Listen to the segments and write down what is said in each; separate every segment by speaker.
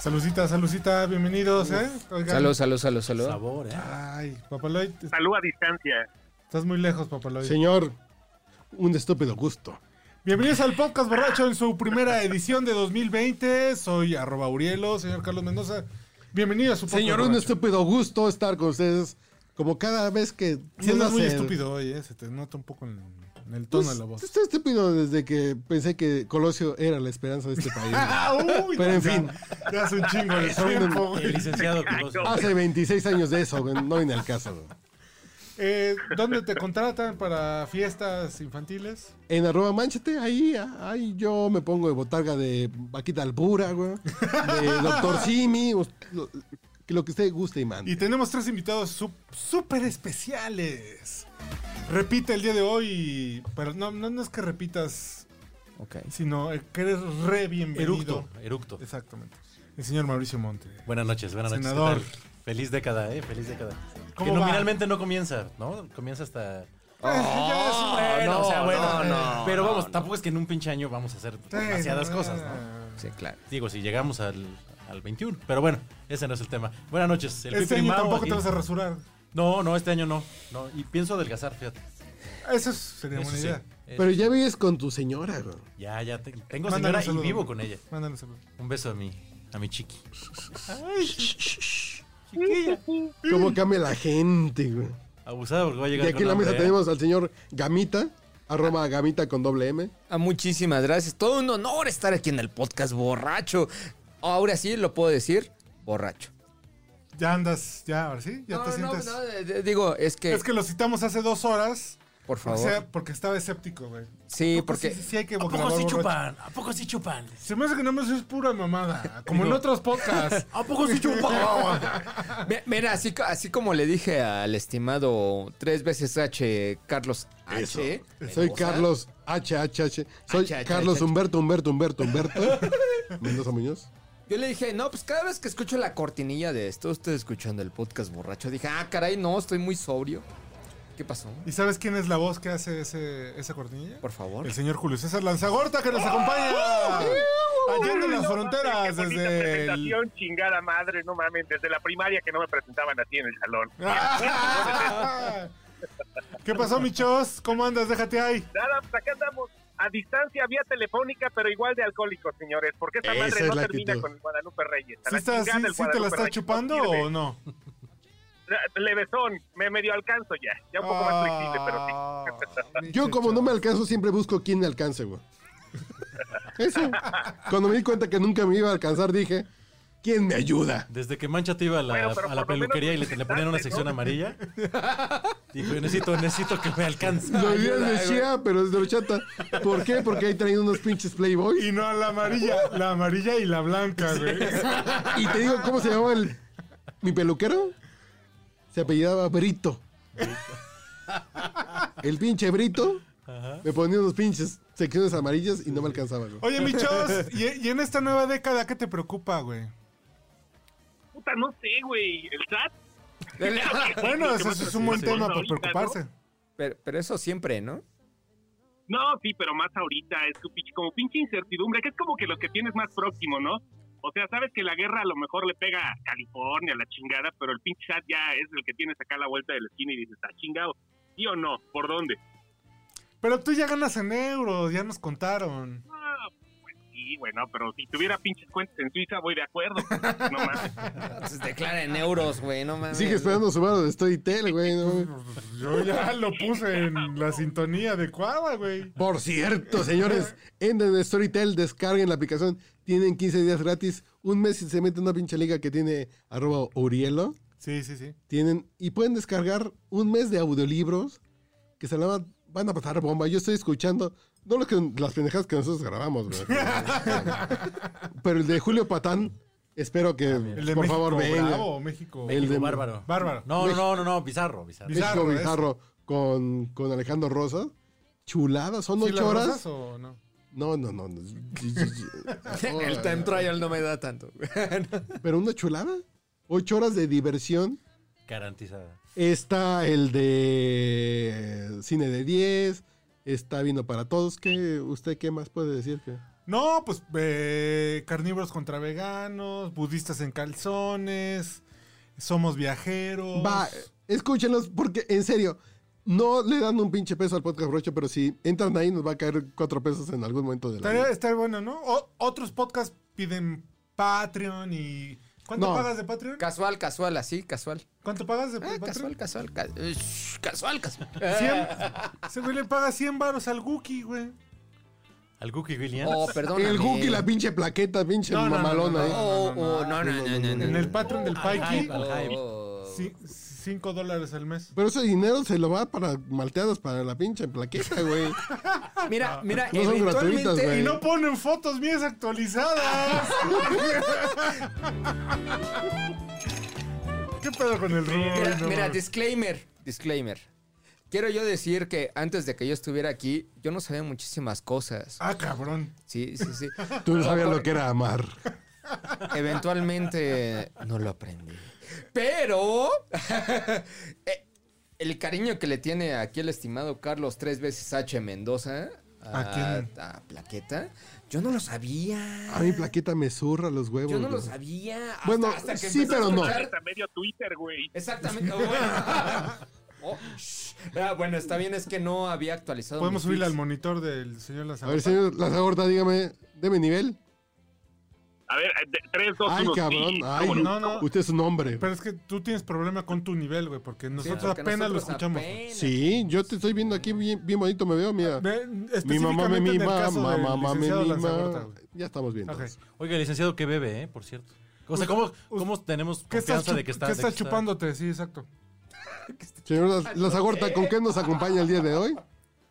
Speaker 1: Salucita, salucita, bienvenidos, ¿eh? Oigan.
Speaker 2: Salud, salud, salud, salud.
Speaker 3: Sabor, ¿eh?
Speaker 1: Ay, Papaloy, te-
Speaker 4: Salud a distancia.
Speaker 1: estás muy lejos, Papaloy.
Speaker 3: Señor, un estúpido gusto.
Speaker 1: Bienvenidos al Podcast Borracho en su primera edición de 2020. Soy arroba Urielo, señor Carlos Mendoza. Bienvenido a su podcast
Speaker 3: Señor, un
Speaker 1: borracho.
Speaker 3: estúpido gusto estar con ustedes. Como cada vez que.
Speaker 1: Sí, andas
Speaker 3: no
Speaker 1: muy
Speaker 3: sé,
Speaker 1: estúpido hoy, ¿eh? Se te nota un poco en, en el tono
Speaker 3: pues,
Speaker 1: de la voz.
Speaker 3: Estoy estúpido desde que pensé que Colosio era la esperanza de este país.
Speaker 1: Ah, uy,
Speaker 3: Pero, en
Speaker 1: ya-
Speaker 3: fin.
Speaker 1: Ya hace un chingo de
Speaker 3: Son
Speaker 1: tiempo, güey.
Speaker 5: El licenciado Colosio.
Speaker 3: Hace 26 años de eso, güey, no viene al caso. güey.
Speaker 1: Eh, ¿Dónde te contratan para fiestas infantiles?
Speaker 3: En arroba manchete, ahí, ahí yo me pongo de botarga de Vaquita Albura, güey. De Doctor Simi, us- lo, lo que usted guste y mande.
Speaker 1: Y tenemos tres invitados sup- súper especiales. Repite el día de hoy, pero no, no, no es que repitas,
Speaker 2: Ok.
Speaker 1: sino eh, que eres re bienvenido.
Speaker 5: Eructo, eructo.
Speaker 1: Exactamente. El señor Mauricio Monte.
Speaker 5: Buenas noches, buenas noches. ¿qué
Speaker 1: Senador.
Speaker 5: tal? Feliz década, eh, feliz década.
Speaker 1: ¿Cómo
Speaker 5: Que
Speaker 1: va?
Speaker 5: nominalmente no comienza, ¿no? Comienza hasta...
Speaker 1: Oh,
Speaker 5: Bueno, o sea,
Speaker 2: no,
Speaker 5: bueno.
Speaker 2: no,
Speaker 5: pero vamos,
Speaker 2: no.
Speaker 5: tampoco es que en un pinche año vamos a hacer demasiadas
Speaker 1: Ah.
Speaker 5: cosas, ¿no?
Speaker 2: Sí, claro.
Speaker 5: Digo, si llegamos al, al 21. Pero bueno, ese no es el tema. Buenas noches. El
Speaker 1: Este
Speaker 5: Pipi
Speaker 1: año
Speaker 5: Mao
Speaker 1: tampoco
Speaker 5: aquí.
Speaker 1: te vas a rasurar.
Speaker 5: No, no, este año no. no. Y pienso adelgazar, fíjate.
Speaker 1: Eso es- sería
Speaker 5: Eso
Speaker 1: buena
Speaker 5: sí.
Speaker 1: idea.
Speaker 5: Eh,
Speaker 3: Pero ya vives con tu señora, güey.
Speaker 5: Ya, ya. te- tengo
Speaker 1: Mándale
Speaker 5: señora
Speaker 1: un
Speaker 5: y
Speaker 1: saludo.
Speaker 5: vivo con ella.
Speaker 1: Mándanos saludos.
Speaker 5: Un beso a mi, a mi chiqui.
Speaker 3: ¿Cómo cambia la gente, güey?
Speaker 5: Abusada porque va a
Speaker 3: Y
Speaker 5: llegar
Speaker 3: aquí en la
Speaker 5: hambre,
Speaker 3: mesa
Speaker 5: ¿eh?
Speaker 3: tenemos al señor Gamita, arroba Gamita con doble M.
Speaker 2: Ah, muchísimas gracias. Todo un honor estar aquí en el podcast borracho. Ahora sí lo puedo decir, borracho.
Speaker 1: Ya andas, ya, ahora sí, ya
Speaker 2: no,
Speaker 1: te
Speaker 2: no,
Speaker 1: sientes.
Speaker 2: no, de- de- digo, es que,
Speaker 1: Es que lo citamos hace dos horas.
Speaker 2: por favor.
Speaker 1: O sea, porque estaba escéptico, güey.
Speaker 2: sí,
Speaker 1: Poco
Speaker 2: porque
Speaker 1: Sí, sí, sí hay que
Speaker 5: ¿A poco
Speaker 1: grabar
Speaker 5: sí
Speaker 1: borracho.
Speaker 5: chupan? ¿A poco sí chupan?
Speaker 1: Se me hace que no me es pura mamada. Como en otros podcasts.
Speaker 5: ¿A poco sí chupan?
Speaker 2: Mi- Mira, así, co- así como le dije al estimado tres veces H, Carlos H.
Speaker 3: Soy
Speaker 2: Mendoza.
Speaker 3: Carlos HHH. Soy
Speaker 2: HHH.
Speaker 3: Carlos Humberto, Humberto, Humberto, Humberto. Mendoza Muñoz.
Speaker 2: Yo le dije, no, pues cada vez que escucho la cortinilla de esto, estoy escuchando el podcast borracho. Dije, ah, caray, no, estoy muy sobrio. ¿Qué pasó?
Speaker 1: ¿Y sabes quién es la voz que hace ese, esa cortinilla?
Speaker 2: Por favor.
Speaker 1: El señor Julio César Lanzagorta que nos acompaña.
Speaker 5: ¡Oh!
Speaker 1: Allá en las
Speaker 4: No mames,
Speaker 1: fronteras
Speaker 4: qué bonita
Speaker 1: desde el...
Speaker 4: presentación, chingada madre, no mames, desde la primaria que no me presentaban así en el salón.
Speaker 5: ¡Oh!
Speaker 1: ¿Qué pasó, Michos? ¿Cómo andas? Déjate ahí.
Speaker 4: Nada, pues acá andamos a distancia vía telefónica, pero igual de alcohólicos, señores, porque esta
Speaker 3: Esa
Speaker 4: madre
Speaker 3: es
Speaker 4: no
Speaker 3: la
Speaker 4: termina
Speaker 3: actitud.
Speaker 4: con el Guadalupe Reyes. A
Speaker 1: ¿Sí,
Speaker 4: la
Speaker 1: estás-
Speaker 4: chingada
Speaker 1: sí-
Speaker 4: el
Speaker 1: sí te la
Speaker 4: Guadalupe
Speaker 1: estás
Speaker 4: Reyes,
Speaker 1: chupando
Speaker 4: no sirve.
Speaker 1: o no?
Speaker 4: Levesón, me medio alcanzo ya, ya un poco más flexible, pero sí.
Speaker 1: pero
Speaker 3: Yo, como no me alcanzo, siempre busco quién me alcance, güey. Eso. Cuando me di cuenta que nunca me iba a alcanzar, dije, ¿quién me ayuda?
Speaker 5: Desde que Mancha te iba a la,
Speaker 4: Bueno, pero
Speaker 5: a la
Speaker 4: por lo menos
Speaker 5: peluquería y le,
Speaker 4: te
Speaker 5: le ponían una sección amarilla, dijo, yo necesito, necesito que me alcance.
Speaker 3: Lo dirías de Shia, pero es de horchata. ¿Por qué? Porque ahí traen unos pinches Playboy.
Speaker 1: Y no, la amarilla, la amarilla y la blanca, güey.
Speaker 3: Y te digo, ¿cómo se llamaba el, mi peluquero? Se apellidaba Brito. El pinche Brito me ponía unos pinches secciones amarillas y no me alcanzaba. güey.
Speaker 1: Oye, Michos, ¿y, y en esta nueva década qué te preocupa, güey?
Speaker 4: Puta, no sé, güey, el SAT.
Speaker 1: Bueno,
Speaker 4: Lo
Speaker 1: eso
Speaker 4: que más
Speaker 1: es un buen tema
Speaker 4: preocupa
Speaker 1: para
Speaker 4: ahorita, ¿no?
Speaker 1: preocuparse.
Speaker 2: Pero, pero eso siempre, ¿no?
Speaker 4: No, sí, pero más ahorita, es que pinche- como pinche incertidumbre, que es como que lo que tienes más próximo, ¿no? O sea, sabes que la guerra a lo mejor le pega a California, a la chingada, pero el pinche chat ya es el que tienes acá a la vuelta de la esquina y dices, está chingado. ¿Sí o no? ¿Por dónde?
Speaker 1: Pero tú ya ganas en euros, ya nos contaron.
Speaker 4: Ah, pues sí, bueno, pero si tuviera pinches cuentas en Suiza, voy de acuerdo. pero No más.
Speaker 2: Se declara en euros, güey, no mames.
Speaker 3: Sigue esperando su mano de Storytel, güey. ¿no?
Speaker 1: Yo ya lo puse en la sintonía adecuada, güey.
Speaker 3: Por cierto, señores, entren en Storytel, descarguen la aplicación. Tienen 15 días gratis. Un mes y se meten en una pinche liga que tiene arroba Urielo.
Speaker 1: Sí, sí, sí.
Speaker 3: tienen y pueden descargar un mes de audiolibros que se la van, van a pasar bomba. Yo estoy escuchando No los que, las pendejadas que nosotros grabamos, güey. Pero el de Julio Patán, espero que,
Speaker 1: El de
Speaker 3: por
Speaker 1: México
Speaker 3: favor, venga.
Speaker 1: Bravo, México.
Speaker 3: El de-
Speaker 5: Bárbaro.
Speaker 1: Bárbaro.
Speaker 5: No, no, no, no, no, bizarro, bizarro.
Speaker 1: Bizarro.
Speaker 3: México
Speaker 1: ¿es?
Speaker 3: Bizarro con, con Alejandro Rosa. Chulada, son
Speaker 1: ¿Sí
Speaker 3: ocho
Speaker 1: las
Speaker 3: horas.
Speaker 1: rosas o no?
Speaker 3: No, no, no. no.
Speaker 2: El time trial no me da tanto.
Speaker 3: Pero una chulada. Ocho horas de diversión.
Speaker 5: Garantizada.
Speaker 3: Está el de eh, cine de 10. Está vino para todos. ¿Qué, ¿Usted qué más puede decir? Que...
Speaker 1: No, pues eh, carnívoros contra veganos, budistas en calzones, somos viajeros.
Speaker 3: Va, escúchenlos porque en serio, no le dan un pinche peso al podcast brocho, pero si entran ahí nos va a caer cuatro pesos en algún momento de la
Speaker 1: Estaría,
Speaker 3: vida.
Speaker 1: estaría bueno, ¿no? O- otros podcasts piden Patreon y... ¿Cuánto
Speaker 3: No.
Speaker 1: pagas de Patreon?
Speaker 2: Casual, casual, así, casual.
Speaker 1: ¿Cuánto pagas de
Speaker 2: Ah,
Speaker 1: Patreon?
Speaker 2: casual, Ah. casual, ca- eh, shh, casual, casual.
Speaker 1: 100. Ese güey le paga 100 varos al Guki, güey.
Speaker 5: Al Cookie Williams.
Speaker 2: Oh, perdón.
Speaker 3: El Guki, la pinche ¿eh? plaqueta, pinche
Speaker 1: No, no, no,
Speaker 3: mamalona.
Speaker 1: no,
Speaker 3: ahí.
Speaker 2: Oh, oh, no, no, no, no, no, no.
Speaker 1: En el Patreon del
Speaker 5: Al
Speaker 1: Paiki,
Speaker 5: hype, al hype.
Speaker 2: Oh.
Speaker 1: 5 dólares al mes.
Speaker 3: Pero ese dinero se lo va para malteadas para la pinche plaqueta, güey.
Speaker 2: Mira, mira,
Speaker 3: No son gratuitas,
Speaker 2: eventualmente.
Speaker 3: güey.
Speaker 1: Y no ponen fotos mías actualizadas. ¿Qué pedo con el Rui?
Speaker 2: Mira,
Speaker 1: no
Speaker 2: mira,
Speaker 1: mames?
Speaker 2: disclaimer, disclaimer. Quiero yo decir que antes de que yo estuviera aquí, yo no sabía muchísimas cosas.
Speaker 1: Ah, cabrón.
Speaker 2: Sí, sí, sí.
Speaker 3: Tú no sabías
Speaker 2: Por-
Speaker 3: lo que era amar.
Speaker 2: Eventualmente no lo aprendí. Pero eh, el cariño que le tiene aquí el estimado Carlos tres veces H Mendoza
Speaker 1: ¿A quién?
Speaker 2: a Plaqueta, yo no lo sabía.
Speaker 3: A mi plaqueta me zurra los huevos.
Speaker 2: Yo no lo
Speaker 3: güey.
Speaker 2: sabía. Hasta-
Speaker 3: Bueno,
Speaker 2: hasta que
Speaker 3: sí,
Speaker 2: empecé a
Speaker 3: pero no.
Speaker 2: escuchar-
Speaker 4: Hasta medio Twitter, güey.
Speaker 2: Exactamente. Bueno, Oh, shh. Ah, bueno, está bien, es que no había actualizado.
Speaker 1: Podemos
Speaker 2: mis
Speaker 1: subirle al
Speaker 2: feeds.
Speaker 1: monitor del señor
Speaker 3: A
Speaker 1: Lazaro.
Speaker 3: ver, señor Lazagorta, dígame, deme nivel.
Speaker 4: A ver, eh, 3, 2, 1.
Speaker 3: Ay, cabrón. Ay,
Speaker 1: no, no.
Speaker 3: Usted es un hombre.
Speaker 1: Pero es que tú tienes problema con tu nivel, güey, porque
Speaker 2: Sí,
Speaker 1: nosotros
Speaker 2: porque
Speaker 1: apenas
Speaker 2: nosotros
Speaker 1: lo escuchamos.
Speaker 2: apenas.
Speaker 3: Sí, yo te estoy viendo aquí bien, bien bonito, me veo, mira.
Speaker 1: Ve,
Speaker 3: Mi mamá
Speaker 1: específicamente
Speaker 3: me
Speaker 1: en el
Speaker 3: mima,
Speaker 1: caso del
Speaker 3: mamá me
Speaker 1: licenciado Lanzagorta,
Speaker 3: mima.
Speaker 1: güey.
Speaker 3: Ya estamos bien.
Speaker 1: Ok.
Speaker 3: entonces.
Speaker 5: Oiga, licenciado, que bebe, ¿eh? Por cierto. O sea, ¿cómo, cómo tenemos
Speaker 1: ¿Qué estás,
Speaker 5: confianza de
Speaker 1: chup-
Speaker 5: que está,
Speaker 1: qué
Speaker 5: de que
Speaker 1: estás
Speaker 5: está-
Speaker 1: chupándote? Sí, exacto.
Speaker 3: Señor Lazagorta, ¿con qué nos acompaña el día de hoy?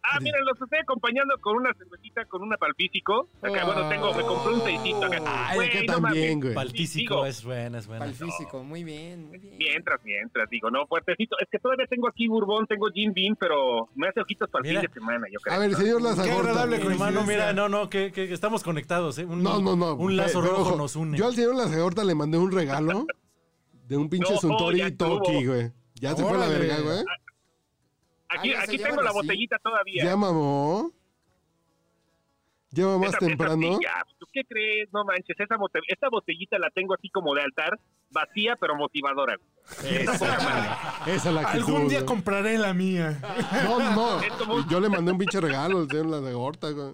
Speaker 4: Ah, miren, los estoy acompañando con una cervecita, con una palpísico. Acá, bueno, tengo, me compré un seisito acá.
Speaker 3: Ay,
Speaker 4: Güey,
Speaker 3: acá
Speaker 4: no
Speaker 3: también,
Speaker 4: mames.
Speaker 3: güey.
Speaker 5: Paltísico,
Speaker 4: Digo,
Speaker 5: es buena, es buena.
Speaker 2: Para el físico, muy bien, muy bien.
Speaker 4: Mientras, mientras, digo, no, fuertecito. Es que todavía tengo aquí bourbon, tengo gin bean, pero me hace ojitos para el
Speaker 5: Mira.
Speaker 4: fin de semana, yo creo.
Speaker 3: A ver, señor
Speaker 1: Qué
Speaker 3: Lazagorta.
Speaker 1: agradable
Speaker 5: Eh,
Speaker 1: coincidencia.
Speaker 5: hermano, mira, no, no, que, que estamos conectados, ¿eh? Un,
Speaker 3: No, no, no.
Speaker 5: Un lazo
Speaker 3: Ve- ve,
Speaker 5: rojo
Speaker 3: ojo,
Speaker 5: nos une.
Speaker 3: Yo al señor Lazagorta le mandé un regalo de un pinche
Speaker 4: No, ya
Speaker 3: Suntory
Speaker 4: estuvo.
Speaker 3: Toki, güey. Ya se fue a la
Speaker 1: Órale.
Speaker 3: verga, güey.
Speaker 4: Aquí,
Speaker 2: Ah, ya se
Speaker 4: aquí
Speaker 2: llaman
Speaker 4: tengo la
Speaker 2: así.
Speaker 4: botellita todavía.
Speaker 3: Ya mamó. Llama más
Speaker 4: Esa- esa
Speaker 3: temprano.
Speaker 4: botella, ¿tú ¿Qué crees? No manches, esa, bote- esta botellita la tengo así como de altar, vacía pero motivadora.
Speaker 3: Esa es la que
Speaker 1: Algún día compraré la mía.
Speaker 3: No,
Speaker 4: Es como
Speaker 3: no.
Speaker 4: un-
Speaker 3: Yo le mandé un pinche regalo al señor Lazagorta, güey.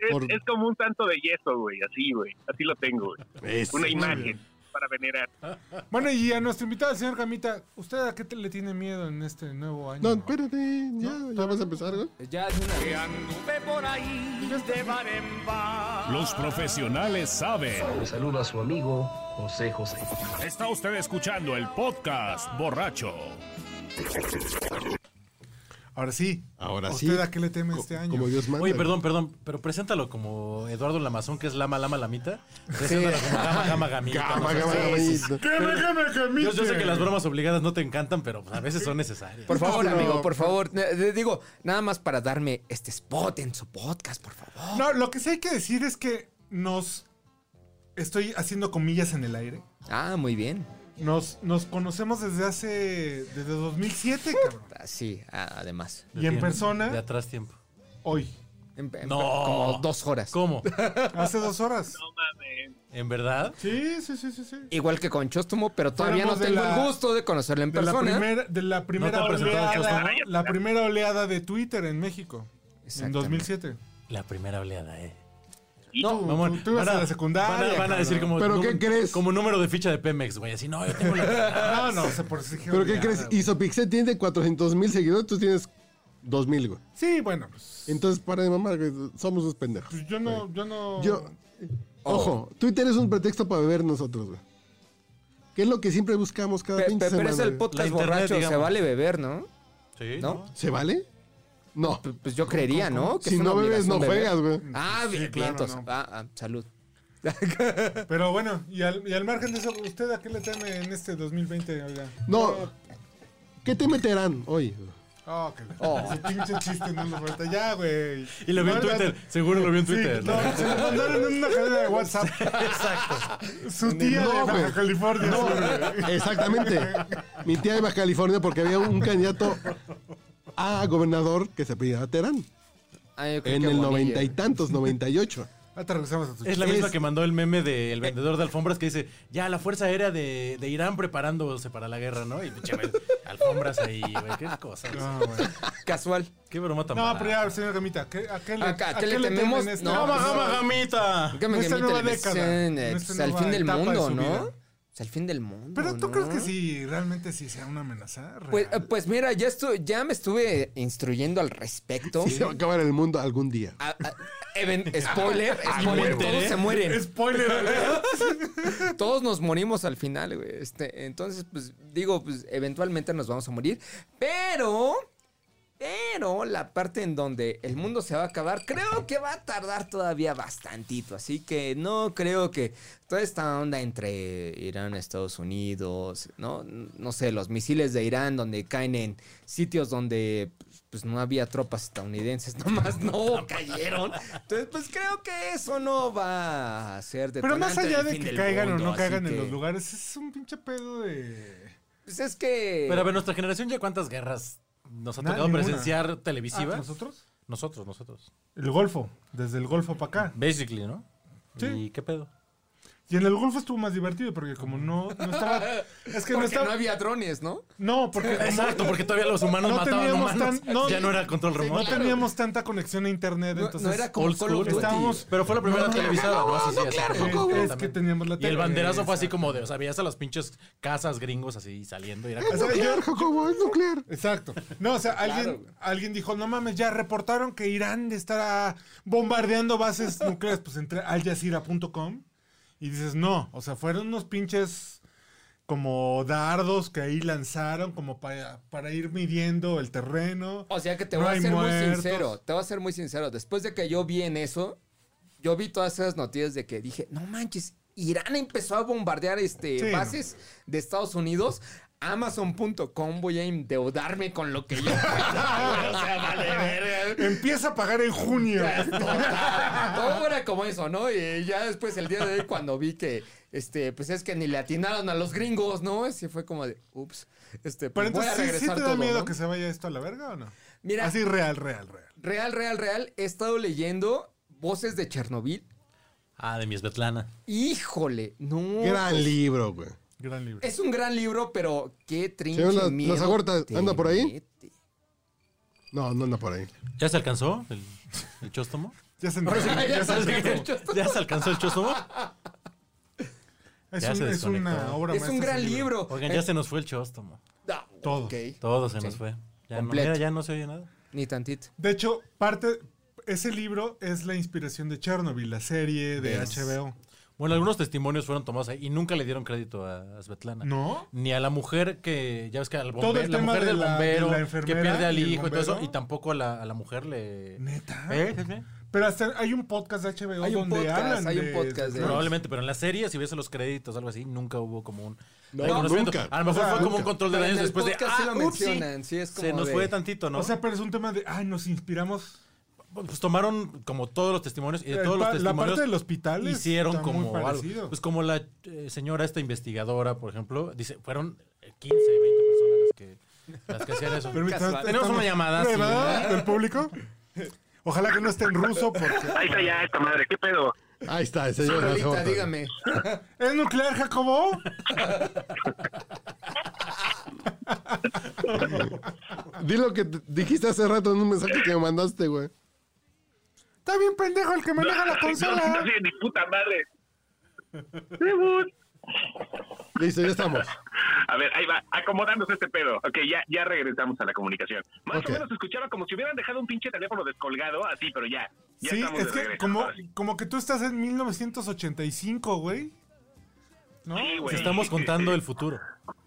Speaker 4: Es,
Speaker 3: Por-
Speaker 4: es como un tanto de yeso, güey, así, güey. Así lo tengo, güey.
Speaker 3: Eso.
Speaker 4: Una
Speaker 1: bien.
Speaker 4: imagen para venerar.
Speaker 1: Bueno, y a nuestro invitado, el señor Gamita, ¿usted a qué te- le tiene miedo en este nuevo año?
Speaker 3: No, espérate, ya, ya vas a empezar, güey.
Speaker 2: Ya es una vez.
Speaker 6: Los profesionales saben.
Speaker 7: Le saluda a su amigo José José.
Speaker 6: Está usted escuchando el podcast borracho.
Speaker 1: Ahora sí.
Speaker 3: Ahora
Speaker 1: ¿Usted
Speaker 3: sí.
Speaker 1: a qué le teme este
Speaker 3: Co-
Speaker 1: año?
Speaker 3: Como Dios manda.
Speaker 5: Oye, perdón, perdón, pero preséntalo como Eduardo Lamazón, que es Lama, Lama, Lamita. Preséntalo como Gama, Gama, Gamita. no
Speaker 3: Gama,
Speaker 5: sé,
Speaker 3: gama,
Speaker 5: sí,
Speaker 3: gama,
Speaker 5: sí, sí.
Speaker 2: Este
Speaker 3: gama.
Speaker 1: Pero-
Speaker 5: Yo, yo sé que las bromas obligadas no te encantan, pero pues, a veces son necesarias.
Speaker 2: Por favor,
Speaker 3: No,
Speaker 2: amigo,
Speaker 3: por-
Speaker 2: por favor. eh, eh, Digo, nada más para darme este spot en su podcast, por favor.
Speaker 1: No, lo que sí hay que decir es que nos. Estoy haciendo comillas en el aire.
Speaker 2: Ah, muy bien.
Speaker 1: Nos, nos conocemos desde hace. Desde 2007, cabrón.
Speaker 2: Ah, Sí, ah, además.
Speaker 1: Y en
Speaker 5: Bien, De
Speaker 1: persona,
Speaker 5: atrás tiempo.
Speaker 1: hoy.
Speaker 2: En- en-
Speaker 5: No.
Speaker 2: Como dos horas.
Speaker 5: ¿Cómo?
Speaker 1: Hace dos horas.
Speaker 4: No mames.
Speaker 5: ¿En verdad?
Speaker 1: Sí, sí, sí, sí. sí.
Speaker 2: Igual que con Chóstomo, pero todavía
Speaker 1: Fuéramos
Speaker 2: no
Speaker 1: de
Speaker 2: tengo
Speaker 1: la-
Speaker 2: el gusto de conocerlo en
Speaker 1: De la,
Speaker 2: persona.
Speaker 1: primera, de la primera
Speaker 5: ¿No te ha presentado
Speaker 1: oleada.
Speaker 4: Chosno?
Speaker 1: La primera oleada de Twitter en México. En
Speaker 2: Exactamente.
Speaker 1: 2007.
Speaker 5: La primera oleada, ¿eh?
Speaker 4: Y
Speaker 1: No,
Speaker 4: tú,
Speaker 5: Mamón,
Speaker 1: tú, tú ibas
Speaker 5: van
Speaker 1: a la secundaria.
Speaker 5: Van a, van a
Speaker 1: cabrón.
Speaker 5: decir como.
Speaker 3: ¿Pero
Speaker 5: num-
Speaker 3: qué crees?
Speaker 5: Como número de ficha de Pemex, güey. Así, no, yo tengo la.
Speaker 1: No, no, se por sí que
Speaker 3: ¿Pero qué
Speaker 1: oleada,
Speaker 3: crees?
Speaker 1: güey.
Speaker 3: Isopixel tiene 400 mil seguidores, tú tienes 2 mil, güey.
Speaker 1: Sí, bueno, pues.
Speaker 3: Entonces, para de mamar, güey, somos unos pendejos.
Speaker 1: pues yo no, yo no.
Speaker 3: Yo,
Speaker 2: Oh.
Speaker 3: ojo, Twitter es un pretexto para beber nosotros, güey. Que es lo que siempre buscamos cada
Speaker 2: Pe- pe-
Speaker 3: pinche
Speaker 2: Pero
Speaker 3: semana.
Speaker 2: es el
Speaker 3: güey.
Speaker 2: podcast
Speaker 5: La internet,
Speaker 2: borracho, se
Speaker 5: digamos.
Speaker 2: vale beber, ¿no?
Speaker 5: Sí.
Speaker 2: ¿No?
Speaker 3: ¿Se vale? No.
Speaker 2: P- Pues yo creería, ¿no? Que
Speaker 3: Si
Speaker 2: es una
Speaker 3: no bebes, no
Speaker 2: obligación beber.
Speaker 3: juegas, güey.
Speaker 2: Ah,
Speaker 1: Sí,
Speaker 2: bien,
Speaker 1: claro,
Speaker 2: vientos.
Speaker 1: no.
Speaker 2: Ah, ah, salud.
Speaker 1: Pero bueno, y al, y al margen de eso, ¿usted a qué le teme en este 2020? Oiga? Eh,
Speaker 3: No. ¿Qué te meterán hoy?
Speaker 1: Oh, que la- Ese pinche chiste no nos falta. Ya, güey.
Speaker 5: Y lo vio en
Speaker 1: No,
Speaker 5: Twitter, seguro lo vio en
Speaker 1: Sí,
Speaker 5: Twitter.
Speaker 1: no, se lo mandaron en una cadena de WhatsApp.
Speaker 5: Exacto.
Speaker 1: Su tía
Speaker 3: No,
Speaker 1: de Baja
Speaker 3: güey.
Speaker 1: California. güey.
Speaker 3: Exactamente. Mi tía de Baja California porque había un candidato a gobernador que se apellidaba Terán.
Speaker 2: Ah, yo creo
Speaker 3: En
Speaker 2: que
Speaker 3: el
Speaker 2: Bonilla.
Speaker 3: noventa y tantos, noventa y ocho.
Speaker 1: Ahorita regresamos a tu
Speaker 5: Es
Speaker 1: chiste.
Speaker 5: la misma
Speaker 3: Es-
Speaker 5: que mandó el meme del vendedor de alfombras que dice, ya la Fuerza Aérea de, de Irán preparándose para la guerra, ¿no? Y pinche ven- alfombras ahí, güey, qué cosas.
Speaker 1: No, güey.
Speaker 2: Casual.
Speaker 5: Qué broma tan
Speaker 1: No,
Speaker 5: mala.
Speaker 1: pero ya, señor Gamita, ¿qué- ¿a qué le,
Speaker 2: ¿A qué- a qué le
Speaker 1: temen
Speaker 2: tememos?
Speaker 1: en este-
Speaker 2: No,
Speaker 5: ¡Gama,
Speaker 2: pues,
Speaker 5: gama, gamita!
Speaker 2: Que me
Speaker 1: Nuestra
Speaker 2: que me
Speaker 1: nueva
Speaker 2: interesen,
Speaker 1: década,
Speaker 2: eh,
Speaker 1: nuestra
Speaker 2: pues, al
Speaker 1: nueva
Speaker 2: fin del
Speaker 1: etapa de
Speaker 2: mundo,
Speaker 1: su vida.
Speaker 2: ¿no? Pues, al fin del mundo.
Speaker 1: Pero tú
Speaker 2: ¿no?
Speaker 1: crees que sí, realmente sí sea una amenaza. Real?
Speaker 2: Pues, eh, pues mira, ya, estu- ya me estuve instruyendo al respecto.
Speaker 3: Y se va a acabar el mundo algún día.
Speaker 2: Ah, ah, even- spoiler, spoiler,
Speaker 5: huevo.
Speaker 2: todos se mueren.
Speaker 1: Ah, Spoiler. alert.
Speaker 2: Todos nos morimos al final, güey. Este, entonces, pues digo, pues eventualmente nos vamos a morir. Pero, pero la parte en donde el mundo se va a acabar, creo que va a tardar todavía bastantito. Así que no creo que toda esta onda entre Irán, Estados Unidos, no, no sé, los misiles de Irán donde caen en sitios donde pues no había tropas estadounidenses, nomás no cayeron. Entonces, pues creo que eso no va a ser de
Speaker 1: Pero más allá de que caigan o no caigan en los lugares, es un pinche pedo de.
Speaker 2: Pues es que.
Speaker 5: Pero a ver, nuestra generación ya cuántas guerras nos ha
Speaker 1: Nada,
Speaker 5: tocado
Speaker 1: ninguna.
Speaker 5: presenciar televisivas.
Speaker 1: Ah, ¿Nosotros?
Speaker 5: Nosotros, nosotros.
Speaker 1: El Golfo, desde el Golfo para acá.
Speaker 5: Basically, ¿no?
Speaker 1: Sí.
Speaker 5: ¿Y qué pedo?
Speaker 1: Y en el Golfo estuvo más divertido porque como no, no estaba... Es que
Speaker 2: porque
Speaker 1: no estaba...
Speaker 2: no había drones, ¿no?
Speaker 1: No, porque como
Speaker 5: Exacto, porque todavía los humanos
Speaker 1: No
Speaker 5: mataban
Speaker 1: teníamos
Speaker 5: humanos.
Speaker 1: tan- no,
Speaker 5: ya no era control
Speaker 1: no
Speaker 5: remoto.
Speaker 1: teníamos tanta conexión a internet,
Speaker 2: No,
Speaker 1: entonces...
Speaker 2: no era como
Speaker 5: old
Speaker 2: Call of
Speaker 5: school,
Speaker 2: Duty.
Speaker 1: estábamos-
Speaker 5: Pero fue la primera televisada, ¿no? Así, sí, así,
Speaker 1: Eh,
Speaker 5: así.
Speaker 1: es que teníamos la
Speaker 5: Y el
Speaker 1: tele.
Speaker 5: banderazo fue así como de, o sea, veías a las pinches casas gringos así saliendo y era como,
Speaker 1: O sea, yo-
Speaker 3: Nuclear, Jacobo, es nuclear.
Speaker 1: Exacto. No, o sea, alguien, alguien dijo, no mames, ya reportaron que Irán estará bombardeando bases nucleares. Pues entre aljazira.com y dices, no, o sea, fueron unos pinches como dardos que ahí lanzaron como para, para ir midiendo el terreno.
Speaker 2: O sea que te
Speaker 1: No
Speaker 2: voy a
Speaker 1: hay
Speaker 2: ser muy
Speaker 1: muertos.
Speaker 2: sincero, te voy a ser muy sincero. Después de que yo vi en eso, yo vi todas esas noticias de que dije, no manches, Irán empezó a bombardear este,
Speaker 1: Sí,
Speaker 2: bases de Estados Unidos. Amazon.com voy a endeudarme con lo que yo pueda, güey. O sea, vale, verga.
Speaker 1: Empieza a pagar en junio.
Speaker 2: Todo era como eso, ¿no? Y ya después el día de hoy cuando vi que, este, pues es que ni le atinaron a los gringos, ¿no? Así fue como de, ups, este,
Speaker 1: Pero
Speaker 2: pues voy a
Speaker 1: entonces, ¿sí- ¿sí,
Speaker 2: regresar
Speaker 1: te da
Speaker 2: todo,
Speaker 1: miedo
Speaker 2: ¿no?
Speaker 1: que se vaya esto a la verga o no?
Speaker 2: Mira,
Speaker 1: Así real, real, real.
Speaker 2: real, real, real, he estado leyendo voces de Chernobyl.
Speaker 5: ah, de mi Svetlana.
Speaker 2: Híjole, no.
Speaker 3: Gran libro, güey.
Speaker 1: Gran libro.
Speaker 2: Es un gran libro, pero qué trinche
Speaker 3: Señor, las-
Speaker 2: miedo
Speaker 3: las agortas,
Speaker 2: te
Speaker 3: ¿anda por ahí?
Speaker 2: mete.
Speaker 3: No, no anda por ahí.
Speaker 5: ¿Ya se alcanzó el, el chóstomo?
Speaker 1: Ya se enteró,
Speaker 2: sea, ya
Speaker 1: ya se
Speaker 2: salió.
Speaker 1: enteró.
Speaker 5: ¿Ya se alcanzó el chóstomo?
Speaker 1: Es,
Speaker 5: Ya
Speaker 1: un-
Speaker 5: se
Speaker 1: es una
Speaker 5: desconectó.
Speaker 1: obra
Speaker 2: Es
Speaker 1: maestra
Speaker 2: un gran
Speaker 1: ese
Speaker 2: libro.
Speaker 5: Oigan, ya se nos fue el chóstomo.
Speaker 2: Ah,
Speaker 1: Todo.
Speaker 2: ok,
Speaker 5: Todo se nos
Speaker 2: Sí.
Speaker 5: fue. Ya no,
Speaker 2: Completo.
Speaker 5: mira, ya no se oye nada.
Speaker 2: Ni tantito.
Speaker 1: De hecho, parte ese libro es la inspiración de Chernobyl, la serie de
Speaker 2: Yes.
Speaker 1: HBO.
Speaker 5: Bueno, algunos testimonios fueron tomados ahí y nunca le dieron crédito a, a Svetlana.
Speaker 1: ¿No?
Speaker 5: Ni a la mujer que, ya ves que al
Speaker 1: Todo
Speaker 5: bombero,
Speaker 1: el
Speaker 5: la
Speaker 1: tema
Speaker 5: mujer
Speaker 1: de
Speaker 5: del
Speaker 1: la- de
Speaker 5: bombero,
Speaker 1: la
Speaker 5: que
Speaker 1: enfermera
Speaker 5: pierde al
Speaker 1: y el
Speaker 5: hijo y todo eso,
Speaker 1: bombero.
Speaker 5: y tampoco a la, a la mujer le...
Speaker 1: Neta.
Speaker 5: ¿Eh? ¿Sí, sí?
Speaker 1: Pero hasta hay un podcast de HBO
Speaker 2: Hay un
Speaker 1: donde
Speaker 2: podcast,
Speaker 1: hablan
Speaker 2: hay un
Speaker 1: de-
Speaker 2: podcast Pues de-
Speaker 5: Probablemente, pero en la serie, si ves los créditos o algo así, nunca hubo como un
Speaker 3: No,
Speaker 5: reconocimiento.
Speaker 3: nunca.
Speaker 5: A lo mejor
Speaker 1: O sea,
Speaker 5: fue como un
Speaker 1: nunca.
Speaker 5: control de
Speaker 2: Pero en
Speaker 5: daños
Speaker 2: el
Speaker 5: después de.
Speaker 2: podcast
Speaker 5: Ah,
Speaker 2: sí lo
Speaker 5: upsi,
Speaker 2: mencionan, sí, es
Speaker 5: Se
Speaker 2: como
Speaker 5: nos
Speaker 2: de-
Speaker 5: fue tantito, ¿no?
Speaker 1: O sea, pero es un tema de, ay, nos inspiramos.
Speaker 5: pues tomaron como todos los testimonios y de
Speaker 1: El
Speaker 5: todos los
Speaker 1: eh, pa- la
Speaker 5: testimonios
Speaker 1: parte del hospital es-
Speaker 5: hicieron
Speaker 1: está muy
Speaker 5: como algo.
Speaker 1: parecido.
Speaker 5: Pues como la eh, señora esta investigadora, por ejemplo, dice, fueron eh, 15, 20 personas las que las que hacían eso.
Speaker 1: Permítanos,
Speaker 5: Tenemos
Speaker 1: estamos-
Speaker 5: una llamada. sí.
Speaker 1: ¿Llamada del público? Ojalá que no esté en ruso porque...
Speaker 4: Ahí está ya esta madre, ¿qué pedo?
Speaker 3: Ahí está, el señor.
Speaker 2: Ahorita,
Speaker 3: Jacobo.
Speaker 2: dígame.
Speaker 1: ¿Es nuclear, Jacobo?
Speaker 3: Di lo que t- dijiste hace rato en un mensaje que me mandaste, güey.
Speaker 1: Está bien pendejo el que maneja la
Speaker 4: No,
Speaker 1: consola.
Speaker 4: no sé, ni puta madre. Reboot.
Speaker 3: Listo, ya estamos.
Speaker 4: A ver, ahí va, acomodándose este pedo. Ok, ya, ya regresamos a la comunicación. Más
Speaker 3: Ok.
Speaker 4: o menos escuchaba como si hubieran dejado un pinche teléfono descolgado, así, pero ya. ya
Speaker 1: Sí,
Speaker 4: estamos
Speaker 1: es
Speaker 4: de
Speaker 1: que
Speaker 4: regreso,
Speaker 1: como,
Speaker 4: ahora sí.
Speaker 1: como que tú estás en 1985, güey. ¿No?
Speaker 4: Sí, güey.
Speaker 5: Pues estamos contando el futuro.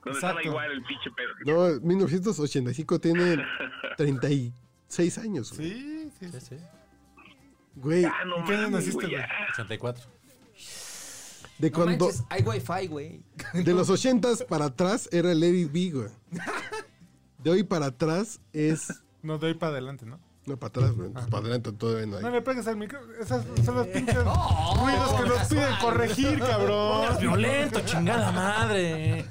Speaker 4: Donde estaba
Speaker 1: exacto.
Speaker 4: igual el pinche pedo.
Speaker 3: No, 1985 tiene 36 seis años, güey.
Speaker 1: Sí, sí.
Speaker 5: Sí, sí.
Speaker 3: Güey,
Speaker 4: Ah, no
Speaker 1: ¿En qué año
Speaker 4: mames,
Speaker 1: naciste,
Speaker 4: güey,
Speaker 1: güey?
Speaker 4: ya.
Speaker 5: 84.
Speaker 3: de
Speaker 2: No
Speaker 3: cuando.
Speaker 2: manches, hay wifi, güey.
Speaker 3: De los ochentas para atrás era el Eric B, güey. De hoy para atrás es.
Speaker 1: No doy para adelante, ¿no?
Speaker 3: No, para atrás, güey. Pues para adelante todavía no
Speaker 1: No
Speaker 3: hay.
Speaker 1: le pegues al micro. Esas son las pinches ruidos que nos piden corregir,
Speaker 5: Es
Speaker 1: cabrón.
Speaker 5: violento, chingada madre.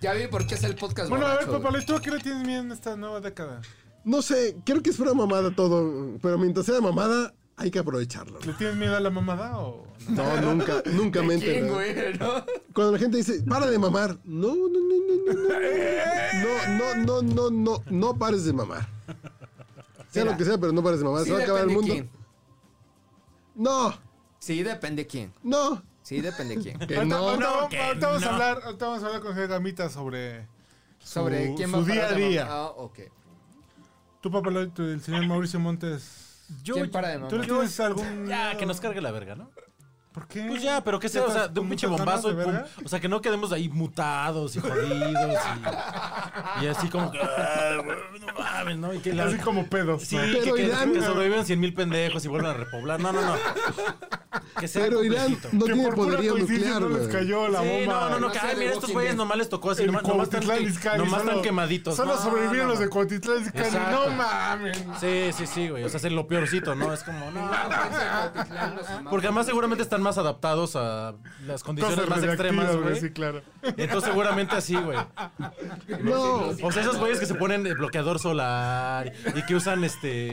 Speaker 2: Ya vi por qué es el podcast
Speaker 1: Bueno, a ver,
Speaker 2: borracho,
Speaker 1: papá, ¿y tú a qué le tienes miedo en esta nueva década?
Speaker 3: No sé, creo que es una mamada todo. Pero mientras sea mamada, hay que aprovecharlo.
Speaker 1: ¿Le tienes miedo a la mamada o.? no?
Speaker 3: No, nunca, nunca me he
Speaker 2: güey. ¿Quién,
Speaker 3: enterado.
Speaker 2: güey? ¿No?
Speaker 3: Cuando la gente dice, para de mamar. No, no, no, no, no, no. No, no, no, no, no, no pares de mamar. Sea
Speaker 2: Mira,
Speaker 3: lo que sea, pero no pares de mamar.
Speaker 2: Sí
Speaker 3: Se va a acabar el
Speaker 2: depende
Speaker 3: mundo.
Speaker 2: quién.
Speaker 3: No,
Speaker 2: Sí, depende quién.
Speaker 3: no.
Speaker 2: Sí, depende quién.
Speaker 3: Que
Speaker 1: Ahorita,
Speaker 3: no.
Speaker 1: ahorita vamos-
Speaker 5: que
Speaker 1: ahorita vamos a
Speaker 5: no.
Speaker 1: hablar, ahorita vamos a hablar con Jorge Gamita sobre
Speaker 2: Sobre
Speaker 1: su,
Speaker 2: quién va
Speaker 1: su
Speaker 2: a
Speaker 1: día a
Speaker 2: parar de
Speaker 1: día.
Speaker 2: mam- Ah, ok.
Speaker 1: Tú, papá, Loy, tú, el señor Mauricio Montes.
Speaker 5: Yo,
Speaker 2: ¿Quién para de
Speaker 1: ¿Tú le
Speaker 2: mamar?
Speaker 1: tienes algún.?
Speaker 5: Ya,
Speaker 1: miedo?
Speaker 5: que nos cargue la verga, ¿no?
Speaker 1: ¿Por qué?
Speaker 5: Pues ya, pero que sea,
Speaker 1: ¿Ya
Speaker 5: o sea,
Speaker 1: estás
Speaker 5: de un
Speaker 1: con
Speaker 5: pinche
Speaker 1: muchas ganas
Speaker 5: bombazo y
Speaker 1: de
Speaker 5: pum.
Speaker 1: verga?
Speaker 5: O sea, que no quedemos ahí mutados y jodidos y, y así como que. "Ah, güey, No mames, ¿no? Y que la-
Speaker 1: Así como pedos.
Speaker 5: Sí,
Speaker 1: ¿no?
Speaker 5: que,
Speaker 3: Pero
Speaker 5: que-
Speaker 3: Irán-
Speaker 5: que sobrevivan 100 mil pendejos y vuelvan a repoblar. No, no, no. Que sea
Speaker 3: Pero Irán
Speaker 5: complejito.
Speaker 3: no
Speaker 1: que
Speaker 3: tiene
Speaker 1: por pura
Speaker 3: poderío
Speaker 1: coincidencia
Speaker 3: nuclear,
Speaker 1: no les
Speaker 3: güey.
Speaker 1: cayó la
Speaker 5: Sí,
Speaker 1: bomba.
Speaker 5: no, no, no,
Speaker 2: No
Speaker 5: que,
Speaker 2: sé,
Speaker 5: ay,
Speaker 2: de
Speaker 5: mira, estos
Speaker 2: Walking
Speaker 5: güeyes
Speaker 2: Dead.
Speaker 5: nomás les tocó así,
Speaker 1: En
Speaker 5: nomás, nomás están,
Speaker 1: Cuautitlán
Speaker 5: que-
Speaker 1: Izcalli,
Speaker 5: nomás están
Speaker 1: solo-
Speaker 5: quemaditos.
Speaker 1: Solo
Speaker 5: No,
Speaker 1: sobrevivieron
Speaker 5: no,
Speaker 1: los
Speaker 5: no.
Speaker 1: de Cuautitlán Izcalli.
Speaker 5: Exacto.
Speaker 1: No mames.
Speaker 5: Sí, sí, sí, güey. O sea, es lo peorcito, ¿no? Es como, no.
Speaker 2: Porque
Speaker 5: Porque además seguramente están más adaptados a las condiciones
Speaker 1: Cosas
Speaker 5: más
Speaker 1: radioactivas,
Speaker 5: extremas,
Speaker 1: güey. Sí,
Speaker 5: güey.
Speaker 1: claro.
Speaker 5: Entonces seguramente así, güey.
Speaker 3: No,
Speaker 5: O sea, esos güeyes que se ponen eh, bloqueador solar y que usan este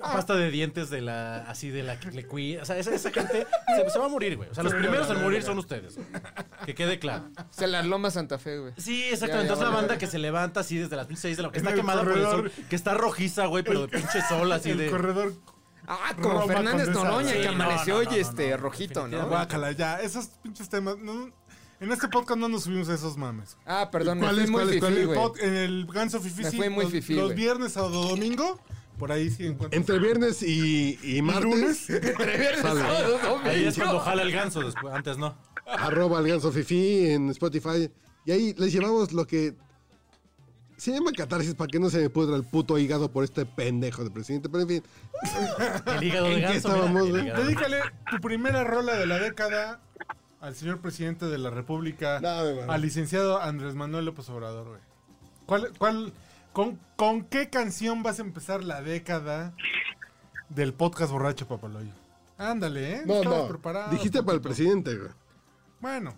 Speaker 5: pasta de dientes de la así de la que le cuida. O sea, esa, esa gente se, se va a morir, güey. O sea, los primeros en morir son ustedes. güey. Que quede claro.
Speaker 2: Se la loma Santa Fe, güey.
Speaker 5: Sí,
Speaker 2: Ya, ya,
Speaker 5: exactamente. Entonces la
Speaker 2: vale,
Speaker 5: banda
Speaker 2: vale.
Speaker 5: que se levanta así desde las pinches seis de la que
Speaker 1: En
Speaker 5: está
Speaker 1: el
Speaker 5: quemada por el
Speaker 1: corredor.
Speaker 5: sol, que está rojiza, güey, pero de pinche sol así
Speaker 1: el
Speaker 5: de.
Speaker 1: corredor.
Speaker 2: Ah, como
Speaker 1: Roma
Speaker 2: Fernández
Speaker 1: Condesa,
Speaker 2: Noroña,
Speaker 1: sí,
Speaker 2: que
Speaker 5: no,
Speaker 2: amaneció
Speaker 5: no,
Speaker 2: hoy
Speaker 5: no, no,
Speaker 2: este
Speaker 5: no,
Speaker 2: rojito,
Speaker 1: Ya,
Speaker 2: ¿no?
Speaker 1: guácala, ya. Esos pinches temas. no- en este podcast no nos subimos a esos mames.
Speaker 2: Ah, perdón, me fui
Speaker 1: ¿Cuáles,
Speaker 2: muy
Speaker 1: cuáles,
Speaker 2: fifí,
Speaker 1: cuáles?
Speaker 2: güey.
Speaker 1: Pod- En el Ganso Fifi.
Speaker 2: Me
Speaker 1: sí,
Speaker 2: fui muy
Speaker 1: los,
Speaker 2: fifí,
Speaker 1: los
Speaker 2: güey.
Speaker 1: viernes, sábado, domingo. Por ahí sí encuentras.
Speaker 3: entre viernes y, y martes, sale.
Speaker 5: Ahí es cuando jala el ganso, después, antes no.
Speaker 3: arroba al ganso fifi en Spotify. Y ahí les llevamos lo que se llama catarsis para que no se me pudra el puto hígado por este pendejo de presidente. Pero en fin,
Speaker 5: El hígado
Speaker 3: ¿En
Speaker 5: de
Speaker 3: qué
Speaker 5: ganso.
Speaker 3: estábamos,
Speaker 5: el
Speaker 3: güey?
Speaker 5: hígado.
Speaker 1: Dedícale tu primera rola de la década al señor presidente de la República,
Speaker 3: No, me mames.
Speaker 1: al licenciado Andrés Manuel López Obrador, güey. ¿Cuál, cuál, con, ¿Con qué canción vas a empezar la década del podcast borracho, Papaloyo? Ándale, ¿eh?
Speaker 3: no,
Speaker 1: Estabas
Speaker 3: no.
Speaker 1: preparado,
Speaker 3: Dijiste para el
Speaker 1: papito.
Speaker 3: presidente, güey.
Speaker 1: Bueno,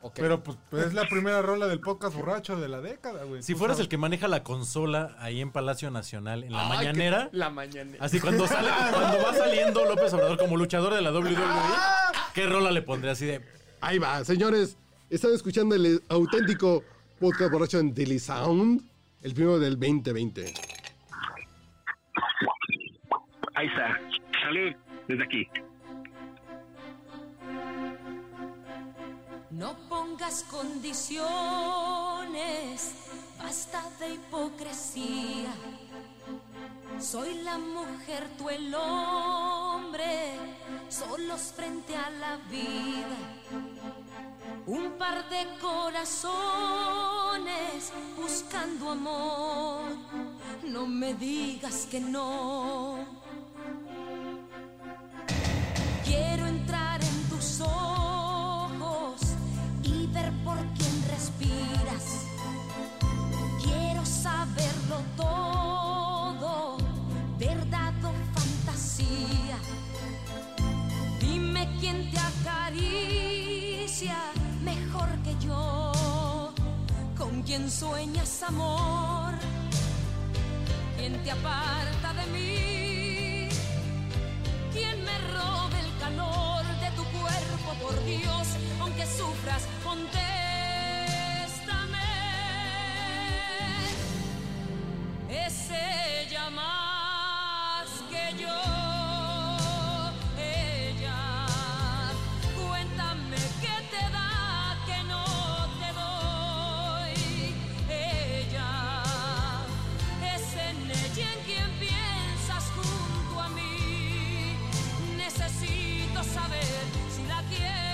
Speaker 2: Ok.
Speaker 1: pero pues, pues, es la primera rola del podcast borracho de la década, güey.
Speaker 5: Si
Speaker 1: Tú
Speaker 5: fueras
Speaker 1: sabes.
Speaker 5: el que maneja la consola ahí en Palacio Nacional, en la
Speaker 2: Ay,
Speaker 5: mañanera,
Speaker 2: que- La mañanera.
Speaker 5: así cuando sale, cuando va saliendo López Obrador como luchador de la
Speaker 3: Ah.
Speaker 5: WWE, ¿qué rola le pondré así de?
Speaker 3: Ahí va, señores. Están escuchando el auténtico podcast borracho en Daily Sound, el primero del 2020.
Speaker 4: Ahí está. Salud, desde aquí.
Speaker 8: No pongas condiciones, basta de hipocresía. Soy la mujer, tú el hombre, solos frente a la vida. Un par de corazones buscando amor, no me digas que no. Quiero entrar en tus ojos y ver por quién respiras. Quiero saberlo todo, verdad o fantasía. Dime quién te acaricia mejor que yo. Con quién sueñas amor, quién te aparta de mí. ¿Quién me robe el calor de tu cuerpo, por Dios? Aunque sufras, contéstame. Es ella más que yo. Ella, cuéntame qué te da que no te doy. Ella, es en ella en quien piensas junto a mí. Necesito saber si la quieres.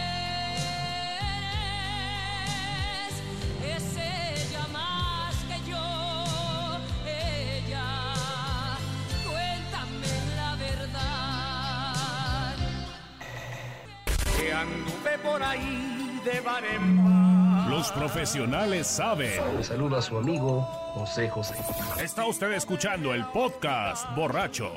Speaker 9: anduve por ahí de bar en bar.
Speaker 6: Los profesionales saben.
Speaker 7: Le saluda a su amigo José José.
Speaker 6: Está usted escuchando el podcast borracho.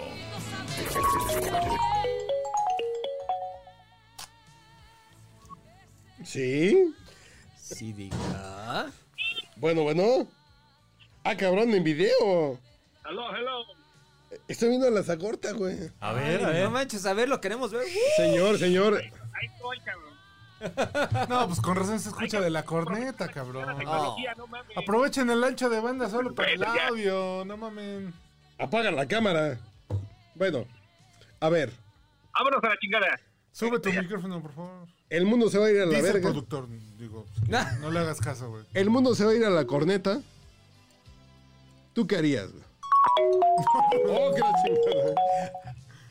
Speaker 3: ¿Sí?
Speaker 2: Sí, diga.
Speaker 3: Bueno, bueno. Ah, cabrón, en video.
Speaker 4: Hello, hello.
Speaker 3: Estoy viendo la zagorta, güey.
Speaker 5: A ver, a
Speaker 2: Ay,
Speaker 5: ver.
Speaker 2: No manches, a ver, lo queremos ver.
Speaker 3: Señor, señor.
Speaker 4: Ahí estoy, cabrón.
Speaker 1: No, pues con razón se escucha de la corneta, cabrón. Ah.
Speaker 4: Tecnología, no mames.
Speaker 1: Aprovechen el ancho de banda solo para el audio, no mamen.
Speaker 3: Apaga la cámara. Bueno, a ver.
Speaker 4: Vámonos a la chingada.
Speaker 1: Sube tu micrófono, por favor.
Speaker 3: El mundo se va a ir a la
Speaker 1: Dice el
Speaker 3: verga.
Speaker 1: productor, digo, pues, no le hagas caso, güey.
Speaker 3: El mundo se va a ir a la corneta. ¿Tú qué harías? güey? oh, qué la chingada.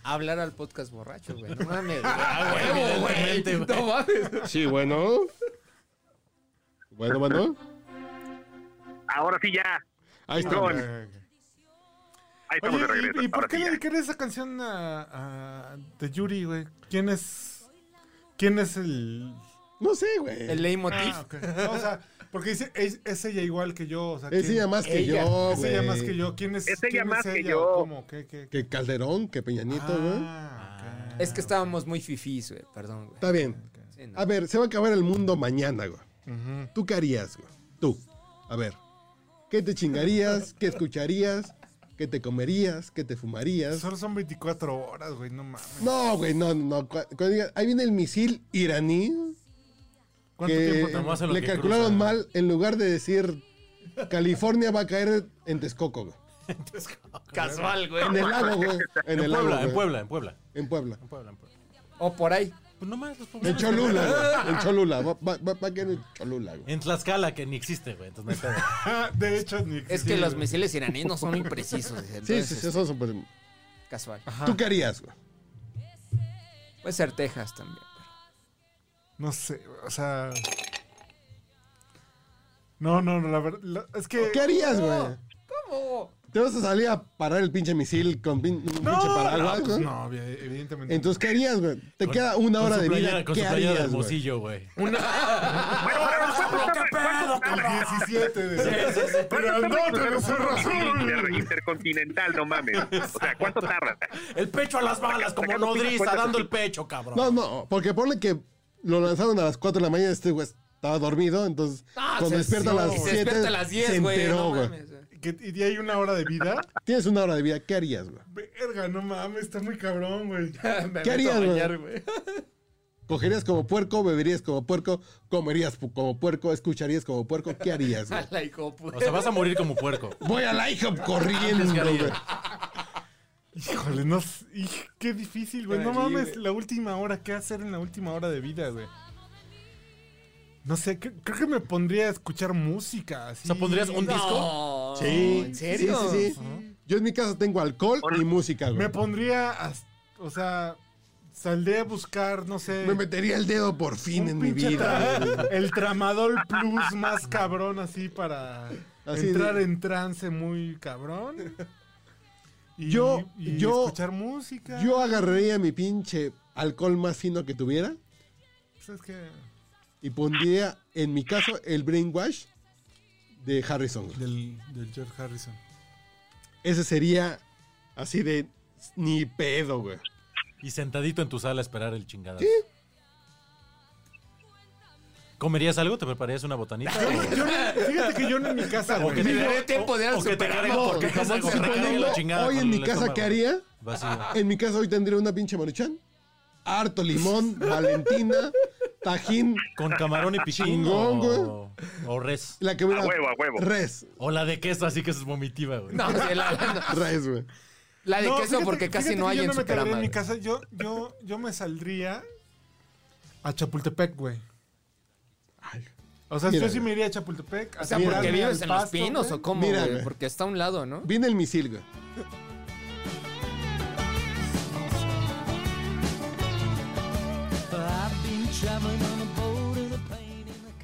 Speaker 2: Hablar al podcast borracho, güey. No mames. güey.
Speaker 5: Evidentemente, güey.
Speaker 2: No mames.
Speaker 3: Sí, bueno. Bueno, bueno.
Speaker 4: Ahora sí ya.
Speaker 3: Ahí está.
Speaker 4: No,
Speaker 1: Eh,
Speaker 4: Ahí estamos de
Speaker 1: Oye,
Speaker 4: regreso.
Speaker 1: ¿y, y por
Speaker 4: Ahora
Speaker 1: qué
Speaker 4: sí
Speaker 1: le
Speaker 4: ya.
Speaker 1: dedicaron esa canción a, a- de Yuri, güey? ¿Quién es, quién es el...?
Speaker 3: No sé, güey.
Speaker 2: El leitmotiv.
Speaker 1: Ah, ok. No, o sea, porque dice, es, es ella igual que yo, o sea,
Speaker 3: Es
Speaker 1: ¿quién-
Speaker 3: ella más que
Speaker 2: Ella.
Speaker 3: yo,
Speaker 1: es
Speaker 3: güey.
Speaker 1: ella más que yo. ¿Quién es,
Speaker 4: Es ella
Speaker 1: quién
Speaker 4: más que
Speaker 1: ella?
Speaker 4: yo.
Speaker 1: ¿Cómo? ¿Qué, qué, qué?
Speaker 3: Que Calderón, que Peñanito, güey.
Speaker 1: Ah, ok.
Speaker 2: Es que estábamos muy fifís, güey. Perdón, güey.
Speaker 3: Está bien.
Speaker 2: Sí, no.
Speaker 3: A ver, se va a acabar el mundo mañana, güey. ¿Tú qué harías, güey? Tú. A ver. ¿Qué te chingarías? ¿Qué escucharías? ¿Qué te comerías? ¿Qué te fumarías?
Speaker 1: Solo son 24 horas, güey, no mames.
Speaker 3: No, güey, no, no. no. Cu- cuando diga, ahí viene el misil iraní
Speaker 1: ¿Cuánto
Speaker 3: que
Speaker 1: tiempo
Speaker 5: tomó hace lo
Speaker 3: le
Speaker 5: que
Speaker 3: calcularon
Speaker 5: cruza?
Speaker 3: mal. En lugar de decir California va a caer en Texcoco, güey.
Speaker 5: Casual, güey.
Speaker 3: En el lago, güey. En
Speaker 5: En
Speaker 3: el lago,
Speaker 5: Puebla, en
Speaker 3: güey.
Speaker 5: Puebla, en Puebla.
Speaker 3: En Puebla.
Speaker 5: En Puebla, en Puebla.
Speaker 2: O por ahí.
Speaker 5: Pues nomás los poblanos.
Speaker 3: En Cholula, güey. En Cholula. Va, va- va- va a caer en Cholula, güey.
Speaker 5: En Tlaxcala, que ni existe, güey. Entonces no hay pedo.
Speaker 1: Ah, de hecho, ni
Speaker 2: Es que
Speaker 1: sí,
Speaker 2: los
Speaker 1: güey.
Speaker 2: misiles iraníes no son imprecisos.
Speaker 3: Sí, sí,
Speaker 2: este,
Speaker 3: sí, eso es súper-
Speaker 2: Casual.
Speaker 3: ¿Tú qué harías, güey?
Speaker 2: Puede ser Texas también. pero-
Speaker 1: No sé, güey, o sea... No, no, no, la verdad, la- es que...
Speaker 3: ¿Qué harías, güey?
Speaker 2: ¿Cómo?
Speaker 3: ¿Te vas a salir a parar el pinche misil con pin- un
Speaker 1: No,
Speaker 3: pinche
Speaker 1: no,
Speaker 3: paraguas,
Speaker 1: pues
Speaker 3: güey?
Speaker 1: no, obvia- evidentemente.
Speaker 3: Entonces, ¿qué harías, güey? Te queda una
Speaker 5: Con
Speaker 3: hora
Speaker 5: su
Speaker 3: de
Speaker 5: playera-
Speaker 3: vida.
Speaker 5: Con su
Speaker 3: ¿Qué
Speaker 5: playera de
Speaker 3: harías, güey?
Speaker 5: hermosillo, güey.
Speaker 4: Bueno, bueno, ¿cuánto estaba- cuánto
Speaker 1: El
Speaker 4: estaba-
Speaker 1: 17 de...
Speaker 4: cuánto
Speaker 1: Pero
Speaker 4: estaba
Speaker 1: no,
Speaker 4: el
Speaker 1: tenés
Speaker 4: crucero
Speaker 1: razón.
Speaker 4: inter- Intercontinental, no mames. O sea, ¿cuánto tarda?
Speaker 5: El pecho a las balas, como
Speaker 4: Sacando
Speaker 5: nodriza,
Speaker 4: pinches
Speaker 5: dando el
Speaker 4: cuentas
Speaker 5: pecho, cabrón.
Speaker 3: No, no, porque ponle que lo lanzaron a las 4 de la mañana, este güey estaba dormido, entonces
Speaker 2: Ah,
Speaker 3: cuando
Speaker 2: se-
Speaker 3: despierta a
Speaker 2: sí,
Speaker 3: las
Speaker 2: se
Speaker 3: 7
Speaker 2: despierta a las 10,
Speaker 3: se
Speaker 2: güey.
Speaker 3: enteró,
Speaker 2: No
Speaker 3: güey.
Speaker 2: mames, güey.
Speaker 1: Que- Y de ahí una hora de vida.
Speaker 3: Tienes una hora de vida, ¿qué harías, güey?
Speaker 1: Verga, no mames, está muy cabrón, güey.
Speaker 2: Me
Speaker 3: ¿Qué
Speaker 2: meto a
Speaker 3: harías, güey?
Speaker 2: bañar, güey?
Speaker 3: ¿Cogerías como puerco, beberías como puerco, comerías pu- como puerco, escucharías como puerco? ¿Qué harías, güey?
Speaker 2: A la hijo, pues.
Speaker 5: O sea, vas a morir como puerco.
Speaker 3: Voy a la hija corriendo,
Speaker 5: Antes que
Speaker 3: güey.
Speaker 5: haría.
Speaker 1: Híjole, no. s- hij- Qué difícil, güey. No
Speaker 2: Ahí,
Speaker 1: mames,
Speaker 2: güey.
Speaker 1: la última hora. ¿Qué hacer en la última hora de vida, güey? No sé, cre- creo que me pondría a escuchar música. Así.
Speaker 5: O sea, pondrías un disco.
Speaker 2: No,
Speaker 3: Sí,
Speaker 2: ¿En serio?
Speaker 3: Sí, sí, sí. Yo en mi casa tengo alcohol y música, güey.
Speaker 1: Me pondría. a s- o sea, saldré a buscar, no sé.
Speaker 3: Me metería el dedo por fin
Speaker 1: un
Speaker 3: en mi
Speaker 1: pinche
Speaker 3: vida. güey.
Speaker 1: tra- El tramadol plus más cabrón, así para
Speaker 3: Así
Speaker 1: entrar
Speaker 3: de-
Speaker 1: en trance muy cabrón. Y,
Speaker 3: Yo-
Speaker 1: y
Speaker 3: yo-
Speaker 1: escuchar música.
Speaker 3: Yo agarraría mi pinche alcohol más fino que tuviera
Speaker 1: Pues es que.
Speaker 3: y pondría, en mi caso, el brainwash de Harrison. güey.
Speaker 1: Del, del George Harrison.
Speaker 3: Ese sería así de ni pedo, güey.
Speaker 5: Y sentadito en tu sala a esperar el chingadazo. ¿Comerías algo? ¿Te prepararías una botanita?
Speaker 1: Yo no- fíjate que yo no en mi casa,
Speaker 5: O
Speaker 1: güey.
Speaker 5: que te
Speaker 2: Digo,
Speaker 5: dé
Speaker 2: tiempo de
Speaker 5: o que te
Speaker 2: superarlo,
Speaker 5: carguen porque
Speaker 3: Porque
Speaker 5: te
Speaker 3: jamás
Speaker 5: carguen
Speaker 3: suponiendo,
Speaker 5: la chingada
Speaker 3: hoy
Speaker 5: con
Speaker 3: en mi
Speaker 5: el
Speaker 3: casa,
Speaker 5: estómago.
Speaker 3: ¿qué haría?
Speaker 5: Vacío.
Speaker 3: En mi casa hoy tendría una pinche maruchan, harto limón, valentina, tajín,
Speaker 5: Con camarón y pichín.
Speaker 3: Chingón,
Speaker 5: o, o res.
Speaker 3: la que hubiera...
Speaker 4: A huevo, a huevo.
Speaker 3: Res,
Speaker 5: O la de queso, así que es vomitiva, güey.
Speaker 2: No, sí, la, la- no.
Speaker 3: res, güey.
Speaker 2: La de
Speaker 1: No,
Speaker 2: queso
Speaker 1: fíjate-
Speaker 2: porque
Speaker 1: fíjate
Speaker 2: casi
Speaker 1: que
Speaker 2: no hay
Speaker 1: yo
Speaker 2: en
Speaker 1: no me
Speaker 2: su
Speaker 1: quedaría
Speaker 2: calamar.
Speaker 1: en mi casa. Yo, yo, yo me saldría a Chapultepec, güey. O sea,
Speaker 3: Mira,
Speaker 1: yo sí
Speaker 3: güey.
Speaker 1: me iría a Chapultepec.
Speaker 2: O sea,
Speaker 3: Mira,
Speaker 2: porque
Speaker 3: mira,
Speaker 2: vives en los pinos
Speaker 5: ¿eh?
Speaker 2: o cómo,
Speaker 3: Mira,
Speaker 2: güey?
Speaker 3: güey.
Speaker 2: Porque está a un lado, ¿no?
Speaker 3: Viene el misil, güey.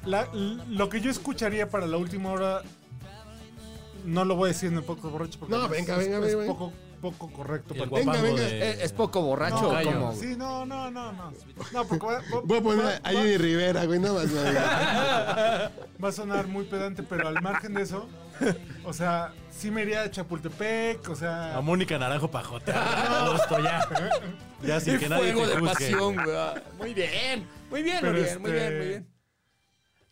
Speaker 1: La- l- lo que yo escucharía para la última hora. No lo voy a decir en el podcast borracho porque
Speaker 3: No,
Speaker 1: además
Speaker 3: venga,
Speaker 1: es,
Speaker 3: venga,
Speaker 1: es
Speaker 3: venga,
Speaker 1: poco poco correcto.
Speaker 5: El
Speaker 1: para-
Speaker 5: guapango
Speaker 3: Venga, Eh, venga.
Speaker 5: de-
Speaker 2: Es, Eh, es poco borracho,
Speaker 5: No,
Speaker 2: ¿cómo? güey?
Speaker 1: Sí, no, no, no, no. No, porque va, va-
Speaker 3: Voy a
Speaker 1: va-
Speaker 3: poner a Jenny Rivera, güey, nada más. güey.
Speaker 1: va a sonar muy pedante, pero al margen de eso, o sea, sí me iría a Chapultepec, o sea,
Speaker 5: A Mónica Naranjo Pajota. Justo ya. Ya sin que nadie
Speaker 2: Fuego
Speaker 5: te
Speaker 2: de
Speaker 5: juzgue.
Speaker 2: pasión, güey. Ah, Muy bien, muy bien,
Speaker 1: Pero
Speaker 2: muy bien, muy
Speaker 1: este-
Speaker 2: bien, muy bien.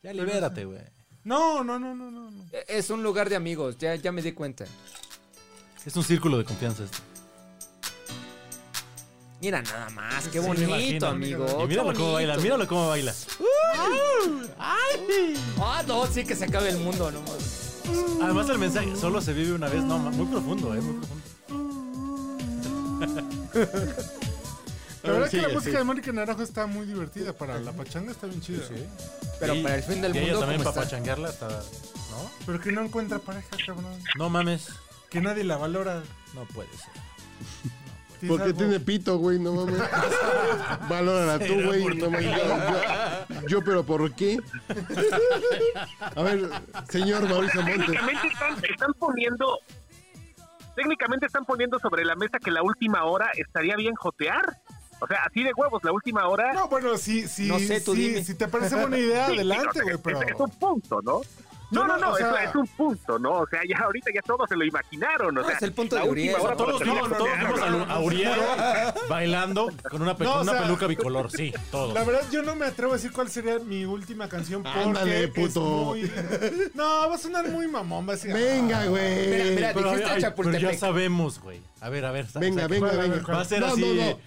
Speaker 5: Ya libérate, güey.
Speaker 1: no, no, no, no, no, no.
Speaker 2: E- Es un lugar de amigos, ya, ya me di cuenta.
Speaker 5: Es un círculo de confianza esto.
Speaker 2: Mira nada más, qué
Speaker 5: Sí, me
Speaker 2: bonito,
Speaker 5: imagino.
Speaker 2: amigo.
Speaker 5: Y
Speaker 2: qué
Speaker 5: míralo cómo baila,
Speaker 2: bonito.
Speaker 5: míralo cómo baila.
Speaker 2: Ah, no, sí que se acabe el mundo, no mames.
Speaker 5: Además el mensaje, solo se vive una vez, no, ma- muy profundo, eh, muy profundo.
Speaker 1: La verdad es que la
Speaker 3: sigue,
Speaker 1: música
Speaker 3: sigue.
Speaker 1: de Mónica Naranjo está muy divertida para la pachanga, está bien chida.
Speaker 2: Pero
Speaker 5: Y-
Speaker 2: para el fin del
Speaker 5: y ella
Speaker 2: mundo,
Speaker 5: también
Speaker 2: ¿cómo
Speaker 5: para
Speaker 2: está?
Speaker 5: pachanguearla está, ¿no?
Speaker 1: Pero que no encuentra pareja, cabrón.
Speaker 5: No mames,
Speaker 1: Que nadie la valora.
Speaker 5: no puede ser.
Speaker 1: ¿Tienes
Speaker 3: Porque
Speaker 1: algo?
Speaker 3: tiene pito, güey, no mames. Valórala tú, güey, no mames. Yo, yo- yo, pero ¿por qué? A ver, señor Mauricio Montes.
Speaker 4: Técnicamente están, están poniendo. Técnicamente están poniendo sobre la mesa que la última hora estaría bien jotear. O sea, así de huevos, la última hora.
Speaker 1: No, bueno, sí, sí,
Speaker 2: No sé, tú
Speaker 1: sí,
Speaker 2: dime.
Speaker 1: si te parece buena idea,
Speaker 4: Sí, sí,
Speaker 1: adelante,
Speaker 4: o sea,
Speaker 1: güey, pero...
Speaker 4: es, es un punto, ¿no?
Speaker 1: Yo
Speaker 4: No,
Speaker 1: no,
Speaker 4: no, no,
Speaker 1: o
Speaker 4: es,
Speaker 1: sea-
Speaker 4: es un punto, ¿no? O sea, ya ahorita ya todos se lo imaginaron, o
Speaker 2: No,
Speaker 4: sea,
Speaker 2: es el punto
Speaker 4: la
Speaker 2: de
Speaker 4: última
Speaker 2: Uriel,
Speaker 4: hora
Speaker 2: ¿no?
Speaker 5: Todos
Speaker 4: todo
Speaker 5: vimos,
Speaker 4: sería
Speaker 5: todos
Speaker 4: jotear,
Speaker 5: vimos
Speaker 4: ¿no?
Speaker 5: a, a Uriel bailando con una, pe-
Speaker 1: No, o
Speaker 5: una
Speaker 1: sea-
Speaker 5: peluca bicolor, sí, todos.
Speaker 1: La verdad, yo no me atrevo a decir cuál sería mi última canción porque
Speaker 3: Ándale, puto.
Speaker 1: es muy... No, va a sonar muy mamón, va a ah, decir...
Speaker 3: Venga,
Speaker 2: Mira,
Speaker 3: güey.
Speaker 2: mira,
Speaker 5: Pero,
Speaker 2: dijiste
Speaker 5: ay, pero
Speaker 2: Chapultepec.
Speaker 5: ya sabemos, güey. A ver, a ver. sa-
Speaker 3: Venga,
Speaker 5: sa-
Speaker 3: venga,
Speaker 1: ¿cuál? A ver,
Speaker 3: venga.
Speaker 5: Va a ser
Speaker 3: No,
Speaker 5: así.
Speaker 3: no, no.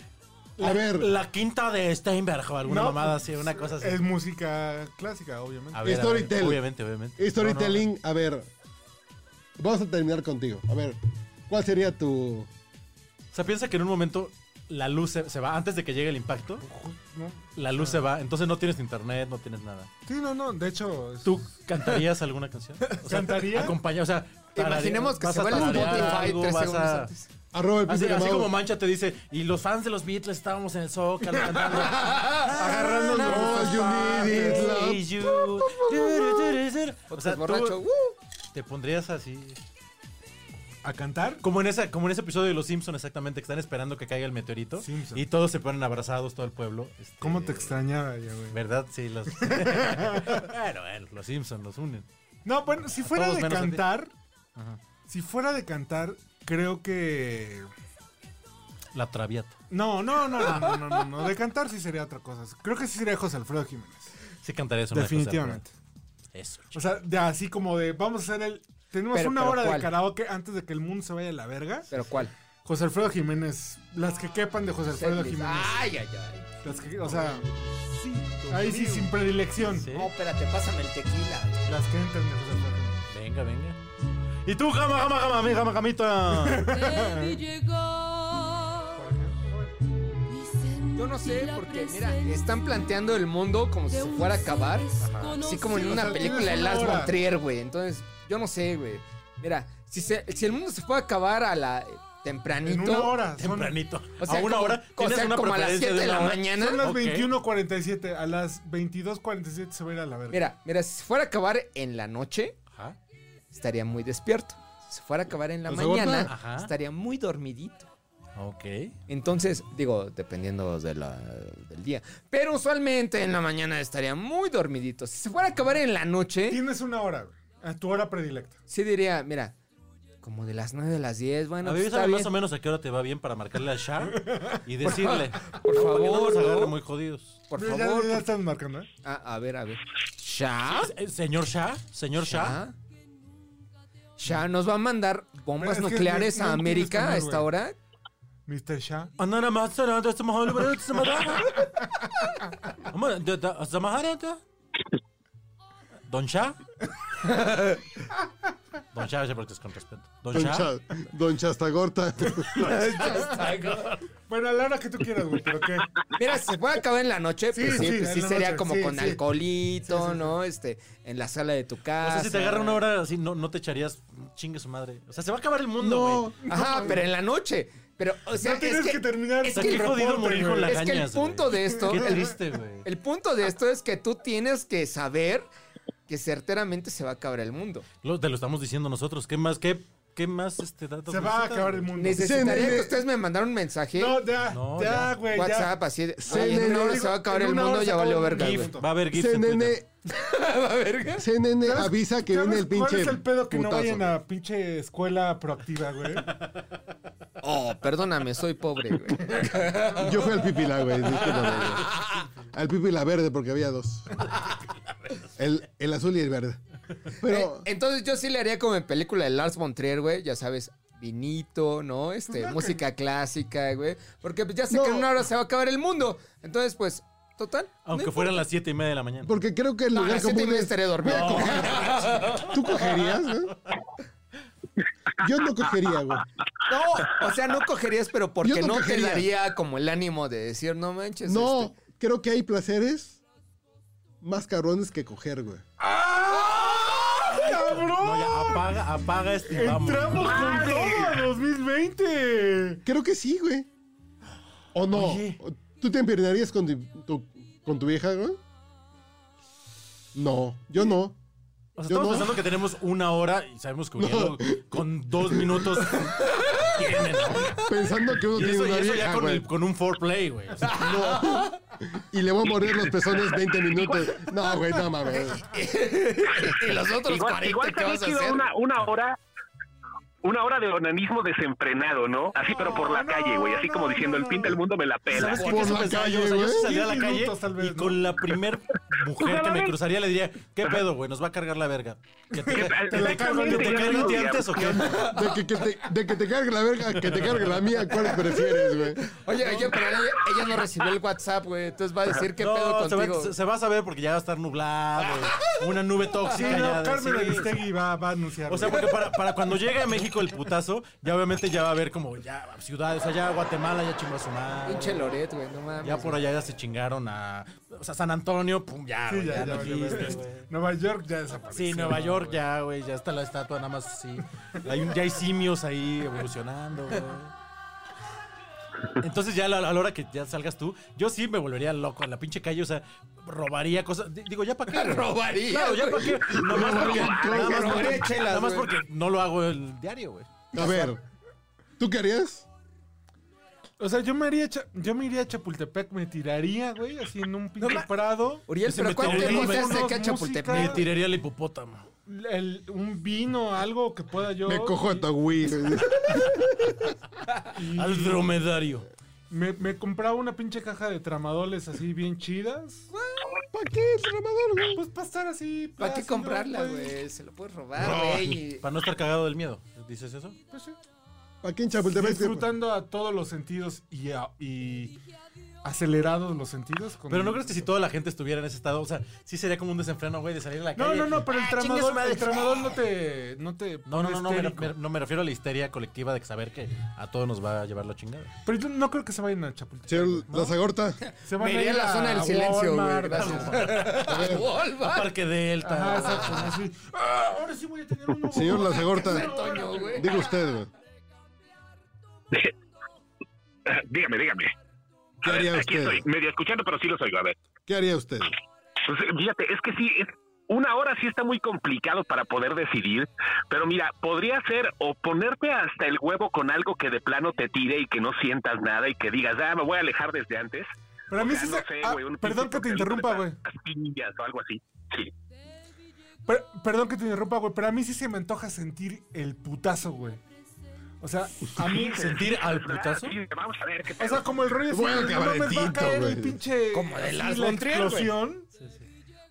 Speaker 3: A ver,
Speaker 5: La quinta de Steinberg o alguna
Speaker 1: No, pues,
Speaker 5: mamada así, una cosa así.
Speaker 1: Es música clásica, obviamente.
Speaker 5: A ver, a ver,
Speaker 3: Storytelling.
Speaker 5: Obviamente, obviamente.
Speaker 3: storytelling, a ver. Vamos a terminar contigo. A ver, ¿cuál sería tu.
Speaker 5: No, no. O sea, piensa que en un momento la luz se, se va, antes de que llegue el impacto,
Speaker 1: ¿No?
Speaker 5: la luz se va, entonces no tienes internet, no tienes nada.
Speaker 1: Sí, no, no, de hecho... es-
Speaker 5: ¿Tú cantarías alguna canción? O sea,
Speaker 1: ¿Cantaría?
Speaker 5: Acompaña, o sea, tarare-
Speaker 2: Imaginemos que
Speaker 5: vas
Speaker 2: se
Speaker 5: a
Speaker 2: va el
Speaker 5: tararear
Speaker 2: Spotify
Speaker 5: algo,
Speaker 2: tres
Speaker 5: vas
Speaker 2: segundos
Speaker 5: a-
Speaker 2: antes.
Speaker 3: Arroba el
Speaker 5: Así,
Speaker 3: piso
Speaker 5: así
Speaker 3: Mau.
Speaker 5: como Mancha te dice, y los fans de los Beatles estábamos en el Zócalo cantando.
Speaker 1: Agarrando
Speaker 5: Na, na,
Speaker 3: los
Speaker 5: na,
Speaker 3: you
Speaker 5: na,
Speaker 3: need it,
Speaker 5: na,
Speaker 3: love.
Speaker 5: need you. Du, du, du, du, du. O sea,
Speaker 2: Estás borracho.
Speaker 5: tú
Speaker 2: ¡uh!
Speaker 5: te pondrías así.
Speaker 1: ¿A cantar?
Speaker 5: Como en, esa, como en ese episodio de Los Simpsons, exactamente, que están esperando que caiga el meteorito.
Speaker 1: Simpson.
Speaker 5: Y todos se ponen abrazados, todo el pueblo. este,
Speaker 1: ¿Cómo te extrañaba ya, güey?
Speaker 5: ¿Verdad? Sí, los. bueno, bueno, los Simpsons los unen.
Speaker 1: No, bueno, si fuera
Speaker 5: todos
Speaker 1: de
Speaker 5: menos a ti.
Speaker 1: cantar... Si fuera de cantar, creo que...
Speaker 5: La traviata.
Speaker 1: No, no, no, no, no, no, no, no. De cantar sí sería otra cosa. Creo que sí sería José Alfredo Jiménez.
Speaker 5: Sí cantaría eso. una cosa,
Speaker 1: Definitivamente.
Speaker 5: pero- Eso.
Speaker 1: O sea, de así como de, vamos a hacer el... Tenemos
Speaker 2: Pero-
Speaker 1: una
Speaker 2: pero
Speaker 1: hora
Speaker 2: ¿cuál?
Speaker 1: de karaoke antes de que el mundo se vaya a la verga.
Speaker 2: ¿Pero cuál?
Speaker 1: José Alfredo Jiménez, las que quepan de José Alfredo
Speaker 2: Setlist.
Speaker 1: Jiménez.
Speaker 2: Ay, ay, ay.
Speaker 1: Las que- o sea, ahí sí sin predilección.
Speaker 5: Sí.
Speaker 2: No, espérate, pásame el tequila.
Speaker 1: Las que entran de José Alfredo Jiménez.
Speaker 5: Venga, venga. Y tú, jama, jama, jama, mi jama, jamita.
Speaker 8: Baby llegó y sentí
Speaker 2: Yo no sé,
Speaker 8: la
Speaker 2: porque mira,
Speaker 8: presencia
Speaker 2: están planteando el mundo como si
Speaker 8: de
Speaker 2: se
Speaker 8: un
Speaker 2: fuera a acabar.
Speaker 8: desconocido.
Speaker 2: Así como en
Speaker 1: o
Speaker 2: una
Speaker 1: sea,
Speaker 2: película
Speaker 1: tienes
Speaker 2: de
Speaker 1: una
Speaker 2: Lars
Speaker 1: hora.
Speaker 2: von Trier, güey. Entonces, yo no sé, güey. Mira, si, se- si el mundo se puede acabar a la eh, tempranito.
Speaker 1: En una hora. Son,
Speaker 5: Tempranito.
Speaker 2: O sea,
Speaker 5: a una
Speaker 2: como,
Speaker 5: hora.
Speaker 2: o
Speaker 5: Tienes
Speaker 2: sea,
Speaker 5: una
Speaker 2: como a las
Speaker 5: preferencia
Speaker 2: 7 de la
Speaker 5: una hora?
Speaker 2: mañana.
Speaker 1: son las
Speaker 5: Ok.
Speaker 1: 21.47. A las 22.47 se va a ir a la verga.
Speaker 2: Mira, mira, si se fuera a acabar en la noche,
Speaker 5: Ajá.
Speaker 2: estaría muy despierto. Si se fuera a acabar en la
Speaker 1: Pues
Speaker 3: ¿Los
Speaker 2: mañana,
Speaker 3: abordan?
Speaker 5: Ajá.
Speaker 2: estaría muy dormidito.
Speaker 5: Ok.
Speaker 2: Entonces, digo, dependiendo de la- del día. Pero usualmente en la mañana estaría muy dormidito. Si se fuera a acabar en la noche,
Speaker 1: Tienes una hora, güey. A tu hora predilecta.
Speaker 2: sí diría, mira, como de las 9 a las 10, bueno,
Speaker 5: A
Speaker 2: pues
Speaker 5: ver,
Speaker 2: está
Speaker 5: ¿sabes más
Speaker 2: bien.
Speaker 5: o menos a qué hora te va bien para marcarle a Shar y decirle?
Speaker 2: Por
Speaker 5: Para que no
Speaker 2: favor,
Speaker 5: nos agarre
Speaker 2: ¿no?
Speaker 5: muy jodidos.
Speaker 2: Por
Speaker 1: Ya-
Speaker 2: favor.
Speaker 1: ya,
Speaker 2: por-
Speaker 1: están marcando, ¿eh?
Speaker 2: Ah, a ver, a ver. ¿Ya?
Speaker 5: Eh, Señor Shah, señor Shah.
Speaker 2: ¿Ya? ¿Ya nos va a mandar bombas
Speaker 1: Pero es que
Speaker 2: nucleares
Speaker 1: no-
Speaker 2: a
Speaker 1: no entiendo
Speaker 2: América a
Speaker 1: español,
Speaker 2: esta
Speaker 1: güey.
Speaker 2: hora?
Speaker 1: Mr. Shah.
Speaker 5: Anana Matsara, de Samahara, de Samahara. Ama, de- de- Samahara, de- Don Shah. Don Shah, ya porque es con respeto. Don
Speaker 3: Don,
Speaker 5: Shah.
Speaker 3: Cha- Don Chastagorta.
Speaker 1: Bueno, a la hora que tú quieras, güey, pero qué.
Speaker 2: Mira, si se puede acabar en la noche,
Speaker 1: Sí,
Speaker 2: pues sí,
Speaker 1: sí,
Speaker 2: pues
Speaker 1: en
Speaker 2: sí
Speaker 1: la
Speaker 2: sería
Speaker 1: noche,
Speaker 2: como
Speaker 1: sí,
Speaker 2: con
Speaker 1: sí.
Speaker 2: alcoholito, ¿no? Este, en la sala de tu
Speaker 5: O
Speaker 2: casa.
Speaker 5: sea, si te agarra una hora así, no, no te echarías chingue su madre. O sea, se va a acabar el mundo, güey.
Speaker 3: No.
Speaker 2: Ajá, pero en la noche. Pero, o sea,
Speaker 1: no tienes
Speaker 2: es
Speaker 1: que,
Speaker 2: que,
Speaker 1: terminar.
Speaker 2: es
Speaker 5: O sea,
Speaker 2: que
Speaker 5: qué
Speaker 2: el
Speaker 5: jodido
Speaker 1: reporte,
Speaker 5: morir con
Speaker 1: güey.
Speaker 5: la
Speaker 2: es que el punto de esto.
Speaker 5: Qué triste, güey.
Speaker 2: el punto de esto es que tú tienes que saber que certeramente se va a acabar el mundo.
Speaker 5: Lo- te lo estamos diciendo nosotros. ¿Qué más? ¿Qué ¿Qué más este dato?
Speaker 1: Se va a
Speaker 5: necesitan?
Speaker 1: acabar el mundo.
Speaker 2: Necesitaría
Speaker 3: Dicen,
Speaker 2: que
Speaker 3: eh,
Speaker 2: ustedes me mandaran un mensaje.
Speaker 1: No, ya,
Speaker 5: No,
Speaker 1: ya,
Speaker 5: ya.
Speaker 1: güey, ya.
Speaker 2: WhatsApp, así de.
Speaker 3: Se
Speaker 2: "Ay, en una
Speaker 3: le-
Speaker 2: hora se va a acabar
Speaker 1: en
Speaker 2: el
Speaker 1: una
Speaker 2: mundo,
Speaker 1: hora
Speaker 2: ya
Speaker 1: se
Speaker 2: valió
Speaker 1: acabó el
Speaker 2: verga,
Speaker 1: mundo.
Speaker 2: güey.
Speaker 1: Gift.
Speaker 5: Va a haber gifs en Twitter.
Speaker 3: CNN,
Speaker 2: ¿Va, verga?
Speaker 3: CNN
Speaker 1: ¿Sabes-
Speaker 3: avisa que
Speaker 1: sabes
Speaker 3: viene el pinche
Speaker 1: ¿Cuál es el pedo que no
Speaker 3: putazo.
Speaker 1: vayan a pinche escuela proactiva, güey?
Speaker 2: Oh, perdóname, soy pobre, güey.
Speaker 3: Yo fui al Pipila, güey. discúlpame, güey. Al Pipila verde, porque había dos. El, el azul y el verde. Pero
Speaker 2: Eh, entonces yo sí le haría como en película de Lars von Trier, güey, ya sabes, vinito, ¿no? Este,
Speaker 1: Pues no,
Speaker 2: música clásica, güey, porque pues, ya sé que en
Speaker 3: No.
Speaker 2: una hora se va a acabar el mundo. Entonces, pues, total.
Speaker 5: Aunque fueran las 7 y media de la mañana.
Speaker 3: porque creo que el
Speaker 2: no, a
Speaker 3: lugar
Speaker 2: las siete y
Speaker 3: común
Speaker 2: media
Speaker 3: es...
Speaker 2: estaré dormido.
Speaker 3: ¿Tú cogerías, güey? Yo no cogería, güey.
Speaker 2: No, o sea, no cogerías, pero porque
Speaker 3: Yo no
Speaker 2: no, te
Speaker 3: cogería.
Speaker 2: daría como el ánimo de decir, no manches.
Speaker 3: No,
Speaker 2: este,
Speaker 3: creo que hay placeres más cabrones que coger, güey.
Speaker 5: No, ya apaga, apaga este. y vámonos.
Speaker 1: Entramos con todo a 2020.
Speaker 3: Creo que sí, güey. ¿O no?
Speaker 1: Oye.
Speaker 3: ¿Tú te empiernarías con tu, tu- con tu vieja, güey? No, yo no.
Speaker 5: O sea,
Speaker 3: Yo
Speaker 5: estamos
Speaker 3: no.
Speaker 5: pensando que tenemos una hora y sabemos que Uriel con dos minutos tiene, ¿no?
Speaker 3: Pensando que uno
Speaker 5: Y
Speaker 3: tiene
Speaker 5: eso, y
Speaker 3: una
Speaker 5: eso
Speaker 3: vieja,
Speaker 5: ya con,
Speaker 3: güey.
Speaker 5: el- con un foreplay, güey. O sea,
Speaker 3: Y le voy a morder los pezones 20 minutos. No, güey, no mames.
Speaker 2: y este, los otros
Speaker 4: Igual,
Speaker 2: 40
Speaker 4: igual
Speaker 2: que
Speaker 4: también
Speaker 2: vas a
Speaker 4: sido
Speaker 2: hacer.
Speaker 4: una, una hora. Una hora de onanismo desenfrenado, ¿no? Así, pero por la
Speaker 1: No,
Speaker 4: calle, güey. Así
Speaker 1: no,
Speaker 4: como diciendo,
Speaker 1: no,
Speaker 4: el fin del mundo me la pela.
Speaker 5: ¿sabes qué?
Speaker 3: Por
Speaker 5: Eso
Speaker 3: la
Speaker 5: pensaba yo. O
Speaker 3: calle,
Speaker 5: sea, yo sí
Speaker 3: güey.
Speaker 5: salía a la
Speaker 1: Diez
Speaker 5: calle
Speaker 1: minutos, tal vez,
Speaker 5: y con la primer mujer que me cruzaría le diría, ¿qué pedo, güey? Nos va a cargar la verga. ¿Que te,
Speaker 4: ¿Qué tal?
Speaker 5: que te cargue
Speaker 4: Exactamente,
Speaker 5: que te
Speaker 4: ya
Speaker 5: cargue
Speaker 4: no
Speaker 5: a ti
Speaker 4: diría.
Speaker 5: antes o qué?
Speaker 3: De que, que te, de que te cargue la verga, que te cargue la mía, ¿cuál prefieres, güey?
Speaker 2: Oye, oye, pero ella, ella no recibió el WhatsApp, güey, entonces va a decir, ¿qué pedo
Speaker 5: No, se
Speaker 2: contigo?
Speaker 5: va, se- se va a saber porque ya va a estar nublado. Una nube
Speaker 1: Sí,
Speaker 5: tóxica. ya
Speaker 1: no,
Speaker 5: de-
Speaker 1: Carmen
Speaker 5: sí.
Speaker 1: Aristegui va, va a anunciar.
Speaker 5: O sea,
Speaker 1: güey.
Speaker 5: porque para, para cuando llegue a México el putazo, ya obviamente ya va a haber como ya ciudades, o sea, ya Guatemala, ya chingó a su madre.
Speaker 2: Pinche Loret, güey, no mames.
Speaker 5: Ya por allá ya se chingaron a. O sea, San Antonio, pum, ya,
Speaker 1: Sí,
Speaker 5: güey,
Speaker 1: ya,
Speaker 5: ya,
Speaker 1: ya
Speaker 5: no
Speaker 1: valió
Speaker 5: existe,
Speaker 1: verga.
Speaker 5: güey.
Speaker 1: Nueva York ya desapareció.
Speaker 5: Sí, Nueva York ya, güey, ya está la estatua nada más así. Hay un- ya hay simios ahí evolucionando, güey. Entonces ya a la, a la hora que ya salgas tú, yo sí me volvería loco en la pinche calle, o sea, robaría cosas. Di- Digo, ¿ya para qué? güey?
Speaker 2: Robaría,
Speaker 5: Claro, ¿ya para qué? Nada más porque,
Speaker 3: Robaría
Speaker 5: nada más
Speaker 3: cosas,
Speaker 5: porque-
Speaker 2: robaría chelas,
Speaker 5: nada más
Speaker 2: güey.
Speaker 5: porque no lo hago el diario, güey.
Speaker 3: A ver, ¿tú qué harías?
Speaker 1: O sea, yo me, haría cha- yo me iría a Chapultepec, me tiraría, güey, así en un pinche prado.
Speaker 2: Uriel,
Speaker 5: Ese
Speaker 2: pero
Speaker 5: me
Speaker 2: ¿cuánto
Speaker 5: tocó
Speaker 2: tiempo
Speaker 5: ver
Speaker 2: hace que a
Speaker 1: unos
Speaker 2: Chapultepec?
Speaker 5: Me
Speaker 1: música.
Speaker 5: tiraría el hipopótamo.
Speaker 1: el- un vino, algo que pueda yo.
Speaker 3: Me cojo a
Speaker 1: y-
Speaker 3: Tawí. güey.
Speaker 5: Al dromedario.
Speaker 1: Me, me compraba una pinche caja de tramadoles así bien chidas.
Speaker 3: ¿Para qué el tramador, güey?
Speaker 1: Pues para estar así.
Speaker 2: ¿Para qué
Speaker 1: ácido,
Speaker 2: comprarla, güey? Se lo puedes robar, güey. y-
Speaker 5: Para no estar cagado del miedo. ¿Dices eso?
Speaker 1: Pues sí.
Speaker 3: ¿Para qué en Chapultepec?
Speaker 1: Disfrutando a todos los sentidos y, a- y acelerados los sentidos. con-
Speaker 5: Pero no crees que si toda la gente estuviera en ese estado, o sea, sí sería como un desenfreno, güey, de salir a la
Speaker 1: No,
Speaker 5: calle.
Speaker 1: no, no, pero el
Speaker 5: Ah, chingue su
Speaker 1: tramador,
Speaker 5: madre.
Speaker 1: el tramador no te. No, te
Speaker 5: No, no,
Speaker 1: pone
Speaker 5: no, no, me,
Speaker 1: histérico.
Speaker 5: me- no, me refiero a la histeria colectiva de saber que a todos nos va a llevar la chingada.
Speaker 1: Pero yo no creo que se vayan a Chapultepec.
Speaker 3: Señor La Zagorta.
Speaker 1: Se van
Speaker 2: Me iría a
Speaker 1: ir
Speaker 2: la zona del silencio, güey.
Speaker 1: Walmart,
Speaker 2: Gracias.
Speaker 1: a-
Speaker 2: A Walmart.
Speaker 5: Parque Delta.
Speaker 1: Ajá, exacto, así. Ah, ahora sí voy a tener uno.
Speaker 3: Señor La Zagorta.
Speaker 2: Toño, güey.
Speaker 3: Diga usted, güey.
Speaker 4: dígame, dígame.
Speaker 3: ¿Qué
Speaker 4: A ver,
Speaker 3: haría
Speaker 4: aquí
Speaker 3: usted?
Speaker 4: estoy, medio escuchando, pero sí los oigo. A ver.
Speaker 3: ¿Qué haría usted?
Speaker 4: Pues, eh, fíjate, es que sí, es- una hora sí está muy complicado para poder decidir, pero mira, podría ser o ponerte hasta el huevo con algo que de plano te tire y que no sientas nada y que digas, ah, me voy a alejar desde antes.
Speaker 1: Pero a mí
Speaker 4: O sea,
Speaker 1: sí
Speaker 4: no
Speaker 1: se-
Speaker 4: sé,
Speaker 1: ah,
Speaker 4: güey, un
Speaker 1: Perdón que te
Speaker 4: pinche cóctel
Speaker 1: interrumpa,
Speaker 4: de
Speaker 1: güey.
Speaker 4: pastillas O algo así. Sí.
Speaker 1: Per- perdón que te interrumpa, güey. Pero a mí sí se me antoja sentir el putazo, güey. O sea, a mí.
Speaker 5: ¿Sentir al putazo?
Speaker 4: Sí, vamos a ver qué
Speaker 1: O sea, como el rollo así,
Speaker 3: Bueno,
Speaker 1: no mames, va a
Speaker 3: cabaretito,
Speaker 1: caer el
Speaker 3: güey.
Speaker 1: pinche.
Speaker 2: Como de
Speaker 1: así
Speaker 2: Lars
Speaker 1: la
Speaker 2: von Trier, güey.
Speaker 1: explosión.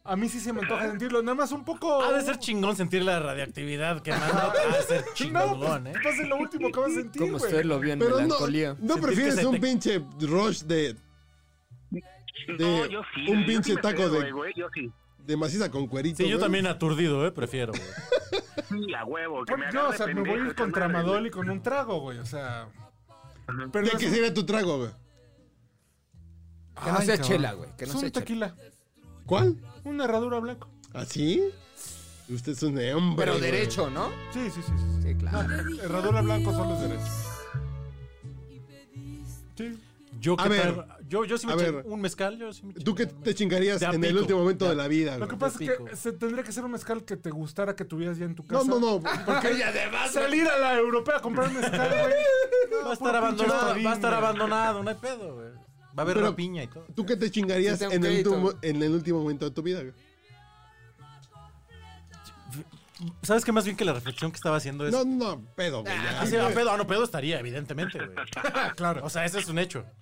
Speaker 1: A mí sí se me antoja sentirlo. Nada más un poco.
Speaker 5: Ha de ser chingón sentir la radioactividad que manda. Ha de ser
Speaker 1: No, pues,
Speaker 5: chingón, ¿eh?
Speaker 1: va a ser lo último que vas a sentir,
Speaker 2: Como
Speaker 1: güey.
Speaker 2: usted lo vio en
Speaker 3: Pero no,
Speaker 2: melancolía.
Speaker 3: ¿no
Speaker 5: que
Speaker 3: prefieres
Speaker 5: se
Speaker 3: un
Speaker 5: te-
Speaker 3: pinche rush de,
Speaker 4: No,
Speaker 3: de
Speaker 4: yo sí, yo
Speaker 3: un
Speaker 4: sí
Speaker 3: pinche
Speaker 4: me
Speaker 3: taco
Speaker 4: pego,
Speaker 3: de-
Speaker 4: güey, yo sí.
Speaker 3: de maciza con cuerito?
Speaker 5: Sí, yo
Speaker 3: güey?
Speaker 1: pues.
Speaker 5: también aturdido, ¿eh? Prefiero, güey.
Speaker 4: Sí, a huevo. Que me
Speaker 1: Bueno, yo, o
Speaker 4: agarre
Speaker 1: sea, me voy a ir
Speaker 4: pendejo,
Speaker 1: con
Speaker 4: ¿eh? que me agarre-
Speaker 1: tramadol y con un trago, güey. O sea. Pero
Speaker 3: ¿De qué
Speaker 1: es-
Speaker 3: sería tu trago, güey?
Speaker 2: Que no
Speaker 1: Ay,
Speaker 2: sea
Speaker 1: cabrón.
Speaker 2: chela, güey. Que no
Speaker 1: es un
Speaker 2: sea chela.
Speaker 1: tequila.
Speaker 3: ¿Cuál?
Speaker 1: Una herradura blanco.
Speaker 3: ¿Así? Usted es un hombre.
Speaker 2: Pero
Speaker 3: güey.
Speaker 2: derecho, ¿no?
Speaker 1: Sí, sí, sí. sí, sí.
Speaker 2: Sí, claro.
Speaker 1: Herradura blanco son los derechos. Sí.
Speaker 5: Yo
Speaker 3: A
Speaker 5: qué
Speaker 3: ver.
Speaker 5: tal- Yo, yo sí me
Speaker 3: A
Speaker 5: eché
Speaker 3: ver.
Speaker 5: un mezcal. Yo sí me eché
Speaker 3: ¿Tú qué
Speaker 5: un
Speaker 3: te
Speaker 5: mezcal.
Speaker 3: chingarías
Speaker 5: De a
Speaker 3: en el
Speaker 5: pico.
Speaker 3: último momento
Speaker 5: De a-
Speaker 3: de la vida,
Speaker 1: Lo
Speaker 3: güey?
Speaker 1: que pasa es
Speaker 5: pico.
Speaker 1: que se tendría que ser un mezcal que te gustara, que tuvieras ya en tu
Speaker 3: No,
Speaker 1: casa.
Speaker 3: no, no.
Speaker 1: Porque ya salir a la europea a comprar mezcal, güey.
Speaker 5: Va a
Speaker 1: Puro pinche
Speaker 5: estar abandonado,
Speaker 1: Godín,
Speaker 5: va a estar
Speaker 1: güey.
Speaker 5: abandonado, no hay pedo, güey. Va a haber
Speaker 3: Pero-
Speaker 5: rapiña y todo.
Speaker 3: ¿Tú qué te chingarías
Speaker 2: Sí, tengo
Speaker 3: en el,
Speaker 2: crédito.
Speaker 3: último, en el último momento de tu vida, güey?
Speaker 5: ¿Sabes qué? Más bien que la reflexión que estaba haciendo es.
Speaker 3: No, no, no, pedo, güey. ya.
Speaker 5: Pues, Ah, sí, ah, pedo, ah, no, pedo estaría, evidentemente, güey. claro. O sea, ese es un hecho. O sea,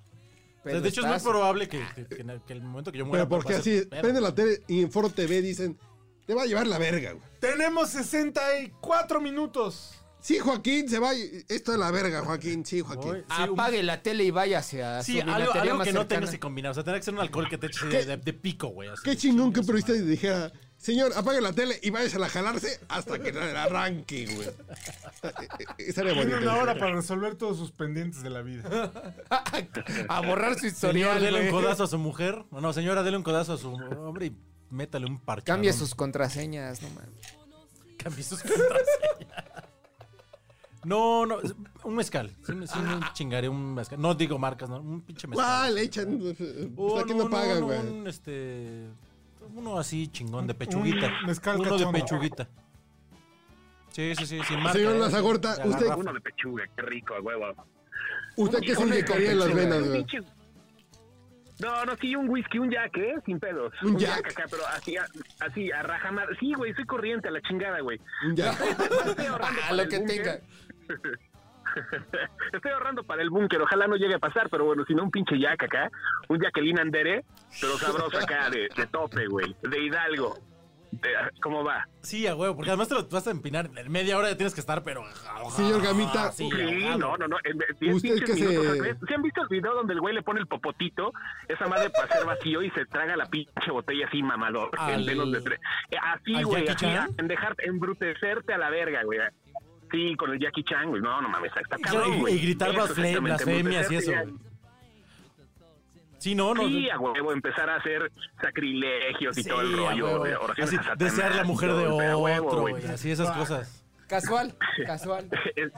Speaker 2: Pero
Speaker 5: de hecho, es
Speaker 2: estás-
Speaker 5: muy probable que, que- que en el- que el momento que yo muera.
Speaker 3: Pero
Speaker 5: pues,
Speaker 3: porque
Speaker 5: va a ser
Speaker 3: así,
Speaker 5: pedo.
Speaker 3: prende la tele y en Foro TV dicen, te va a llevar la verga, güey.
Speaker 1: Tenemos 64 minutos.
Speaker 3: Sí, Joaquín, se va. Esto es la verga, Joaquín. Sí, Joaquín.
Speaker 5: Voy- sí, un-
Speaker 2: Apague la tele y váyase a
Speaker 5: Sí,
Speaker 2: su
Speaker 5: algo,
Speaker 2: vinatería
Speaker 5: algo
Speaker 2: más
Speaker 5: que no
Speaker 2: cercana.
Speaker 5: tengas que combinar. O sea, tendrá que ser un alcohol que te eche de, de- de pico, güey. así.
Speaker 3: Qué chingón que un periodista dijera, señor, apague la tele y váyase a jalarse hasta que arranque, güey. Estaría bonito.
Speaker 1: Tiene una hora para resolver todos sus pendientes de la vida.
Speaker 2: a borrar su
Speaker 5: Señor,
Speaker 2: historial.
Speaker 5: dele un
Speaker 2: güey.
Speaker 5: codazo a su mujer. No, no, señora, dele un codazo a su hombre y métale un parche.
Speaker 2: Cambie sus contraseñas, no mames.
Speaker 5: Cambie sus contraseñas. No, no, un mezcal. Sí, me- sí me chingaré un mezcal. No digo marcas, no, un pinche mezcal.
Speaker 3: ¿Cuál? Echan.
Speaker 5: Oh,
Speaker 3: Pues aquí no pagan, güey.
Speaker 5: Un, este, uno así chingón de pechuguita.
Speaker 1: un mezcal
Speaker 5: uno
Speaker 1: cachondo.
Speaker 5: de pechuguita. Sí, sí, sí, sin marca.
Speaker 3: Señor
Speaker 5: ¿eh?
Speaker 3: Lazagorta,
Speaker 5: De
Speaker 3: usted-
Speaker 5: garrafa.
Speaker 4: Uno de pechuga, qué rico, a huevo.
Speaker 3: ¿Usted qué se inyectaría en las venas, güey?
Speaker 4: No, no, sí, un whisky, un jack, ¿eh? Sin pedos.
Speaker 3: Un Jack.
Speaker 4: acá, pero así, a- así, a rajamar. Sí, güey, soy corriente a la chingada, güey.
Speaker 3: Ya.
Speaker 4: Estoy ahorrando
Speaker 3: Ah,
Speaker 2: A
Speaker 4: para
Speaker 2: Ah, lo
Speaker 4: el
Speaker 2: que
Speaker 4: búnker.
Speaker 2: tenga.
Speaker 4: Estoy ahorrando para el búnker, ojalá no llegue a pasar, pero bueno, si no, un pinche Jack acá. Un Jacqueline Andere, pero sabroso acá, de, de tope, güey. De Hidalgo. De- ¿Cómo va?
Speaker 5: Sí, a huevo, porque además te lo vas a empinar. En media hora ya tienes que estar, pero. ah,
Speaker 3: Señor Gamita,
Speaker 5: Sí,
Speaker 4: Sí,
Speaker 5: ahogado.
Speaker 4: no, no, no. en- en diez,
Speaker 3: Usted
Speaker 4: pinches
Speaker 3: que se-
Speaker 4: minutos, o sea, ¿ves? ¿Se han visto el video donde el güey le pone el popotito? Esa madre para ser vacío y se traga la pinche botella así, mamador.
Speaker 5: Al-
Speaker 4: En menos de tres. Eh, Así,
Speaker 5: ¿Al
Speaker 4: güey,
Speaker 5: Jackie
Speaker 4: así,
Speaker 5: Chan?
Speaker 4: en dejarte, embrutecerte a la verga, güey. Sí, con el Jackie Chan, güey. No, no mames, está
Speaker 5: Y-
Speaker 4: cabrón,
Speaker 5: y,
Speaker 4: güey.
Speaker 5: y gritar
Speaker 4: Eso,
Speaker 5: blasfe-
Speaker 4: exactamente,
Speaker 5: blasfemias y eso.
Speaker 4: embrutecerte
Speaker 5: güey. Sí, no, no.
Speaker 4: Sí, a huevo, empezar a hacer sacrilegios y
Speaker 5: sí,
Speaker 4: todo el
Speaker 5: a
Speaker 4: rollo.
Speaker 5: huevo.
Speaker 4: de oraciones
Speaker 5: Así,
Speaker 4: a Satanás
Speaker 5: desear la
Speaker 4: y
Speaker 5: mujer
Speaker 4: todo
Speaker 5: de
Speaker 4: el pedo, a huevo,
Speaker 5: otro,
Speaker 4: güey.
Speaker 5: güey. Así esas
Speaker 3: Ah.
Speaker 5: cosas.
Speaker 2: Casual, casual.
Speaker 4: Es-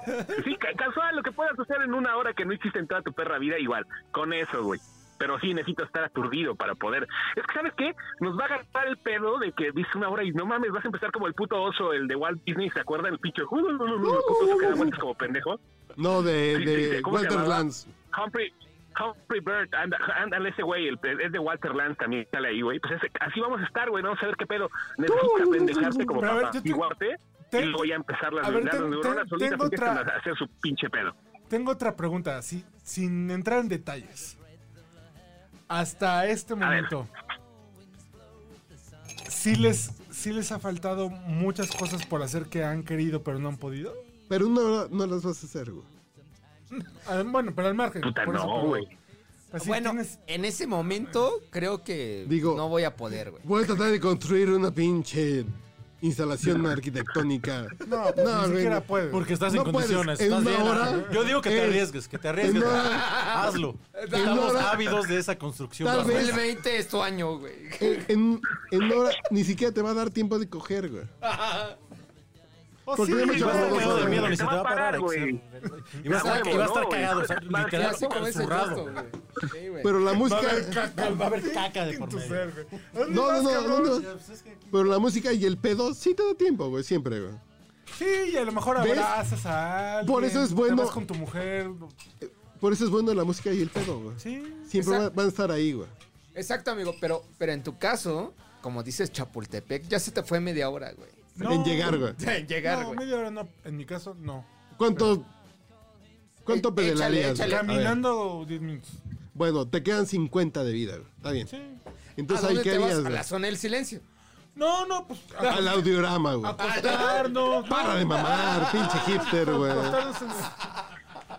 Speaker 4: Sí, ca- casual, lo que puedas hacer en una hora que no hiciste en toda tu perra vida, igual, con eso, güey. Pero sí necesito estar aturdido para poder. Es que, ¿sabes qué? Nos va a agarrar el pedo de que viste una hora y no mames, vas a empezar como el puto oso, el de Walt Disney, ¿se acuerda? El pinche. uh, El puto oso que da vueltas como pendejo.
Speaker 3: No, de,
Speaker 4: Sí, sí,
Speaker 3: de
Speaker 4: sí, ¿cómo se
Speaker 3: Walter
Speaker 4: llamaba?
Speaker 3: Lance.
Speaker 4: Humphrey. Humphrey Bird, anda, ándale ese güey, el, es de Walter Lance también, sale ahí, güey. Pues ese- así vamos a estar, güey, vamos a ver qué pedo. Necesitas pendejarte como
Speaker 1: Pero a ver,
Speaker 4: papá,
Speaker 1: yo te-
Speaker 4: iguarte,
Speaker 1: te-
Speaker 4: y luego ya empezar las,
Speaker 1: a ver,
Speaker 4: las
Speaker 1: te- te-
Speaker 4: neuronas solitas
Speaker 1: tengo
Speaker 4: empiezan
Speaker 1: otra-
Speaker 4: a hacer su pinche pedo.
Speaker 1: Tengo otra pregunta, sí, sin entrar en detalles. Hasta este momento, ¿sí les, sí les ha faltado muchas cosas por hacer que han querido pero no han podido?
Speaker 3: Pero no, no las vas a hacer, güey.
Speaker 1: Ah, Bueno, pero al margen.
Speaker 4: Puta,
Speaker 1: por eso,
Speaker 4: no,
Speaker 1: pero-
Speaker 4: güey.
Speaker 1: Así
Speaker 2: bueno,
Speaker 1: Pues tienes-
Speaker 2: en ese momento creo que
Speaker 3: Digo-
Speaker 2: no voy a poder, güey.
Speaker 3: Voy a tratar de construir una pinche instalación arquitectónica.
Speaker 1: No, pues ni
Speaker 3: güey,
Speaker 1: siquiera
Speaker 3: no.
Speaker 1: puedes.
Speaker 5: Porque estás
Speaker 3: No
Speaker 5: en
Speaker 3: puedes,
Speaker 5: condiciones.
Speaker 3: en
Speaker 5: estás
Speaker 3: una
Speaker 5: bien,
Speaker 3: hora-
Speaker 5: ajá. Yo digo que te
Speaker 3: en-
Speaker 5: arriesgues, que te arriesgues.
Speaker 3: en una-
Speaker 5: Hazlo.
Speaker 3: en
Speaker 5: Estamos
Speaker 3: una-
Speaker 5: ávidos de esa construcción.
Speaker 3: Tal
Speaker 5: bárbara.
Speaker 3: vez-
Speaker 2: 2020 es tu año, güey.
Speaker 3: En, en, en hora ni siquiera te va a dar tiempo de coger, güey.
Speaker 1: Oh,
Speaker 3: porque ya me
Speaker 5: Y
Speaker 1: güey.
Speaker 5: vas a estar
Speaker 3: Yo-
Speaker 5: cagado de miedo, ni
Speaker 4: Te
Speaker 5: se te
Speaker 4: va
Speaker 5: va
Speaker 4: a
Speaker 5: a parar.
Speaker 4: parar, güey.
Speaker 5: Axel. Y vas a estar- y vas a estar
Speaker 4: No, güey.
Speaker 5: cagado, o sea, literal,
Speaker 2: Así como ese
Speaker 5: zurrado.
Speaker 2: gesto, güey. Sí, güey.
Speaker 3: Pero la música.
Speaker 5: Va a haber caca de por
Speaker 1: Tu
Speaker 5: medio.
Speaker 1: ser, güey. ¿Dónde
Speaker 3: No, no,
Speaker 1: vas,
Speaker 3: no,
Speaker 1: cabrón?
Speaker 3: no, no. Pero la música y el pedo sí te da tiempo, güey, siempre, güey.
Speaker 1: Sí, y a lo mejor
Speaker 3: ¿Ves?
Speaker 1: abrazas a alguien.
Speaker 3: Por eso es
Speaker 1: te
Speaker 3: bueno-
Speaker 1: vas con tu mujer.
Speaker 3: Por eso es bueno la música y el pedo, güey.
Speaker 1: Sí.
Speaker 3: Siempre
Speaker 2: Exacto.
Speaker 3: va- van a estar ahí, güey.
Speaker 2: Exacto, amigo. Pero, pero en tu caso, como dices Chapultepec, ya se te fue media hora, güey.
Speaker 3: En llegar, güey.
Speaker 2: En llegar,
Speaker 1: no,
Speaker 2: güey.
Speaker 1: media hora no. En mi caso, no.
Speaker 3: ¿Cuánto, cuánto
Speaker 2: Eh,
Speaker 3: pedalarías?
Speaker 2: échale,
Speaker 3: güey? A ver,
Speaker 1: Caminando 10 minutos.
Speaker 3: Bueno, te quedan 50 de vida, güey. Está bien.
Speaker 1: Sí.
Speaker 3: Entonces,
Speaker 2: ¿A
Speaker 3: ¿ahí
Speaker 2: dónde
Speaker 3: qué
Speaker 2: te vas?
Speaker 3: harías,
Speaker 2: A
Speaker 3: güey?
Speaker 2: la zona del silencio.
Speaker 1: No, no, pues. a-
Speaker 3: Al audiorama, güey.
Speaker 1: acostarnos.
Speaker 3: Para de mamar, pinche hipster, güey.
Speaker 1: Acostarnos, en el-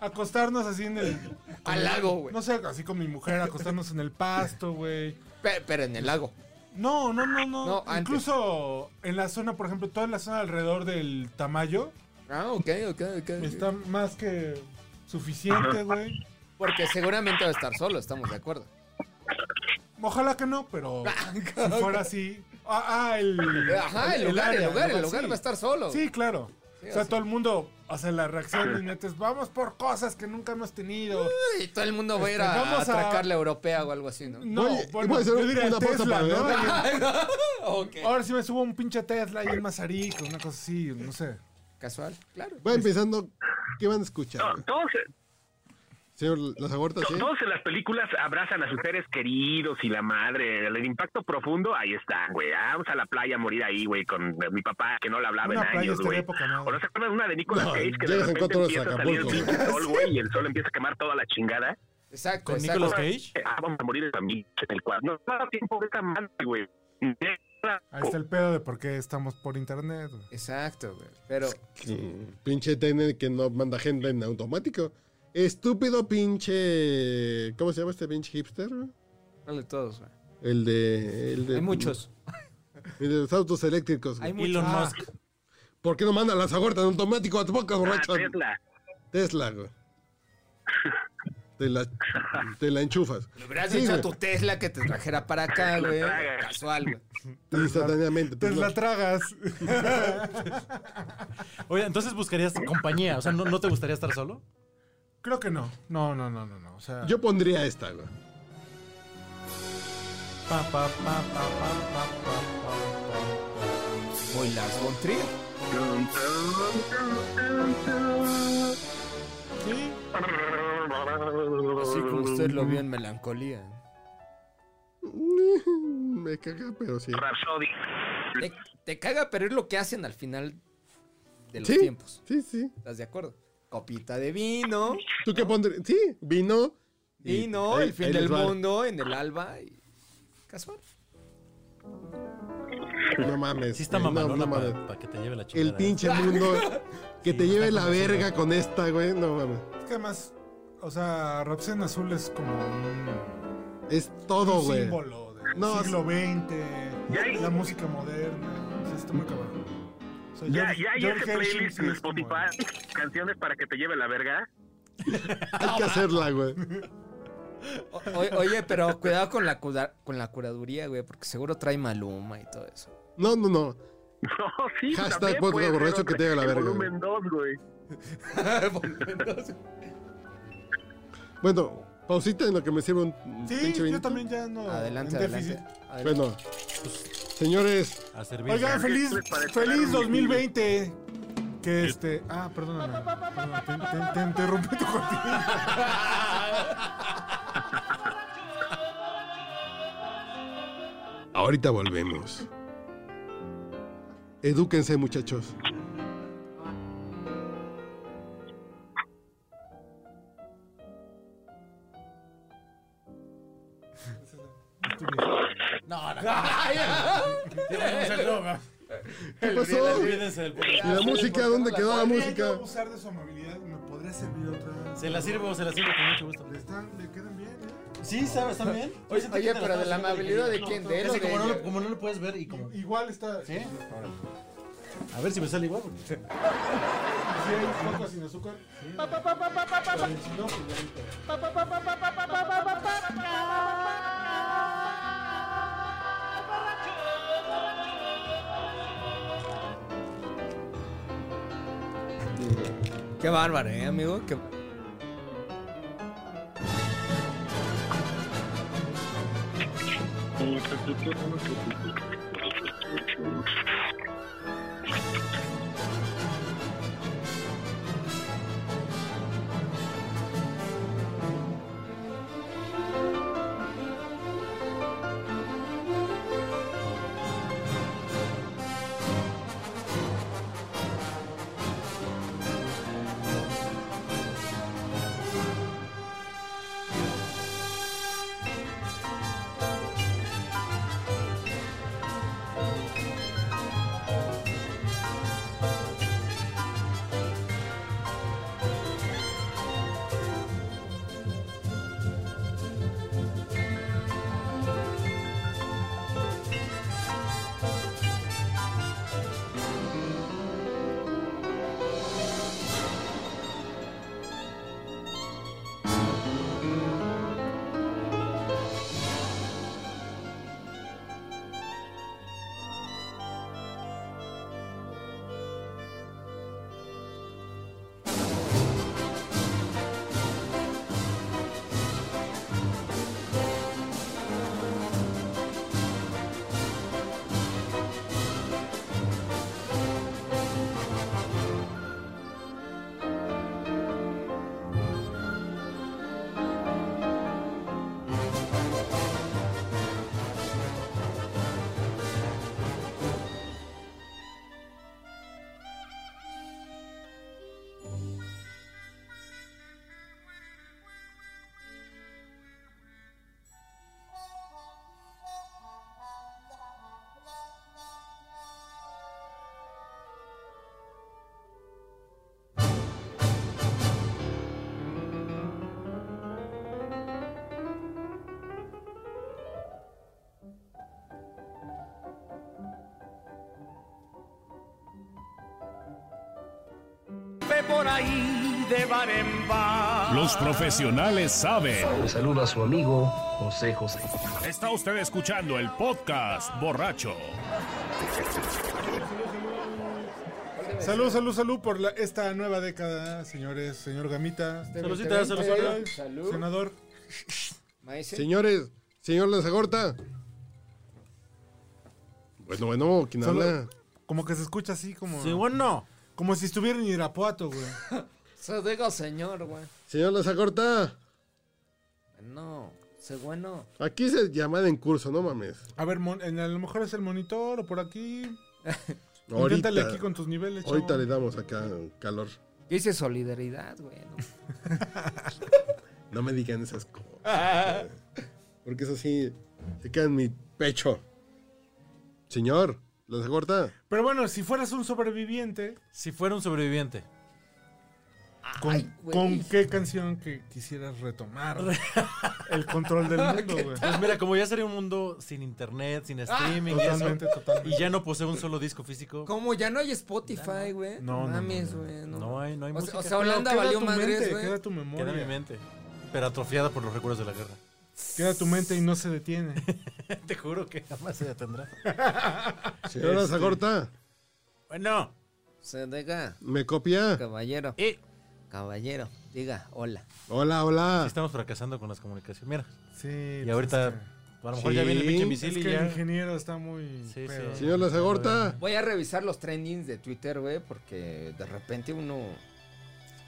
Speaker 1: acostarnos así en el.
Speaker 2: Al lago, güey.
Speaker 1: No sé, así con mi mujer, acostarnos en el pasto, güey.
Speaker 2: Pe- Pero en el lago.
Speaker 1: No, no, no, no.
Speaker 2: No, antes.
Speaker 1: Incluso en la zona, por ejemplo, toda la zona alrededor del Tamayo
Speaker 2: Ah, ok, ok, ok.
Speaker 1: está más que suficiente, güey.
Speaker 2: Porque seguramente va a estar solo, estamos de acuerdo.
Speaker 1: Ojalá que no, pero si fuera así. Ah, ah, el.
Speaker 2: Ajá, el, lugar,
Speaker 1: área,
Speaker 2: el lugar, el lugar
Speaker 1: sí.
Speaker 2: va a estar solo.
Speaker 1: Sí, claro. O sea, todo el mundo, o sea, la reacción de neta es, vamos por cosas que nunca hemos tenido.
Speaker 2: Y todo el mundo va a ir a,
Speaker 1: Vamos a-
Speaker 2: atracar la europea o algo así, ¿no?
Speaker 1: No,
Speaker 3: Oye,
Speaker 1: bueno,
Speaker 3: voy a hacer
Speaker 1: yo diría
Speaker 3: una pausa
Speaker 1: Tesla,
Speaker 3: para
Speaker 1: ¿no?
Speaker 3: ver.
Speaker 1: Alguien-
Speaker 2: ok.
Speaker 1: Ahora sí me subo un pinche Tesla y un Mazarik, una cosa así, no sé.
Speaker 2: Casual, claro.
Speaker 3: Vayan pensando qué van a escuchar.
Speaker 10: No,
Speaker 3: güey.
Speaker 10: todos,
Speaker 3: Señor, las agortas, ¿sí?
Speaker 10: todos en las películas abrazan a sus seres queridos y la madre. El impacto profundo, ahí están, güey. Ah, Vamos a la playa a morir ahí, güey, con mi papá que no la hablaba
Speaker 1: Una
Speaker 10: en
Speaker 1: playa
Speaker 10: años,
Speaker 1: estaría
Speaker 10: güey.
Speaker 1: poca madre.
Speaker 10: O no se acuerdan de una de Nicolas
Speaker 3: No,
Speaker 10: Cage que de
Speaker 3: llegas en
Speaker 10: repente
Speaker 3: cuatro horas a
Speaker 10: empieza a salir el
Speaker 3: Acapulco.
Speaker 10: pinche sol, güey, y el sol empieza a quemar toda la chingada.
Speaker 2: Exacto,
Speaker 5: ¿Con
Speaker 2: exacto.
Speaker 5: Nicolas Cage?
Speaker 10: Eh, Ah, vamos a morir también en el cuadro. No, no da tiempo de esta madre, güey.
Speaker 1: Ahí está el pedo de por qué estamos por internet. güey.
Speaker 2: Exacto, güey. Pero,
Speaker 3: Mm, Pinche TN que no manda gente en automático. Estúpido pinche. ¿Cómo se llama este pinche hipster? güey?
Speaker 2: ¿cuál de todos, güey?
Speaker 3: El de. El de
Speaker 2: Hay muchos.
Speaker 3: El de los autos eléctricos. güey.
Speaker 2: Hay muchos.
Speaker 5: Elon
Speaker 2: Ah,
Speaker 5: Musk.
Speaker 3: ¿Por qué no manda las agortas en automático a tu boca,
Speaker 10: Ah,
Speaker 3: borracho?
Speaker 10: Tesla.
Speaker 3: Tesla, güey. Te la, te la enchufas.
Speaker 2: Le hubieras
Speaker 3: Sí,
Speaker 2: dicho a
Speaker 3: güey.
Speaker 2: tu Tesla que te trajera para acá, güey.
Speaker 10: tragas.
Speaker 2: Casual, güey.
Speaker 3: Instantáneamente.
Speaker 1: Te
Speaker 3: Tesla.
Speaker 1: la tragas.
Speaker 5: Oye, entonces buscarías compañía. O sea, ¿no, no te gustaría estar solo?
Speaker 1: Creo que no. No, no, no, no, no. O sea,
Speaker 3: Yo pondría esta, güey.
Speaker 1: pa, pa, pa, pa, pa, pa,
Speaker 2: Voy Lars von Trier.
Speaker 1: pa. Sí.
Speaker 2: Así como usted lo vio en melancolía.
Speaker 3: Me caga, pero sí.
Speaker 10: Rhapsody.
Speaker 2: Te, te caga, pero es lo que hacen al final de los
Speaker 3: Sí,
Speaker 2: tiempos.
Speaker 3: Sí, sí.
Speaker 2: ¿Estás de acuerdo? Copita de vino,
Speaker 3: ¿Tú qué pondrías? Sí, vino. y-
Speaker 2: vino,
Speaker 3: ahí-
Speaker 2: el fin
Speaker 3: ahí
Speaker 2: del
Speaker 3: les va.
Speaker 2: mundo, en el alba y. Casual.
Speaker 3: No mames.
Speaker 5: Sí está
Speaker 3: güey, no,
Speaker 5: mamalona
Speaker 3: no mames.
Speaker 5: para que te lleve la chingada.
Speaker 3: El pinche mundo que te
Speaker 5: Sí,
Speaker 3: lleve
Speaker 5: está
Speaker 3: la verga con esta, güey. No mames.
Speaker 1: Es que además, o sea, Rhapsody en Azul es como un,
Speaker 3: Es todo,
Speaker 1: un
Speaker 3: güey.
Speaker 1: símbolo del
Speaker 3: No,
Speaker 1: siglo
Speaker 10: Ya hay-
Speaker 1: XX, la música moderna. O sea, está muy cabrón. O sea,
Speaker 10: Ya,
Speaker 1: George-
Speaker 10: ya hay
Speaker 1: George
Speaker 10: ese
Speaker 1: Gershwin
Speaker 10: playlist
Speaker 1: sí
Speaker 10: en
Speaker 1: es como-
Speaker 10: Spotify. Canciones para que te lleve la verga.
Speaker 3: Hay que hacerla, güey.
Speaker 2: O- o- oye, pero cuidado con la, cura- con la curaduría, güey, porque seguro trae maluma y todo eso.
Speaker 3: No, no, no.
Speaker 10: No, sí,
Speaker 3: Hashtag
Speaker 10: también
Speaker 3: podcast
Speaker 10: puede ser
Speaker 3: borracho
Speaker 10: otra.
Speaker 3: que te lleve la
Speaker 10: El
Speaker 3: verga,
Speaker 10: Volumen 2, güey.
Speaker 3: Bueno, pausita en lo que me sirve un un
Speaker 1: Sí,
Speaker 3: pinche
Speaker 1: yo
Speaker 3: vinito.
Speaker 1: también ya no. en
Speaker 2: adelante, adelante.
Speaker 1: Oh, déficit.
Speaker 2: adelante.
Speaker 3: Bueno, pues, señores,
Speaker 5: A servir.
Speaker 1: Oigan, feliz,
Speaker 10: ¿Qué les parece?
Speaker 1: feliz 2020. Que este. Ah, perdóname. perdóname, te, te- te interrumpí tu cortina.
Speaker 3: ahorita volvemos. Edúquense, muchachos.
Speaker 5: No, no. no.
Speaker 3: ¿Qué pasó?
Speaker 5: Olvídense del
Speaker 3: ¿Y la música? ¿Dónde quedó la música?
Speaker 1: abusar de su amabilidad? ¿Me podría servir otra?
Speaker 5: Se la sirvo, se la sirvo con mucho gusto.
Speaker 1: ¿Le, están, le quedan bien? eh?
Speaker 5: Sí, ¿sabes también?
Speaker 2: Oye, oye, pero de la amabilidad de quién, de él o
Speaker 5: Ese,
Speaker 2: de
Speaker 5: como, no
Speaker 2: ella?
Speaker 5: lo, como no lo puedes ver y como...
Speaker 1: Igual está.
Speaker 5: ¿Sí? A ver si me sale igual. porque-
Speaker 1: Si hay coca sin azúcar. Sí. Pero si no, pues ya ahorita.
Speaker 2: Qué bárbaro, ¿eh, amigo? Qué-
Speaker 9: por ahí de bar en bar.
Speaker 6: Los profesionales saben.
Speaker 7: Le saluda su amigo José José.
Speaker 6: Está usted escuchando el podcast borracho.
Speaker 1: Salud, salud, salud por la- esta nueva década, señores, señor Gamita,
Speaker 5: Saludcita, salud,
Speaker 1: eh.
Speaker 5: salud.
Speaker 2: Salud.
Speaker 1: senador.
Speaker 2: Maese.
Speaker 3: Señores, señor Lanzagorta. Bueno, bueno, ¿quién
Speaker 1: Salud.
Speaker 3: habla?
Speaker 1: Como que se escucha así, como,
Speaker 5: Sí, bueno.
Speaker 1: como si estuviera en Irapuato, güey.
Speaker 2: Se digo señor, güey.
Speaker 3: Señor Lanzagorta,
Speaker 2: No, se bueno.
Speaker 3: aquí se llamada en curso, no mames.
Speaker 1: A ver, mon- en- a lo mejor es el monitor o por aquí.
Speaker 3: Ahorita,
Speaker 1: Inténtale aquí con tus niveles, chavo.
Speaker 3: ahorita le damos acá calor.
Speaker 2: Yo hice solidaridad, güey. ¿no?
Speaker 3: No me digan esas cosas. Porque eso sí se queda en mi pecho. Señor, Lanzagorta.
Speaker 1: Pero bueno, si fueras un sobreviviente,
Speaker 5: Si fuera un sobreviviente.
Speaker 1: ¿con,
Speaker 2: Ay, güey.
Speaker 1: con qué canción que quisieras retomar güey? el control
Speaker 2: Ah,
Speaker 1: del mundo, güey?
Speaker 5: Pues mira, como ya sería un mundo sin internet, sin streaming, y eso,
Speaker 1: Ah, Totalmente, totalmente.
Speaker 5: y ya no posee un solo disco físico.
Speaker 2: Como ya no hay Spotify, güey.
Speaker 1: No, no,
Speaker 2: Mames,
Speaker 1: no, no,
Speaker 2: güey. No,
Speaker 5: No hay, no hay
Speaker 2: o, sea,
Speaker 5: música.
Speaker 2: o sea,
Speaker 1: Pero
Speaker 2: Holanda
Speaker 1: queda
Speaker 2: valió
Speaker 1: tu
Speaker 2: madres,
Speaker 1: mente,
Speaker 2: güey.
Speaker 1: Queda tu memoria.
Speaker 5: Queda en mi mente. Pero atrofiada por los recuerdos de la guerra.
Speaker 1: Queda tu mente y no se detiene.
Speaker 5: Te juro que jamás se detendrá.
Speaker 3: Señor
Speaker 5: Este.
Speaker 3: Lanzagorta,
Speaker 5: Bueno,
Speaker 2: Se diga,
Speaker 3: ¿me copia?
Speaker 2: caballero.
Speaker 5: y
Speaker 2: Caballero, diga hola.
Speaker 3: Hola, hola.
Speaker 5: estamos fracasando con las comunicaciones. Mira,
Speaker 1: Sí.
Speaker 5: y
Speaker 1: pues,
Speaker 5: ahorita
Speaker 1: es que-
Speaker 5: a lo mejor ya viene el pinche
Speaker 1: Es
Speaker 5: misil y
Speaker 1: que el
Speaker 5: ya.
Speaker 1: ingeniero está muy.
Speaker 5: Sí,
Speaker 1: pedo.
Speaker 5: sí.
Speaker 3: Señor Lanzagorta.
Speaker 2: Voy a revisar los trendings de Twitter, güey, porque de repente uno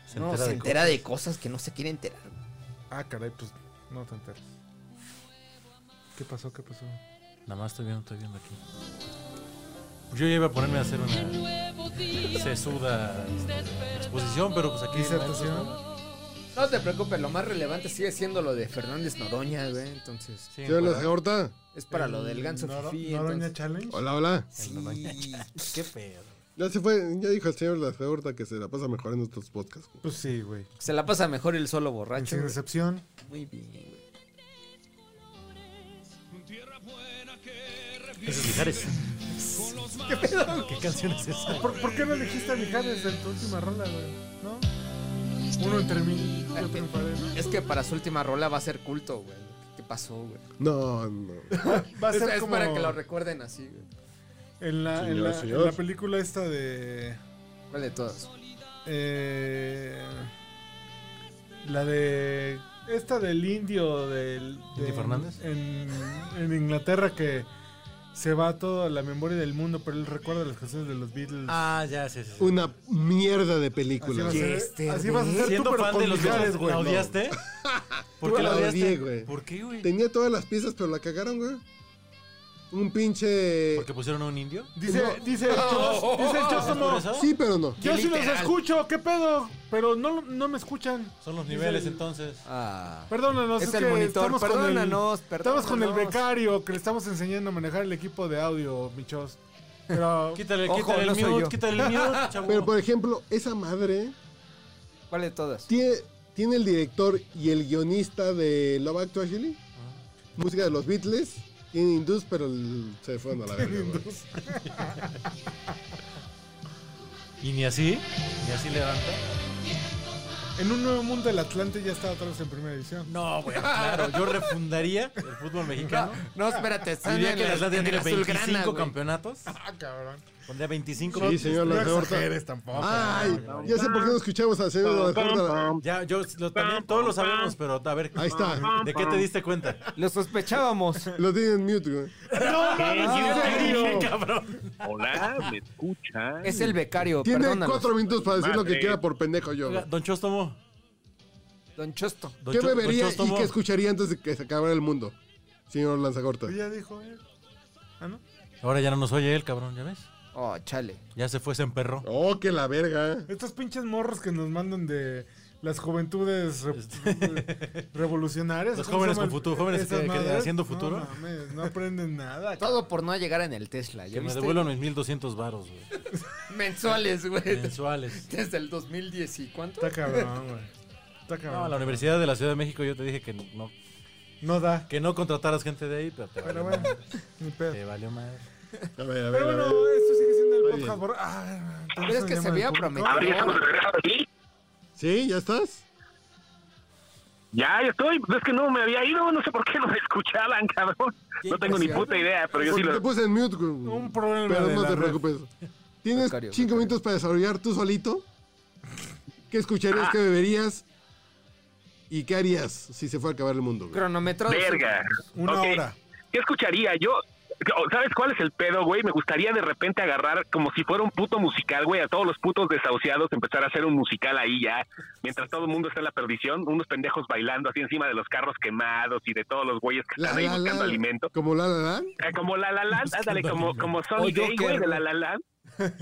Speaker 5: Se
Speaker 2: se no,
Speaker 5: entera
Speaker 2: entera, se
Speaker 5: de
Speaker 2: entera de cosas que no se quiere enterar.
Speaker 1: Ah, caray, pues no te enteras. ¿Qué pasó? ¿Qué pasó?
Speaker 5: Nada más estoy viendo, estoy viendo aquí. Yo ya iba a ponerme a hacer una sesuda exposición, pero pues aquí.
Speaker 1: Disertación.
Speaker 2: No te preocupes, lo más relevante sigue siendo lo de Fernández Noroña, güey. Entonces,
Speaker 5: Sí,
Speaker 3: Señor
Speaker 5: ¿verdad?
Speaker 3: Lanzagorta.
Speaker 2: es para lo del ganso
Speaker 1: Noro-
Speaker 2: fifí,
Speaker 1: Noroña
Speaker 2: entonces-
Speaker 1: Challenge.
Speaker 3: Hola, hola.
Speaker 2: Sí,
Speaker 5: Qué pedo.
Speaker 3: Ya se fue, ya dijo el señor Lanzagorta que se la pasa mejor en nuestros podcasts.
Speaker 1: Pues sí, güey.
Speaker 2: se la pasa mejor el solo borracho.
Speaker 1: Sin
Speaker 2: güey.
Speaker 1: excepción.
Speaker 2: Muy bien, güey.
Speaker 5: Esos Mijares.
Speaker 2: ¿Qué pedo?
Speaker 5: ¿Qué canción es esa?
Speaker 1: ¿Por, por qué no elegiste a Mijares en tu última rola, güey? ¿No? Uno entre mil y otro en pared.
Speaker 2: Es que para su última rola va a ser culto, güey. ¿Qué pasó, güey?
Speaker 3: No, no.
Speaker 1: Va a
Speaker 2: Es,
Speaker 1: ser
Speaker 2: es
Speaker 1: como
Speaker 2: para que lo recuerden así, güey.
Speaker 1: en, la, en,
Speaker 3: Señor,
Speaker 1: la,
Speaker 3: señor.
Speaker 1: en la película esta de...
Speaker 2: ¿Cuál de todas?
Speaker 1: eh, la de... Esta del indio del... de-
Speaker 5: ¿Indio Fernández?
Speaker 1: En, en Inglaterra que se va toda la memoria del mundo, pero él recuerda las canciones de los Beatles.
Speaker 5: Ah, ya, sí, sí. sí.
Speaker 3: Una mierda de
Speaker 1: Así
Speaker 3: película.
Speaker 1: vas a ser, así vas a ser tú,
Speaker 5: Siendo
Speaker 1: pero
Speaker 5: fan
Speaker 1: con
Speaker 5: de los
Speaker 1: Mijares,
Speaker 5: Beatles,
Speaker 1: güey.
Speaker 5: ¿la odiaste? ¿Por
Speaker 3: Tú
Speaker 5: qué
Speaker 3: la
Speaker 5: la odiaste?
Speaker 3: odié, güey.
Speaker 5: ¿Por qué, güey?
Speaker 3: Tenía todas las piezas, pero la cagaron, güey. Un pinche.
Speaker 5: ¿Porque pusieron a un indio?
Speaker 1: Dice, dice, el Chos- dice el Chos como,
Speaker 5: Oh, ¿Por eso?
Speaker 3: Sí, pero no.
Speaker 1: Yo sí los
Speaker 2: Literal.
Speaker 1: escucho, ¿qué pedo? Pero no, no me escuchan.
Speaker 5: Son los niveles
Speaker 1: el-
Speaker 5: entonces.
Speaker 2: Ah.
Speaker 1: Perdónanos,
Speaker 2: Es
Speaker 1: es,
Speaker 2: el
Speaker 1: que
Speaker 2: monitor,
Speaker 1: estamos
Speaker 2: perdónanos,
Speaker 1: con el, Estamos con el
Speaker 2: perdónanos.
Speaker 1: becario que le estamos enseñando a manejar el equipo de audio, michos. Pero
Speaker 5: Quítale,
Speaker 2: Ojo,
Speaker 5: quítale
Speaker 2: no
Speaker 5: el
Speaker 2: soy yo.
Speaker 5: mute, quítale el mute, chavo.
Speaker 3: Pero pues- por ejemplo, esa madre
Speaker 2: ¿Cuál de todas?
Speaker 3: tiene, tiene el director y el guionista de Love Actually. Música de los Beatles. Tiene Indus, pero el- se fueron a la verga, güey.
Speaker 5: Y ni así, ni así levanta.
Speaker 1: en un nuevo mundo el Atlante ya está otra vez en primera edición.
Speaker 5: No, güey, claro. Yo refundaría el fútbol mexicano.
Speaker 2: No, espérate, están
Speaker 5: Diría
Speaker 2: en
Speaker 5: que
Speaker 2: el-
Speaker 5: la Atlante
Speaker 2: en el
Speaker 5: tiene
Speaker 2: azulgrana,
Speaker 5: 25
Speaker 2: güey.
Speaker 5: campeonatos.
Speaker 1: Ah, cabrón.
Speaker 5: Pondría 25.
Speaker 3: Sí, señor
Speaker 1: No
Speaker 3: Lanzagorta.
Speaker 1: exageres tampoco.
Speaker 3: Ay, ya sé por qué no escuchamos al señor Lanzagorta.
Speaker 5: Ya, yo lo- también todos lo sabemos, pero a ver.
Speaker 3: Ahí está.
Speaker 5: ¿De qué te diste cuenta?
Speaker 2: Lo sospechábamos.
Speaker 3: Lo tiene en mute, güey.
Speaker 5: cabrón.
Speaker 4: Hola, ¿me escuchas?
Speaker 2: Es el becario,
Speaker 3: Tiene
Speaker 2: perdónanos.
Speaker 3: cuatro minutos para decir lo que
Speaker 4: Madre.
Speaker 3: quiera por pendejo yo. güey.
Speaker 5: Don Chostomo.
Speaker 2: Don Chosto.
Speaker 5: Don
Speaker 3: ¿Qué
Speaker 5: Cho- Don
Speaker 3: bebería y
Speaker 5: Chostomo.
Speaker 3: qué escucharía antes de que se acabara el mundo? Señor Lanzagorta.
Speaker 1: Ya dijo él. Ah, ¿no?
Speaker 5: Ahora ya no nos oye él, cabrón, ¿ya ves?
Speaker 2: Oh, chale.
Speaker 5: Ya se fue, se emperró.
Speaker 3: Oh, que la verga.
Speaker 1: Estos pinches morros que nos mandan de las juventudes re- re- revolucionarias.
Speaker 5: Este. Los
Speaker 1: ¿cómo
Speaker 5: jóvenes
Speaker 1: se llama?
Speaker 5: con futuro, jóvenes
Speaker 1: Esas
Speaker 5: que- que
Speaker 1: madres.
Speaker 5: haciendo futuro.
Speaker 1: No, mames, no aprenden nada.
Speaker 2: Todo por no llegar en el Tesla,
Speaker 5: Que
Speaker 2: ¿ya
Speaker 5: me
Speaker 2: viste?
Speaker 5: devuelvan mis 1200 varos, güey.
Speaker 2: Mensuales, güey.
Speaker 5: Mensuales.
Speaker 2: Desde el 2010 y cuánto?
Speaker 1: Está cabrón, güey. Está cabrón.
Speaker 5: No, la Universidad de la Ciudad de México yo te dije que no,
Speaker 1: No da.
Speaker 5: que no contrataras gente de ahí, pero te valió
Speaker 1: Pero bueno,
Speaker 5: madre.
Speaker 1: ni pedo.
Speaker 5: Te valió madre.
Speaker 3: A ver, a ver.
Speaker 1: Pero
Speaker 3: a
Speaker 5: eh,
Speaker 1: bueno,
Speaker 3: ver.
Speaker 1: esto sigue siendo el
Speaker 3: bien.
Speaker 1: podcast. Por... Ah,
Speaker 2: Pero es que se
Speaker 1: había
Speaker 2: había prometido.
Speaker 4: ¿Habría regresado aquí?
Speaker 3: ¿Sí? ¿Ya estás?
Speaker 4: Ya, ya estoy. Es que no me había ido. No sé por qué no me escuchaban, cabrón. No tengo ni puta idea, pero yo sí
Speaker 3: Porque te
Speaker 4: lo.
Speaker 3: puse en mute. güey.
Speaker 1: Un problema
Speaker 3: Pero
Speaker 1: de
Speaker 3: no
Speaker 1: la
Speaker 3: te
Speaker 1: red.
Speaker 3: preocupes. Tienes
Speaker 2: Becario,
Speaker 3: cinco
Speaker 2: becario.
Speaker 3: minutos para desarrollar tú solito. ¿Qué escucharías,
Speaker 4: Ah.
Speaker 3: qué beberías y qué harías si se fuera a acabar el mundo? güey?
Speaker 2: Cronometrado.
Speaker 4: Verga.
Speaker 1: Una
Speaker 4: Ok.
Speaker 1: hora.
Speaker 4: ¿Qué escucharía? Yo. ¿Sabes cuál es el pedo, güey? Me gustaría de repente agarrar como si fuera un puto musical, güey, a todos los putos desahuciados, empezar a hacer un musical ahí ya, mientras todo el mundo está en la perdición, unos pendejos bailando así encima de los carros quemados y de todos los güeyes que
Speaker 3: La,
Speaker 4: están ahí
Speaker 3: la,
Speaker 4: buscando
Speaker 3: la,
Speaker 4: alimento.
Speaker 3: ¿Como la la la?
Speaker 4: Eh, como la la Land, ándale, como, como Sonic
Speaker 2: O
Speaker 4: Day, güey,
Speaker 2: Joker,
Speaker 4: de la
Speaker 2: güey.
Speaker 4: la Land. Eh,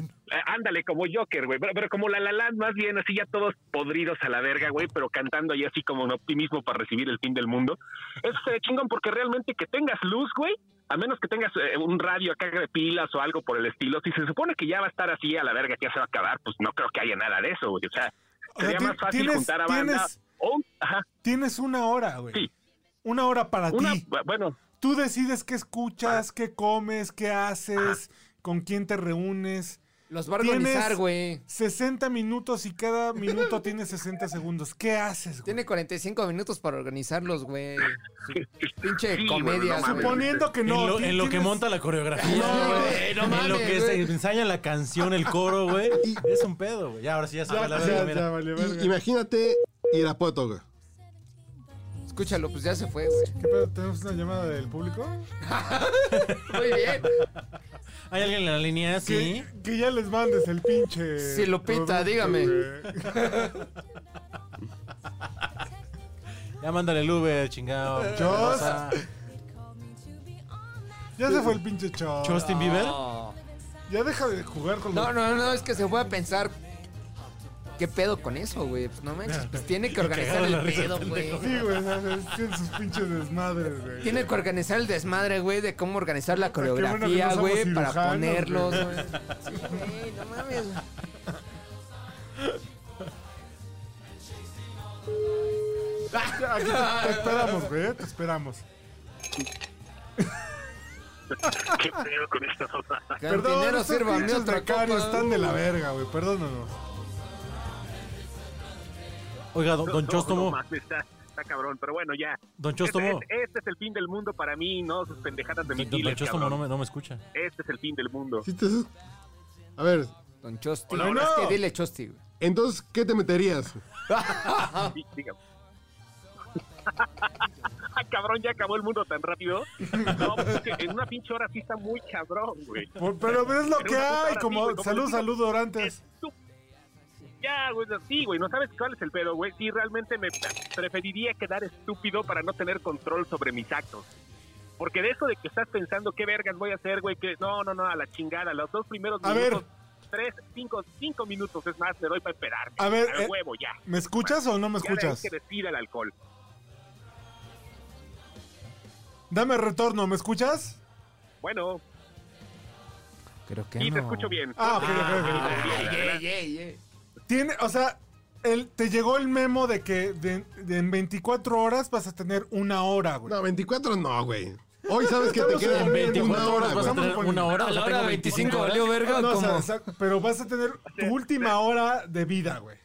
Speaker 4: ándale, como Joker, güey, pero, pero como la la Land, más bien así ya todos podridos a la verga, güey, pero cantando ahí así como en optimismo para recibir el fin del mundo. Eso se chingón porque realmente que tengas luz, güey, a menos que tengas eh, un radio acá de pilas o algo por el estilo, si se supone que ya va a estar así a la verga, que ya se va a acabar, pues no creo que haya nada de eso, güey, o sea,
Speaker 1: O sea,
Speaker 4: sería
Speaker 1: ti-
Speaker 4: más fácil
Speaker 1: tienes-
Speaker 4: juntar a banda.
Speaker 1: tienes-
Speaker 4: o- ajá,
Speaker 1: Tienes una hora, güey.
Speaker 4: Sí.
Speaker 1: Una hora para
Speaker 4: una,
Speaker 1: ti.
Speaker 4: bueno,
Speaker 1: Tú decides qué escuchas, qué comes, qué haces, con quién te reúnes.
Speaker 2: Los va a organizar,
Speaker 1: Tienes-
Speaker 2: güey.
Speaker 1: 60 minutos y cada minuto tiene 60 segundos. ¿Qué haces, güey?
Speaker 2: Tiene 45 minutos para organizarlos, güey. Su Pinche
Speaker 4: Sí, güey,
Speaker 2: comedia,
Speaker 4: no mames.
Speaker 2: güey.
Speaker 1: Suponiendo que no.
Speaker 5: en lo,
Speaker 1: ti-
Speaker 5: en lo que
Speaker 1: tienes-
Speaker 5: monta la coreografía,
Speaker 2: No,
Speaker 5: güey,
Speaker 2: güey, no
Speaker 5: en lo
Speaker 2: mames,
Speaker 5: que se
Speaker 2: güey.
Speaker 5: ensaña la canción, el coro, güey. Es un pedo, güey. Ya, ahora sí, ya se
Speaker 1: Ya,
Speaker 5: va la
Speaker 1: ya,
Speaker 5: verga,
Speaker 1: Ah, ya,
Speaker 5: mira.
Speaker 1: vale,
Speaker 3: Y-
Speaker 1: verga.
Speaker 3: Imagínate Irapuato, güey.
Speaker 2: Escúchalo, pues ya se fue, güey.
Speaker 1: ¿Qué pedo? ¿Tenemos una llamada del público?
Speaker 2: Muy bien.
Speaker 5: ¿Hay alguien en la línea? Sí.
Speaker 1: Que, que ya les mandes el pinche.
Speaker 2: Sí, Lupita,
Speaker 1: producto,
Speaker 2: dígame.
Speaker 1: güey.
Speaker 5: Ya mándale el Uber, chingado.
Speaker 1: Chos.
Speaker 5: Rosa.
Speaker 1: Ya se fue el pinche chos.
Speaker 5: Justin Bieber.
Speaker 2: No.
Speaker 1: Ya deja de jugar con
Speaker 2: No,
Speaker 1: los-
Speaker 2: no, no, es que se fue a pensar. ¿Qué pedo con eso, güey? Pues no manches, pues tiene que organizar
Speaker 5: cagado la
Speaker 2: el
Speaker 5: risa,
Speaker 2: pedo, güey.
Speaker 1: Sí, güey, o sea, es- tienen sus pinches desmadres, güey.
Speaker 2: Tiene que organizar el desmadre, güey, de cómo organizar la
Speaker 1: bueno que no
Speaker 2: coreografía,
Speaker 1: somos
Speaker 2: güey,
Speaker 1: cirujanos,
Speaker 2: para ponerlos,
Speaker 1: güey.
Speaker 2: güey. Sí, güey, no mames.
Speaker 1: Aquí te, te esperamos, güey, eh, te esperamos.
Speaker 4: qué pedo con esta mamada.
Speaker 1: Perdón,
Speaker 2: Cantinero,
Speaker 1: estos
Speaker 2: sírvame
Speaker 1: pinches
Speaker 2: otra
Speaker 1: becarios
Speaker 2: copa.
Speaker 1: están de la verga, güey, perdónanos.
Speaker 5: Oiga, don, don
Speaker 4: No,
Speaker 5: Chóstomo.
Speaker 4: no mames, está, está cabrón, pero bueno, ya.
Speaker 5: Don
Speaker 4: Este,
Speaker 5: Chóstomo.
Speaker 4: este- este es el fin del mundo para mí, no sus pendejadas de
Speaker 5: Don, don
Speaker 4: misiles,
Speaker 5: Chóstomo
Speaker 4: cabrón.
Speaker 5: no me, no me escucha.
Speaker 4: Este es el fin del mundo.
Speaker 3: ¿Sí te- A ver,
Speaker 2: Don Chosti.
Speaker 1: Hola, hola.
Speaker 2: Es que dile Chosti, güey.
Speaker 3: entonces, ¿qué te meterías?
Speaker 4: Sí, dígame. Ah, cabrón, ya acabó el mundo tan rápido. No, pues es que en una pinche hora sí está muy cabrón, güey.
Speaker 1: Por- Pero es lo
Speaker 4: Pero
Speaker 1: que
Speaker 4: una cosa
Speaker 1: hay,
Speaker 4: ahora sí, güey,
Speaker 1: como
Speaker 4: como
Speaker 1: salud,
Speaker 4: decimos,
Speaker 1: salud, Dorantes.
Speaker 4: Estu- Ya, güey, no, sí, güey, no sabes cuál es el pedo, güey. Sí, realmente me preferiría quedar estúpido para no tener control sobre mis actos. Porque de eso de que estás pensando qué vergas voy a hacer, güey, que no, no, no, a la chingada, los dos primeros
Speaker 1: A
Speaker 4: minutos, tres, cinco, cinco minutos es más, me doy para esperarme.
Speaker 1: A ver,
Speaker 4: Al
Speaker 1: eh,
Speaker 4: huevo, ya.
Speaker 1: ¿Me escuchas o no me
Speaker 4: Ya de ahí
Speaker 1: escuchas?
Speaker 4: que decida el alcohol.
Speaker 1: Dame retorno, ¿me escuchas?
Speaker 4: Bueno,
Speaker 2: Creo que
Speaker 4: y
Speaker 2: no.
Speaker 4: te escucho bien.
Speaker 1: Ah, ok, ok, ok.
Speaker 2: Ay, ey, ey, ey.
Speaker 1: Tiene, o sea, el, te llegó el memo de que de, de en 24 horas vas a tener una hora, güey.
Speaker 3: No, 24 no, güey. Hoy sabes que te
Speaker 1: Estamos
Speaker 3: queda
Speaker 1: en
Speaker 5: 24
Speaker 3: una hora,
Speaker 5: horas vas a
Speaker 3: güey.
Speaker 1: Pasamos
Speaker 5: tener
Speaker 1: por-
Speaker 5: una hora.
Speaker 2: A
Speaker 5: o sea,
Speaker 2: la hora
Speaker 5: tengo
Speaker 2: 25
Speaker 5: horas,
Speaker 2: valió verga,
Speaker 1: No, o sea,
Speaker 2: como...
Speaker 1: exact- pero vas a tener tu última hora de vida, güey.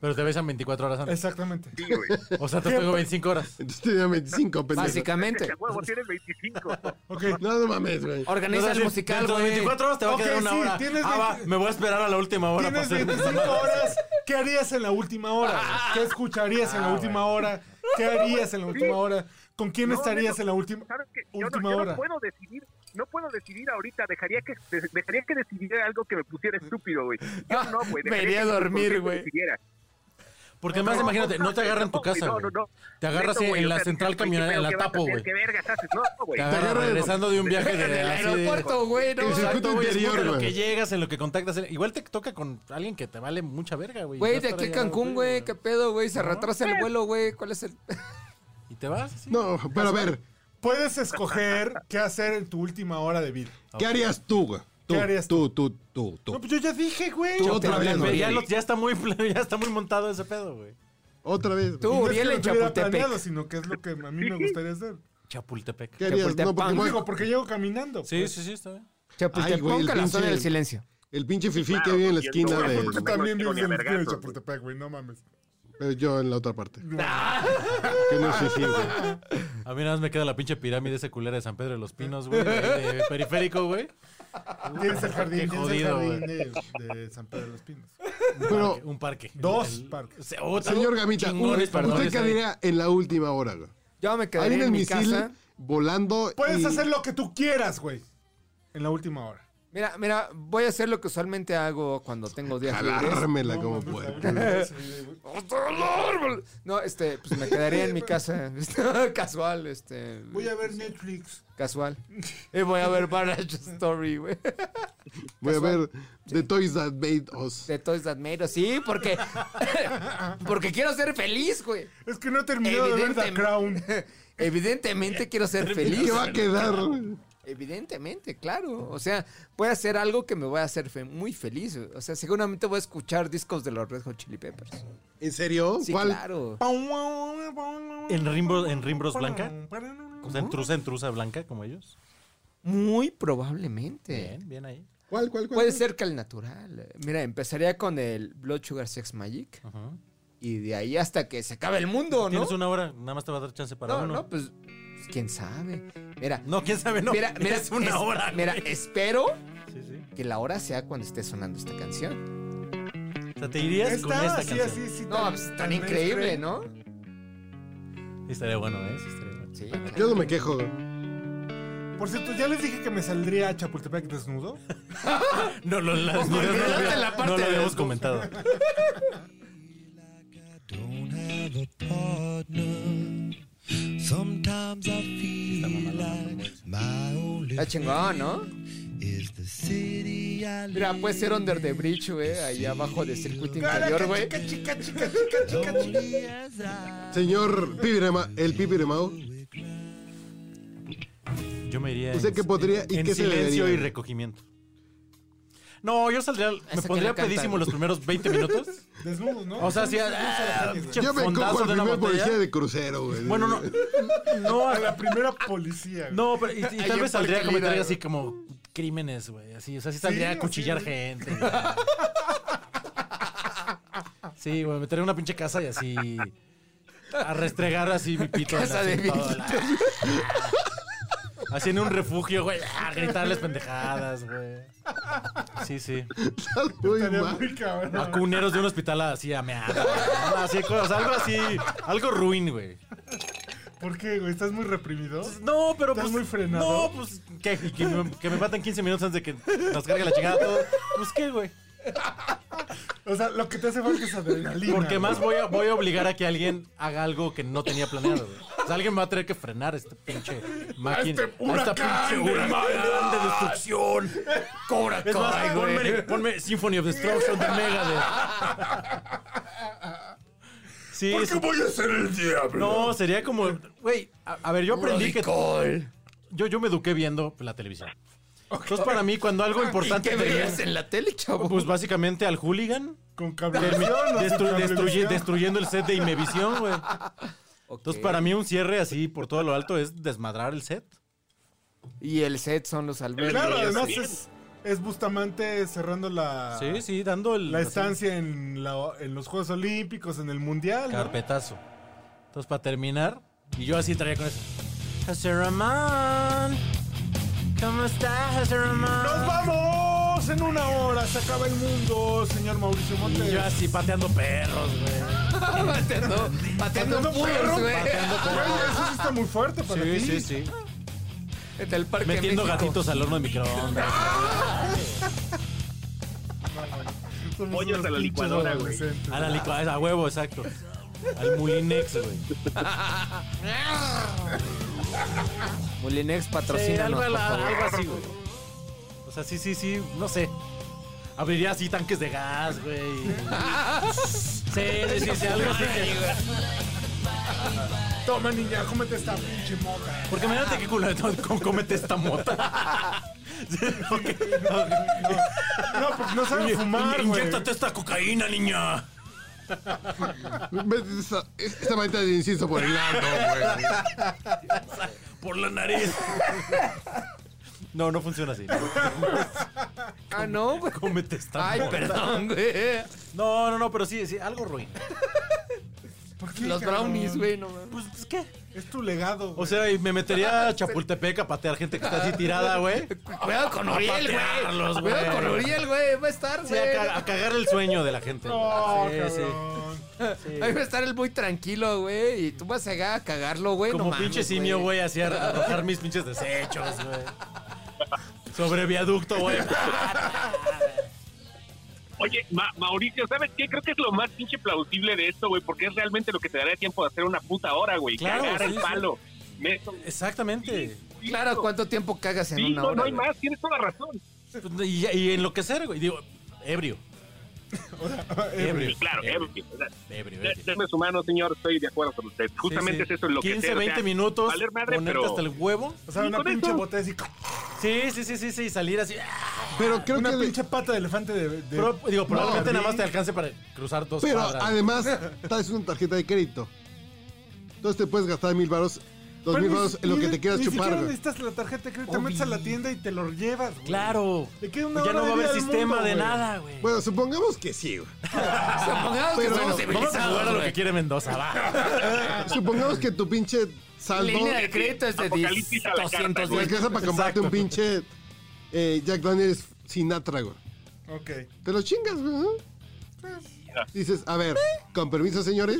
Speaker 5: Pero te besan 24 horas antes.
Speaker 1: Exactamente.
Speaker 4: Sí, güey.
Speaker 5: O sea, te pego 25 horas.
Speaker 3: Entonces tenía 25, pendejo.
Speaker 1: Este
Speaker 2: Básicamente.
Speaker 4: A huevo, tienes 25.
Speaker 1: Ok.
Speaker 3: No, no mames, güey.
Speaker 2: Organiza el musical,
Speaker 5: Dentro de
Speaker 2: güey.
Speaker 5: 24 horas te va
Speaker 1: Ok,
Speaker 5: a quedar una
Speaker 1: sí,
Speaker 5: hora.
Speaker 1: tienes
Speaker 5: Ah, va,
Speaker 1: 20
Speaker 5: me voy a esperar a la última hora para
Speaker 1: Tienes
Speaker 5: hacer
Speaker 1: 25 horas. ¿Qué harías en la última hora? güey? ¿Qué escucharías en la última hora? ¿Qué harías en la última hora? ¿Con quién
Speaker 4: No,
Speaker 1: estarías
Speaker 4: amigo,
Speaker 1: en la última,
Speaker 4: ¿sabes qué? Yo no-
Speaker 1: última
Speaker 4: yo no,
Speaker 1: hora?
Speaker 4: puedo decidir, no puedo decidir ahorita, dejaría que de- dejaría que decidiera algo que me pusiera estúpido, güey. Yo no, güey.
Speaker 2: Me iría
Speaker 4: dejaría
Speaker 2: a
Speaker 4: que mi
Speaker 2: dormir,
Speaker 4: conciencia
Speaker 2: güey.
Speaker 4: decidiera.
Speaker 5: Porque además, imagínate, no te agarra en tu casa,
Speaker 4: No,
Speaker 5: güey.
Speaker 4: no, no.
Speaker 5: Te agarras
Speaker 4: Neto,
Speaker 5: en,
Speaker 4: güey,
Speaker 5: en
Speaker 4: o
Speaker 5: la
Speaker 4: sea,
Speaker 5: central
Speaker 4: dices, "Oye,
Speaker 5: camionera,
Speaker 4: pero
Speaker 5: en la
Speaker 4: ¿qué vas a
Speaker 5: tapo,
Speaker 4: hacer?
Speaker 5: güey.
Speaker 4: ¿Qué vergas haces? No, güey.
Speaker 5: Te agarra
Speaker 3: agarra en-
Speaker 5: regresando de un viaje de,
Speaker 2: En el
Speaker 5: así de-
Speaker 2: aeropuerto, güey. No,
Speaker 3: El
Speaker 2: mames.
Speaker 3: circuito
Speaker 5: güey,
Speaker 3: interior,
Speaker 5: puta, lo
Speaker 3: güey.
Speaker 5: que llegas, en lo que contactas. en- Igual te toca con alguien que te vale mucha verga, güey.
Speaker 2: Güey,
Speaker 5: Vas
Speaker 2: de
Speaker 5: para
Speaker 2: aquí a
Speaker 5: allá,
Speaker 2: Cancún, güey. ¿Qué pedo, güey? Se retrasa el vuelo, güey. ¿Cuál es el...?
Speaker 5: ¿Y te vas? así.
Speaker 3: No, pero a ver,
Speaker 1: Puedes escoger qué hacer en tu última hora de vida.
Speaker 3: ¿qué harías tú, güey? Tú,
Speaker 1: ¿Qué harías
Speaker 3: tú? Tú, tú, tú.
Speaker 1: No, pues yo ya dije, güey.
Speaker 3: Tú
Speaker 1: Yo
Speaker 3: otra
Speaker 5: Ya,
Speaker 3: vez,
Speaker 5: güey,
Speaker 3: güey.
Speaker 5: ya, lo- ya está muy, pl- ya está muy montado ese pedo, güey.
Speaker 3: Otra vez. güey.
Speaker 2: Tú,
Speaker 1: no es que
Speaker 2: Uriel,
Speaker 1: lo
Speaker 2: en
Speaker 1: tuviera planeado,
Speaker 2: Chapultepec.
Speaker 1: sino que es lo que a mí me gustaría hacer.
Speaker 5: Chapultepec.
Speaker 3: ¿Qué harías? No, porque
Speaker 2: Chapultepec.
Speaker 3: igual-
Speaker 1: Digo, porque llego caminando.
Speaker 5: Sí, sí, sí, está bien.
Speaker 3: Ay, güey, el
Speaker 2: Chapultepec, la zona
Speaker 3: pinche-
Speaker 2: del silencio.
Speaker 3: el pinche fifí que
Speaker 4: Claro,
Speaker 3: vive en la
Speaker 4: y el
Speaker 3: esquina
Speaker 4: doble,
Speaker 3: de...
Speaker 4: porque-
Speaker 1: Tú también
Speaker 4: No,
Speaker 1: vives
Speaker 4: ni a
Speaker 1: en el
Speaker 4: vergazos,
Speaker 1: de
Speaker 4: güey.
Speaker 1: Chapultepec, güey, no mames.
Speaker 3: Pero yo en la otra parte. Que no soy ciego.
Speaker 5: A mí nada más me queda la pinche pirámide esa culera de San Pedro de los Pinos, güey, de, ahí de periférico, güey.
Speaker 1: Tienes el jardín,
Speaker 5: Qué
Speaker 1: tienes
Speaker 5: jodido,
Speaker 1: el
Speaker 5: güey.
Speaker 1: jardín de, de San Pedro de los Pinos.
Speaker 3: Pero,
Speaker 5: Un parque.
Speaker 1: Dos
Speaker 5: El-
Speaker 1: parques.
Speaker 5: Se- oh,
Speaker 3: señor Gamita,
Speaker 5: chingones,
Speaker 3: ¿usted
Speaker 5: perdón,
Speaker 3: usted
Speaker 5: ese-
Speaker 3: qué haría en la última hora, güey?
Speaker 2: Yo me
Speaker 3: Ahí
Speaker 2: quedaría
Speaker 3: viene
Speaker 2: en
Speaker 3: el
Speaker 2: mi
Speaker 3: misil
Speaker 2: casa.
Speaker 3: volando.
Speaker 1: Puedes
Speaker 3: y-
Speaker 1: hacer lo que tú quieras, güey. En la última hora.
Speaker 2: Mira, mira, voy a hacer lo que usualmente hago cuando tengo días libres.
Speaker 3: Jalármela como pueda.
Speaker 2: ¡Hasta el árbol! No, este, pues me quedaría en mi casa. casual, este.
Speaker 1: Voy a ver Netflix.
Speaker 2: Casual. Y voy a ver Barrage Story, güey.
Speaker 3: Voy a ver The Toys That Made Us.
Speaker 2: De Toys That Made Us. Sí, porque. porque quiero ser feliz, güey.
Speaker 1: Es que no he terminado de ver The
Speaker 2: Evidentemente.
Speaker 1: Crown.
Speaker 2: Evidentemente quiero ser
Speaker 3: ¿Qué
Speaker 2: feliz.
Speaker 3: va a quedar?
Speaker 2: Evidentemente, claro. O sea, voy a hacer algo que me voy a hacer fe- muy feliz. güey. O sea, seguramente voy a escuchar discos de los Red Hot Chili Peppers.
Speaker 3: ¿En serio?
Speaker 2: Sí,
Speaker 3: ¿Cuál?
Speaker 2: claro.
Speaker 5: ¿En Rimbros, en Rimbros Blanca? O sea, en trusa, en trusa blanca, como ellos.
Speaker 2: Muy probablemente.
Speaker 5: Bien, bien ahí.
Speaker 3: ¿Cuál, cuál, cuál?
Speaker 2: Puede ser que al natural. eh, Mira, empezaría con el Blood Sugar Sex Magic
Speaker 5: Ajá.
Speaker 2: y de ahí hasta que se acabe el mundo, ¿no?
Speaker 5: Tienes una hora, nada más te va a dar chance para
Speaker 2: No,
Speaker 5: uno.
Speaker 2: no, pues quién sabe. Mira,
Speaker 5: No, quién sabe, no.
Speaker 2: mira, mira,
Speaker 5: es una
Speaker 2: es-
Speaker 5: hora.
Speaker 2: Mira,
Speaker 5: güey.
Speaker 2: espero
Speaker 5: Sí, sí.
Speaker 2: que la hora sea cuando esté sonando esta canción.
Speaker 5: O sea, te irías con
Speaker 1: Está
Speaker 5: esta
Speaker 1: así,
Speaker 5: canción.
Speaker 1: así, sí.
Speaker 2: No, pues tan increíble, ¿no?
Speaker 5: Estaría bueno, ¿eh? Sí, estaría bueno.
Speaker 2: Sí.
Speaker 3: Yo no me quejo.
Speaker 1: Por cierto, ya les dije que me saldría a Chapultepec desnudo.
Speaker 5: No, lo, las, no, no,
Speaker 2: olvidaste
Speaker 5: lo había-
Speaker 2: la parte
Speaker 5: no lo
Speaker 2: de
Speaker 5: habíamos
Speaker 2: los-
Speaker 5: comentado.
Speaker 11: Don't have a partner. Sometimes I feel like my only
Speaker 2: Está chingón, ¿no?
Speaker 11: is the city I live.
Speaker 2: Mira, puede ser Under the Bridge, güey, ahí abajo de circuito interior, güey.
Speaker 1: Chica, chica, chica, chica, chica, chica.
Speaker 3: Señor Pipirema, el Pipiremao,
Speaker 5: Yo me iría.
Speaker 3: ¿Usted
Speaker 5: en-
Speaker 3: qué podría
Speaker 5: en,
Speaker 3: y
Speaker 5: en
Speaker 3: qué se le
Speaker 5: silencio
Speaker 3: daría?
Speaker 5: y recogimiento. No, yo saldría. Me
Speaker 2: que
Speaker 5: pondría
Speaker 2: le canta,
Speaker 5: pedísimo
Speaker 2: güey.
Speaker 5: los primeros 20 minutos.
Speaker 1: Desnudo, ¿no?
Speaker 5: O sea, sí.
Speaker 1: Ah,
Speaker 5: ah, pinche
Speaker 3: Yo me
Speaker 5: fondazo
Speaker 3: cojo al
Speaker 5: de una
Speaker 3: primer
Speaker 5: botella.
Speaker 3: policía de crucero, güey.
Speaker 5: Bueno, no. No,
Speaker 1: A la primera policía. güey.
Speaker 5: No, pero y, y
Speaker 2: Ahí
Speaker 5: tal
Speaker 2: en
Speaker 5: vez saldría a
Speaker 2: Parque
Speaker 5: cometer
Speaker 2: Lira,
Speaker 5: así como crímenes, güey. Así, o sea, sí saldría
Speaker 1: Sí,
Speaker 5: a cuchillar
Speaker 1: así,
Speaker 5: gente. güey. Sí, güey, metería una pinche casa y así. A restregar así mi pito. en
Speaker 2: Casa
Speaker 5: así
Speaker 2: de
Speaker 5: todo, la- Así en un refugio, güey. A gritarles pendejadas, güey. Sí, sí.
Speaker 3: Estás muy
Speaker 1: Estaría
Speaker 3: mal.
Speaker 1: muy cabrón.
Speaker 5: A cuneros de un hospital así a mear, güey. Así cosas, algo así. Algo ruin, güey.
Speaker 1: ¿Por qué, güey? ¿Estás muy reprimido?
Speaker 5: No, pero
Speaker 1: Estás
Speaker 5: pues.
Speaker 1: muy frenado.
Speaker 5: No, pues. ¿qué? Y Que, me, que me maten 15 minutos antes de que nos cargue la chingada todo. Pues qué, güey.
Speaker 1: O sea, lo que te hace falta es adrenalina.
Speaker 5: Porque
Speaker 1: güey.
Speaker 5: más voy a, voy a obligar a que alguien haga algo que no tenía planeado, güey. O sea, alguien va a tener que frenar esta pinche máquina.
Speaker 1: este huracán
Speaker 5: esta pinche
Speaker 1: de
Speaker 5: huracán de destrucción. Cobra es más,
Speaker 1: Kai, güey.
Speaker 5: ponme, ponme Symphony of Destruction de Megadeth. Sí, sí.
Speaker 1: voy a ser el diablo?
Speaker 5: No, sería como. Güey, a, a ver, yo aprendí que. Yo, yo me eduqué viendo la televisión. Entonces, para mí, cuando algo importante.
Speaker 2: ¿Qué
Speaker 5: tenía-
Speaker 2: veías en la tele, chavo?
Speaker 5: Pues básicamente al hooligan.
Speaker 1: Con
Speaker 5: termi-
Speaker 1: cablevisión.
Speaker 5: destru-
Speaker 1: Destruye,
Speaker 5: destruye- destruyendo el set de Imevisión, güey.
Speaker 2: Ok.
Speaker 5: Entonces, pues, para mí, un cierre así por todo lo alto es desmadrar el set.
Speaker 2: Y el set son los albergues.
Speaker 1: Claro, además es, es Bustamante cerrando la,
Speaker 5: Sí, sí, dando el.
Speaker 1: Ah. la
Speaker 5: así,
Speaker 1: estancia en, la- en los Juegos Olímpicos, en el Mundial. ¿no?
Speaker 5: Carpetazo. Entonces, para terminar, y yo así traía con eso. José Ramón. ¿Cómo estás, José Ramón?
Speaker 1: ¡Nos vamos! En una hora se acaba el mundo, señor Mauricio Montes.
Speaker 5: Y yo así pateando perros, güey.
Speaker 2: pateando, pateando
Speaker 1: Pateando
Speaker 2: puros,
Speaker 1: perros,
Speaker 2: güey.
Speaker 5: pateando
Speaker 1: Güey, eso sí está muy fuerte para ti.
Speaker 5: Sí, sí, sí.
Speaker 2: En el parque
Speaker 5: Metiendo
Speaker 2: México.
Speaker 5: gatitos al horno de microondas.
Speaker 1: Somos
Speaker 10: Pollos
Speaker 1: unos
Speaker 10: a la
Speaker 1: pinches
Speaker 10: licuadora, güey.
Speaker 1: adolescentes.
Speaker 5: A la licuadora, a huevo, exacto. Al Mulinex, güey.
Speaker 2: Mulinex
Speaker 5: Sí,
Speaker 2: patrocina,
Speaker 5: algo,
Speaker 2: por
Speaker 5: a la-
Speaker 2: favor.
Speaker 5: algo así, güey. O sea, sí, sí, sí, no sé. Abriría así tanques de gas, güey. Sí, sí, sí, sí, algo así. que-
Speaker 1: Toma, niña, cómete esta pinche moca.
Speaker 5: Porque imagínate qué culo de todo con cómete esta mota. Sí, ok, ok.
Speaker 1: No, pues no saben fumar,
Speaker 5: In-
Speaker 1: güey.
Speaker 5: Inyéctate esta cocaína, niña.
Speaker 3: Vete Esta, esta manita de inciso por el lado, güey.
Speaker 5: Por la nariz. No, no funciona así.
Speaker 2: Ah, no, güey.
Speaker 5: Cómete esta
Speaker 2: Ay,
Speaker 5: mota.
Speaker 2: perdón, güey.
Speaker 5: No, no, no, pero sí, sí, algo ruin.
Speaker 1: qué,
Speaker 2: Los
Speaker 1: cabrón?
Speaker 2: brownies, güey, no mames.
Speaker 5: Pues, pues, ¿qué?
Speaker 1: Es tu legado.
Speaker 5: O sea, y me metería a Chapultepec a patear gente que está así tirada, güey.
Speaker 2: Cuidado con Uriel,
Speaker 5: patearlos,
Speaker 2: güey.
Speaker 5: Pues, güey.
Speaker 2: Cuidado con Uriel, güey. Va a estar,
Speaker 5: Sí,
Speaker 2: güey.
Speaker 5: a, ca- a cagar el sueño de la gente.
Speaker 1: No,
Speaker 5: Sí, sí.
Speaker 1: cabrón.
Speaker 2: Ahí va a estar el muy tranquilo, güey. Y tú vas a llegar a cagarlo, güey.
Speaker 5: Como
Speaker 2: no
Speaker 5: pinche
Speaker 2: mames,
Speaker 5: simio, güey, así a a arrojar mis pinches desechos, güey. Sobre viaducto, güey.
Speaker 4: Oye, Ma- Mauricio, ¿sabes qué? Creo que es lo más pinche plausible de esto, güey, porque es realmente lo que te daría tiempo de hacer una puta hora, güey.
Speaker 5: Claro,
Speaker 4: cagar
Speaker 5: sí,
Speaker 4: el
Speaker 5: sí.
Speaker 4: palo. Neto,
Speaker 5: Exactamente.
Speaker 2: Claro, ¿cuánto tiempo cagas en
Speaker 4: sí,
Speaker 2: una
Speaker 4: no,
Speaker 2: hora?
Speaker 4: no hay
Speaker 2: güey?
Speaker 4: más, tienes toda razón.
Speaker 5: Y, y enloquecer, güey. Digo, ebrio. ebrio.
Speaker 4: Sí, claro,
Speaker 5: ebrio.
Speaker 4: ebrio. o sea,
Speaker 5: ebrio,
Speaker 4: de-
Speaker 5: ebrio.
Speaker 4: Seres humanos, señor, estoy de acuerdo con usted. Justamente
Speaker 5: Sí, sí.
Speaker 4: es eso lo que
Speaker 5: 15,
Speaker 4: sea, o sea,
Speaker 5: 20 minutos.
Speaker 4: Valer madre,
Speaker 5: ponerte
Speaker 4: pero.
Speaker 5: hasta el huevo.
Speaker 1: O sea,
Speaker 4: ¿Y
Speaker 1: una
Speaker 4: con
Speaker 1: pinche
Speaker 4: eso?
Speaker 1: botella así.
Speaker 5: Sí, sí, sí, sí, sí. Salir así. ah,
Speaker 3: Pero creo
Speaker 1: una
Speaker 3: que.
Speaker 1: pinche pata de elefante de. de-
Speaker 5: pro- digo, probablemente
Speaker 1: no,
Speaker 5: nada más te alcance para cruzar dos
Speaker 3: Pero
Speaker 5: cuadras.
Speaker 3: además, traes una tarjeta de crédito. Entonces te puedes gastar mil baros, dos
Speaker 1: Pero
Speaker 3: mil
Speaker 1: ni-
Speaker 3: baros en lo
Speaker 1: ni-
Speaker 3: que te quieras
Speaker 1: ni
Speaker 3: chupar.
Speaker 1: siquiera
Speaker 3: güey.
Speaker 1: necesitas la tarjeta de crédito, te metes a la tienda y te lo llevas, güey.
Speaker 5: Claro.
Speaker 1: Te queda una
Speaker 5: ya
Speaker 1: hora
Speaker 5: no va
Speaker 1: de
Speaker 5: a haber
Speaker 1: vida al
Speaker 5: sistema
Speaker 1: mundo,
Speaker 5: de
Speaker 1: güey.
Speaker 5: nada, güey.
Speaker 3: Bueno, supongamos que sí, güey.
Speaker 2: Supongamos que somos
Speaker 3: Pero-
Speaker 5: Vamos a jugar a
Speaker 2: civilizados,
Speaker 5: lo que
Speaker 2: güey.
Speaker 5: quiere Mendoza, va.
Speaker 1: Ah.
Speaker 3: supongamos que tu pinche saldo
Speaker 2: Línea de crédito es de
Speaker 4: Apocalipsis a la carta,
Speaker 2: 200
Speaker 3: te alcanza para comprarte un pinche eh, Jack Daniels Sinatra, güey.
Speaker 1: Ok.
Speaker 3: Te lo chingas, güey. ¿no? Dices, a ver, con permiso, señores,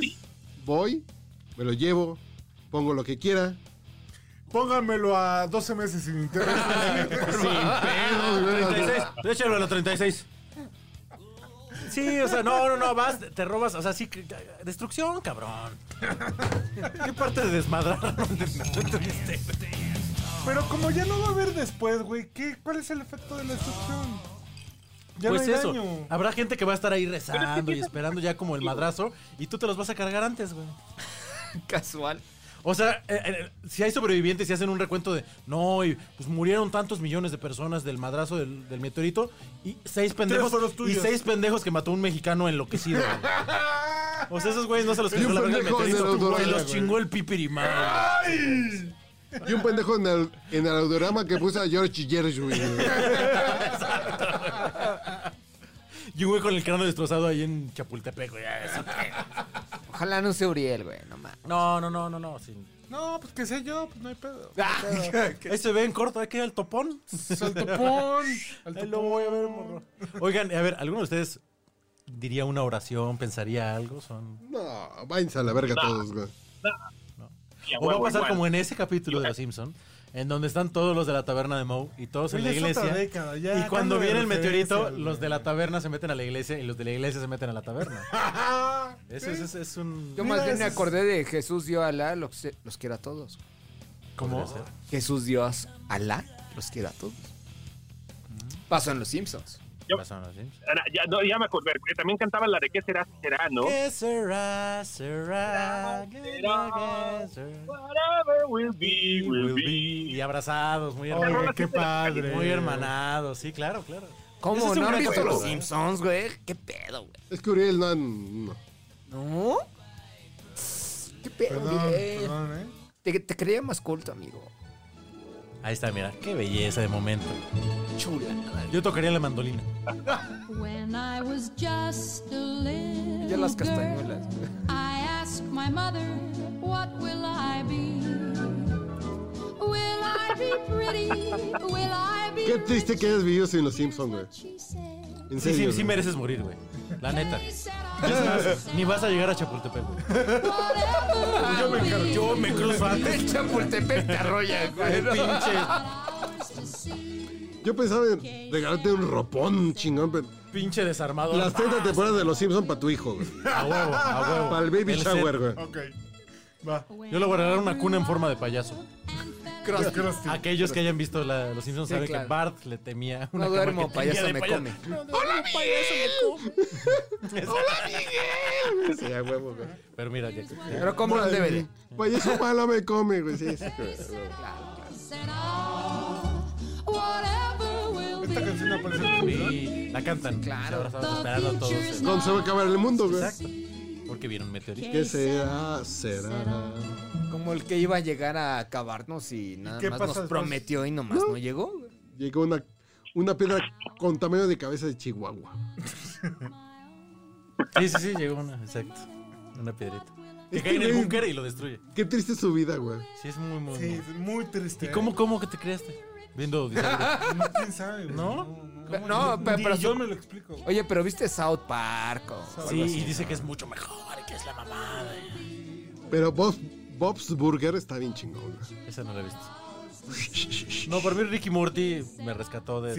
Speaker 3: voy, me lo llevo, pongo lo que quiera.
Speaker 1: Póngamelo a 12 meses sin interés.
Speaker 3: Pedos, güey, o sea,
Speaker 5: 36. Échalo a los 36. Sí, o sea, no, no, no, vas, te robas, o sea, sí, que- destrucción, cabrón. ¿Qué parte de este, desmadrar? no entendiste?
Speaker 1: Pero como ya no va a haber después, güey, ¿qué, ¿cuál es el efecto de la destrucción? Ya
Speaker 5: pues
Speaker 1: no hay
Speaker 5: eso,
Speaker 1: daño.
Speaker 5: habrá gente que va a estar ahí rezando y esperando ya como el madrazo y tú te los vas a cargar antes, güey.
Speaker 2: Casual.
Speaker 5: O sea, eh, eh, si hay sobrevivientes y hacen un recuento de, no, y, pues murieron tantos millones de personas del madrazo del, del meteorito y seis pendejos
Speaker 1: fueron
Speaker 5: y
Speaker 1: tuyos.
Speaker 5: seis pendejos que mató un mexicano enloquecido. güey. o sea, esos güeyes no se los
Speaker 3: Y
Speaker 5: cargó
Speaker 3: un
Speaker 5: la verga del
Speaker 3: pendejo de
Speaker 5: meteorito,
Speaker 3: los
Speaker 5: güey,
Speaker 3: Durango,
Speaker 5: los
Speaker 3: güey.
Speaker 5: chingó el pipirimán.
Speaker 3: Y un pendejo en el, en el audiorama que puso a George Gershwin. güey.
Speaker 5: Y un güey con el cráneo destrozado ahí en Chapultepec, güey. Ah, eso qué.
Speaker 2: Ojalá no sea Uriel, güey, no mames.
Speaker 5: No, no, no, no, no. sí.
Speaker 1: No, pues que sé yo, pues no hay pedo.
Speaker 5: Ah, Ahí se ve en corto, hay que ir al topón.
Speaker 1: Al topón. Al
Speaker 5: Ahí lo
Speaker 1: topón.
Speaker 5: voy a ver, morro. Oigan, a ver, ¿alguno de ustedes diría una oración, pensaría algo? Son.
Speaker 3: No, váyanse a la verga todos, güey.
Speaker 4: Ya,
Speaker 5: O va a
Speaker 4: huevo,
Speaker 5: pasar
Speaker 4: igual.
Speaker 5: como en ese capítulo de Los Simpson, en donde están todos los de la taberna de Moe y todos en
Speaker 1: Oye,
Speaker 5: la
Speaker 1: Pues es otra
Speaker 5: iglesia.
Speaker 1: década, ya,
Speaker 5: y
Speaker 1: cambio
Speaker 5: cuando
Speaker 1: de
Speaker 5: viene el meteorito,
Speaker 1: referencia,
Speaker 5: los de la taberna se meten a la iglesia y los de la iglesia se meten a la taberna. Eso es, es- es un
Speaker 2: Yo
Speaker 1: Mira,
Speaker 2: más bien
Speaker 1: ese
Speaker 2: me
Speaker 1: es-
Speaker 2: acordé de Jesús dio a Alá, los, los quiero a todos.
Speaker 5: ¿Cómo?
Speaker 2: Jesús dio a Alá, los quiero a todos. Pasó en Los Simpsons.
Speaker 4: Yo-
Speaker 5: Pasaron los Simpsons.
Speaker 4: Ahora, Ya, Ah, no, ya me acordé, porque también cantaban la de qué será, será, ¿no?
Speaker 5: ¿Qué será, será, qué será, qué será?
Speaker 4: Whatever will be, will be.
Speaker 5: Y abrazados, muy
Speaker 1: Oye,
Speaker 5: hermanados.
Speaker 1: qué padre.
Speaker 5: Muy hermanados, sí, claro, claro. Ese
Speaker 2: ¿Cómo?
Speaker 5: es un
Speaker 2: ¿No han
Speaker 5: gran
Speaker 2: visto
Speaker 5: capítulo,
Speaker 2: Los
Speaker 5: ¿eh?
Speaker 2: Simpsons, güey? ¿Qué pedo, güey?
Speaker 3: Es que Uriel no. no.
Speaker 2: ¿No? ¿Qué pedo,
Speaker 1: Perdón,
Speaker 2: Uriel?
Speaker 1: perdón, ¿eh?
Speaker 2: Te, te creía más culto, amigo.
Speaker 5: Ahí está, mira, qué belleza de momento.
Speaker 2: Chula.
Speaker 5: Yo tocaría la mandolina.
Speaker 8: When I was just a little
Speaker 2: Ya las
Speaker 8: girl,
Speaker 2: castañuelas.
Speaker 8: I asked my mother, what will I be? Will I be pretty? Will I be
Speaker 3: Qué triste
Speaker 8: rich?"
Speaker 3: que hayas vivido sin los Simpsons, güey.
Speaker 8: She said.
Speaker 3: En
Speaker 5: Sí,
Speaker 3: serio,
Speaker 5: sí, sí
Speaker 3: güey.
Speaker 5: mereces morir, güey. La neta.
Speaker 8: She said,
Speaker 5: Ni vas a llegar a Chapultepec, güey.
Speaker 8: "Whatever will be,
Speaker 5: Yo me cruzo antes.
Speaker 2: El Chapultepec te arrolla, güey. ¿no?
Speaker 5: Pinche,
Speaker 8: hours to see."
Speaker 3: Yo pensaba en regalarte un ropón chingón, pero.
Speaker 5: pinche desarmado.
Speaker 3: Las 30 temporadas de los Simpsons para tu hijo, güey.
Speaker 5: A huevo, a huevo.
Speaker 3: Para el baby
Speaker 5: El
Speaker 3: shower,
Speaker 5: set.
Speaker 3: güey.
Speaker 1: Ok. Va.
Speaker 5: Yo le voy a regalar una cuna en forma de payaso.
Speaker 1: Crusty. Crusty.
Speaker 5: Aquellos que hayan visto la- Los Simpsons
Speaker 2: Sí,
Speaker 5: saben
Speaker 2: claro.
Speaker 5: que Bart le temía a una
Speaker 2: No
Speaker 5: cama
Speaker 2: duermo,
Speaker 5: que tenía
Speaker 2: payaso
Speaker 5: de
Speaker 2: me come.
Speaker 5: No duermo, payaso me come.
Speaker 3: Sí, a huevo, güey.
Speaker 5: Pero mira, ya que-
Speaker 2: Pero compra un DVD.
Speaker 3: Payaso malo me come, güey. Sí, sí, güey.
Speaker 8: Said, "Ah, whatever will
Speaker 1: Esta
Speaker 8: be."
Speaker 1: canción aparece en el video.
Speaker 5: y la cantan.
Speaker 2: claro.
Speaker 5: Ahora estamos esperando a todos.
Speaker 3: ¿Dónde se va a acabar el mundo, güey?
Speaker 5: Exacto. Porque viene un meteorito.
Speaker 3: ¿Qué será? Será.
Speaker 2: Como el que iba a llegar a acabarnos y nada
Speaker 1: qué
Speaker 2: más
Speaker 1: pasa
Speaker 2: nos
Speaker 1: después?
Speaker 2: prometió y nomás no, llegó. güey.
Speaker 3: Llegó una, una piedra con tamaño de cabeza de Chihuahua.
Speaker 5: Sí, sí, sí, llegó una. Exacto. Una piedrita. Te cae en el búnker y lo destruye.
Speaker 3: Qué triste es su vida, güey.
Speaker 5: Sí, es muy, muy.
Speaker 1: Sí,
Speaker 5: muy.
Speaker 1: es muy triste.
Speaker 5: ¿Y cómo, cómo que te creaste? Viendo.
Speaker 1: No, ¿Quién sabe? güey?
Speaker 5: ¿No?
Speaker 1: ¿Cómo?
Speaker 2: No,
Speaker 1: Ni-
Speaker 2: pero-
Speaker 1: ni
Speaker 2: pero
Speaker 1: yo
Speaker 2: su-
Speaker 1: me lo explico. güey.
Speaker 2: Oye, pero viste South Park. o-
Speaker 5: Sí, y dice que es mucho mejor y que es la mamada.
Speaker 3: Pero Bob- Bob's Burger está bien chingón, güey.
Speaker 5: Esa no la he visto. No, por mí Ricky Morty me rescató de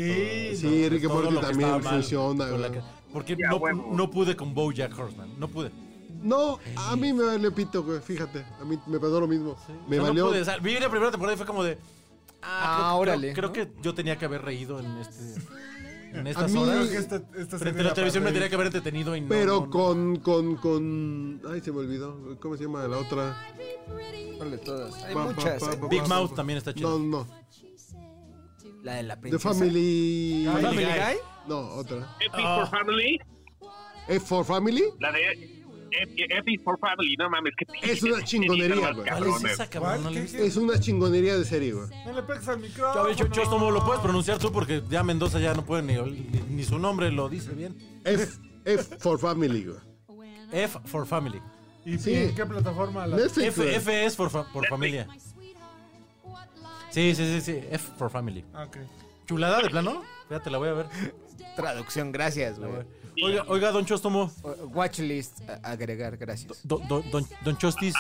Speaker 1: Sí,
Speaker 5: todo.
Speaker 3: sí,
Speaker 5: de
Speaker 3: Ricky
Speaker 5: todo
Speaker 3: Morty
Speaker 5: lo que
Speaker 3: también
Speaker 5: estaba mal
Speaker 3: funciona,
Speaker 5: con la
Speaker 3: güey.
Speaker 5: que- porque
Speaker 4: Ya,
Speaker 5: no,
Speaker 4: huevo.
Speaker 5: no pude con Bojack Horseman. No pude.
Speaker 3: No, a mí me valió pito, güey. Fíjate, a mí me pasó lo mismo. Me
Speaker 5: O sea,
Speaker 3: valió.
Speaker 5: No pude. O sea, vi la primera temporada y fue como de.
Speaker 2: Ah,
Speaker 5: creo-
Speaker 2: órale,
Speaker 5: Creo,
Speaker 2: ¿no?
Speaker 5: creo que yo tenía que haber reído en este. En estas
Speaker 3: mí-
Speaker 5: horas.
Speaker 1: Creo que esta, esta
Speaker 5: Frente
Speaker 1: serie
Speaker 5: a la
Speaker 1: la
Speaker 5: televisión me
Speaker 1: perdí.
Speaker 5: tenía que haber entretenido y no.
Speaker 3: pero
Speaker 5: no, no.
Speaker 3: con, con, con. Ay, se me olvidó. ¿Cómo se llama la otra?
Speaker 2: Órale, todas. Hay
Speaker 3: Pa, pa,
Speaker 2: muchas.
Speaker 3: pa,
Speaker 2: eh.
Speaker 3: pa,
Speaker 5: Big
Speaker 3: pa,
Speaker 5: Mouth
Speaker 3: pa.
Speaker 5: también está
Speaker 3: No,
Speaker 5: chido.
Speaker 3: no.
Speaker 2: La de la
Speaker 3: The
Speaker 2: princesa.
Speaker 3: Family.
Speaker 2: Family
Speaker 5: Guy.
Speaker 2: Guy.
Speaker 3: No, otra.
Speaker 4: Epic
Speaker 5: Ah.
Speaker 4: for Family.
Speaker 3: ¿Es for Family?
Speaker 4: La de Ep- Epic for Family. No mames, qué pinche
Speaker 3: Es una
Speaker 4: serie
Speaker 3: chingonería,
Speaker 4: más
Speaker 3: güey.
Speaker 5: ¿Cuál
Speaker 4: cabrona,
Speaker 5: es esa,
Speaker 1: ¿Cuál?
Speaker 5: cabrón? No la he
Speaker 1: ¿Qué-
Speaker 5: visto.
Speaker 1: qué?
Speaker 3: Es una chingonería de serie, güey.
Speaker 1: No le pegues al
Speaker 5: Ya
Speaker 1: micrófono.
Speaker 5: ves, Yo, yo, Chostomo, lo puedes pronunciar tú porque ya Mendoza ya no puede ni, ni, ni su nombre lo dice bien.
Speaker 3: F, F for Family, güey.
Speaker 5: F for family.
Speaker 1: ¿Y
Speaker 3: Sí.
Speaker 1: en qué plataforma? La...
Speaker 3: Netflix,
Speaker 5: F,
Speaker 3: güey.
Speaker 5: F es for, fa- por familia. Sí, sí, sí, sí. F for family.
Speaker 1: Ah, ok.
Speaker 5: Chulada de plano. Fíjate, la voy a ver.
Speaker 2: Traducción, gracias,
Speaker 5: La voy a
Speaker 2: güey.
Speaker 5: ver. Oiga, oiga, don Chostomo.
Speaker 2: O- Watchlist, a- agregar, gracias.
Speaker 5: Do- do- don, don Chostis.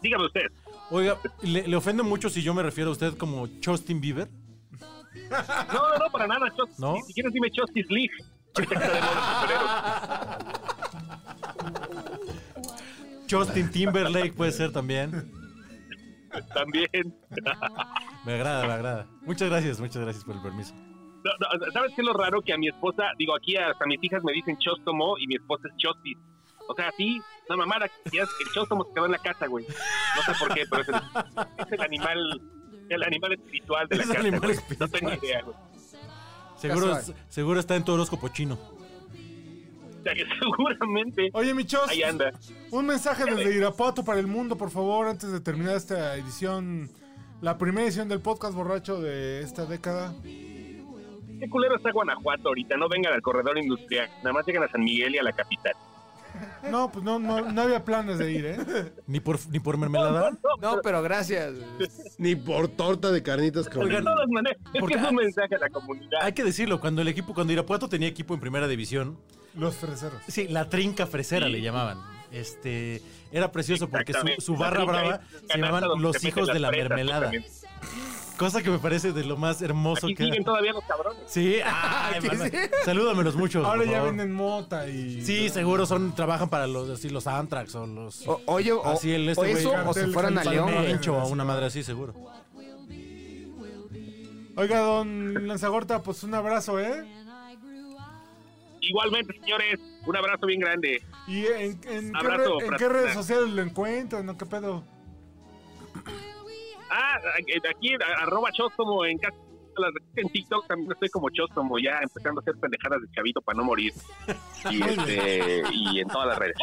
Speaker 4: Dígame usted.
Speaker 5: Oiga, ¿le, le ofende mucho si yo me refiero a usted como Chostin Bieber?
Speaker 4: No, no, no, para nada, Chos.
Speaker 5: ¿No?
Speaker 4: Si quieres dime Justice League. Ahorita que está de moda el superhéroe.
Speaker 5: Chostin Timberlake puede ser también.
Speaker 4: También.
Speaker 5: Me agrada, me agrada. Muchas gracias, muchas gracias por el permiso.
Speaker 4: No, no, ¿Sabes qué es lo raro? Que a mi esposa, digo, aquí hasta mis hijas me dicen Chostomo y mi esposa es Chostis. O sea, sí, no mamada, ya es que el Chostomo se quedó en la casa, güey. No sé por qué, pero es el, es el animal, el animal espiritual de la
Speaker 5: Es el
Speaker 4: casa.
Speaker 5: animal
Speaker 4: güey.
Speaker 5: espiritual.
Speaker 4: No tengo idea, güey.
Speaker 5: Seguro,
Speaker 2: Casual.
Speaker 5: seguro está en tu horóscopo chino.
Speaker 4: O sea, que seguramente
Speaker 1: Oye, mi Chos,
Speaker 4: ahí anda.
Speaker 1: un mensaje desde Irapuato para el mundo, por favor, antes de terminar esta edición, la primera edición del podcast borracho de esta década.
Speaker 4: Qué culero está Guanajuato ahorita. No vengan al corredor industrial. Nada más llegan a San Miguel y a la capital.
Speaker 1: No, pues no, no, no había planes de ir, ¿eh?
Speaker 5: Ni por, ni por mermelada.
Speaker 2: No, pero gracias.
Speaker 3: Ni por torta de carnitas con.
Speaker 4: De todas maneras, es
Speaker 5: Porque-
Speaker 4: que es un mensaje a la comunidad.
Speaker 5: Hay que decirlo, cuando el equipo, cuando Irapuato tenía equipo en primera división,
Speaker 1: Los freseros.
Speaker 5: sí, la trinca fresera le llamaban. Este, era precioso porque su,
Speaker 4: Exactamente.
Speaker 5: su
Speaker 4: La
Speaker 5: barra
Speaker 4: trinca
Speaker 5: brava
Speaker 4: es
Speaker 5: se
Speaker 4: canasta
Speaker 5: llamaban
Speaker 4: donde
Speaker 5: los
Speaker 4: te meten
Speaker 5: hijos de
Speaker 4: las
Speaker 5: la
Speaker 4: fresas,
Speaker 5: mermelada.
Speaker 4: justamente.
Speaker 5: Cosa que me parece de lo más hermoso
Speaker 4: Aquí
Speaker 5: que.
Speaker 4: siguen todavía los cabrones.
Speaker 5: Sí, ay,
Speaker 2: ¿Qué
Speaker 5: mamá.
Speaker 2: sí?
Speaker 5: salúdamelos mucho.
Speaker 1: Ahora
Speaker 5: por
Speaker 1: ya
Speaker 5: favor.
Speaker 1: venden mota y...
Speaker 5: Sí, seguro son, trabajan para los, así, los Antrax o los.
Speaker 2: O- oye, o,
Speaker 5: Así el este
Speaker 2: o
Speaker 5: güey,
Speaker 2: eso, o se
Speaker 1: cartel
Speaker 2: fueran a
Speaker 1: con
Speaker 2: León.
Speaker 1: Palmera.
Speaker 2: güey.
Speaker 5: Pancho o una madre así, seguro.
Speaker 1: Oiga, don Lanzagorta, pues un abrazo, ¿eh?
Speaker 4: Igualmente, señores, un abrazo bien grande.
Speaker 1: ¿Y en, en qué,
Speaker 4: Abrazo,
Speaker 1: re- en qué
Speaker 4: fraternal.
Speaker 1: redes sociales lo encuentran? ¿No? ¿Qué pedo?
Speaker 4: Ah, aquí, a- arroba Chostomo en casa. En TikTok también estoy como Chostomo, ya empezando a hacer pendejadas de chavito para no morir. Y, este, y en todas las redes.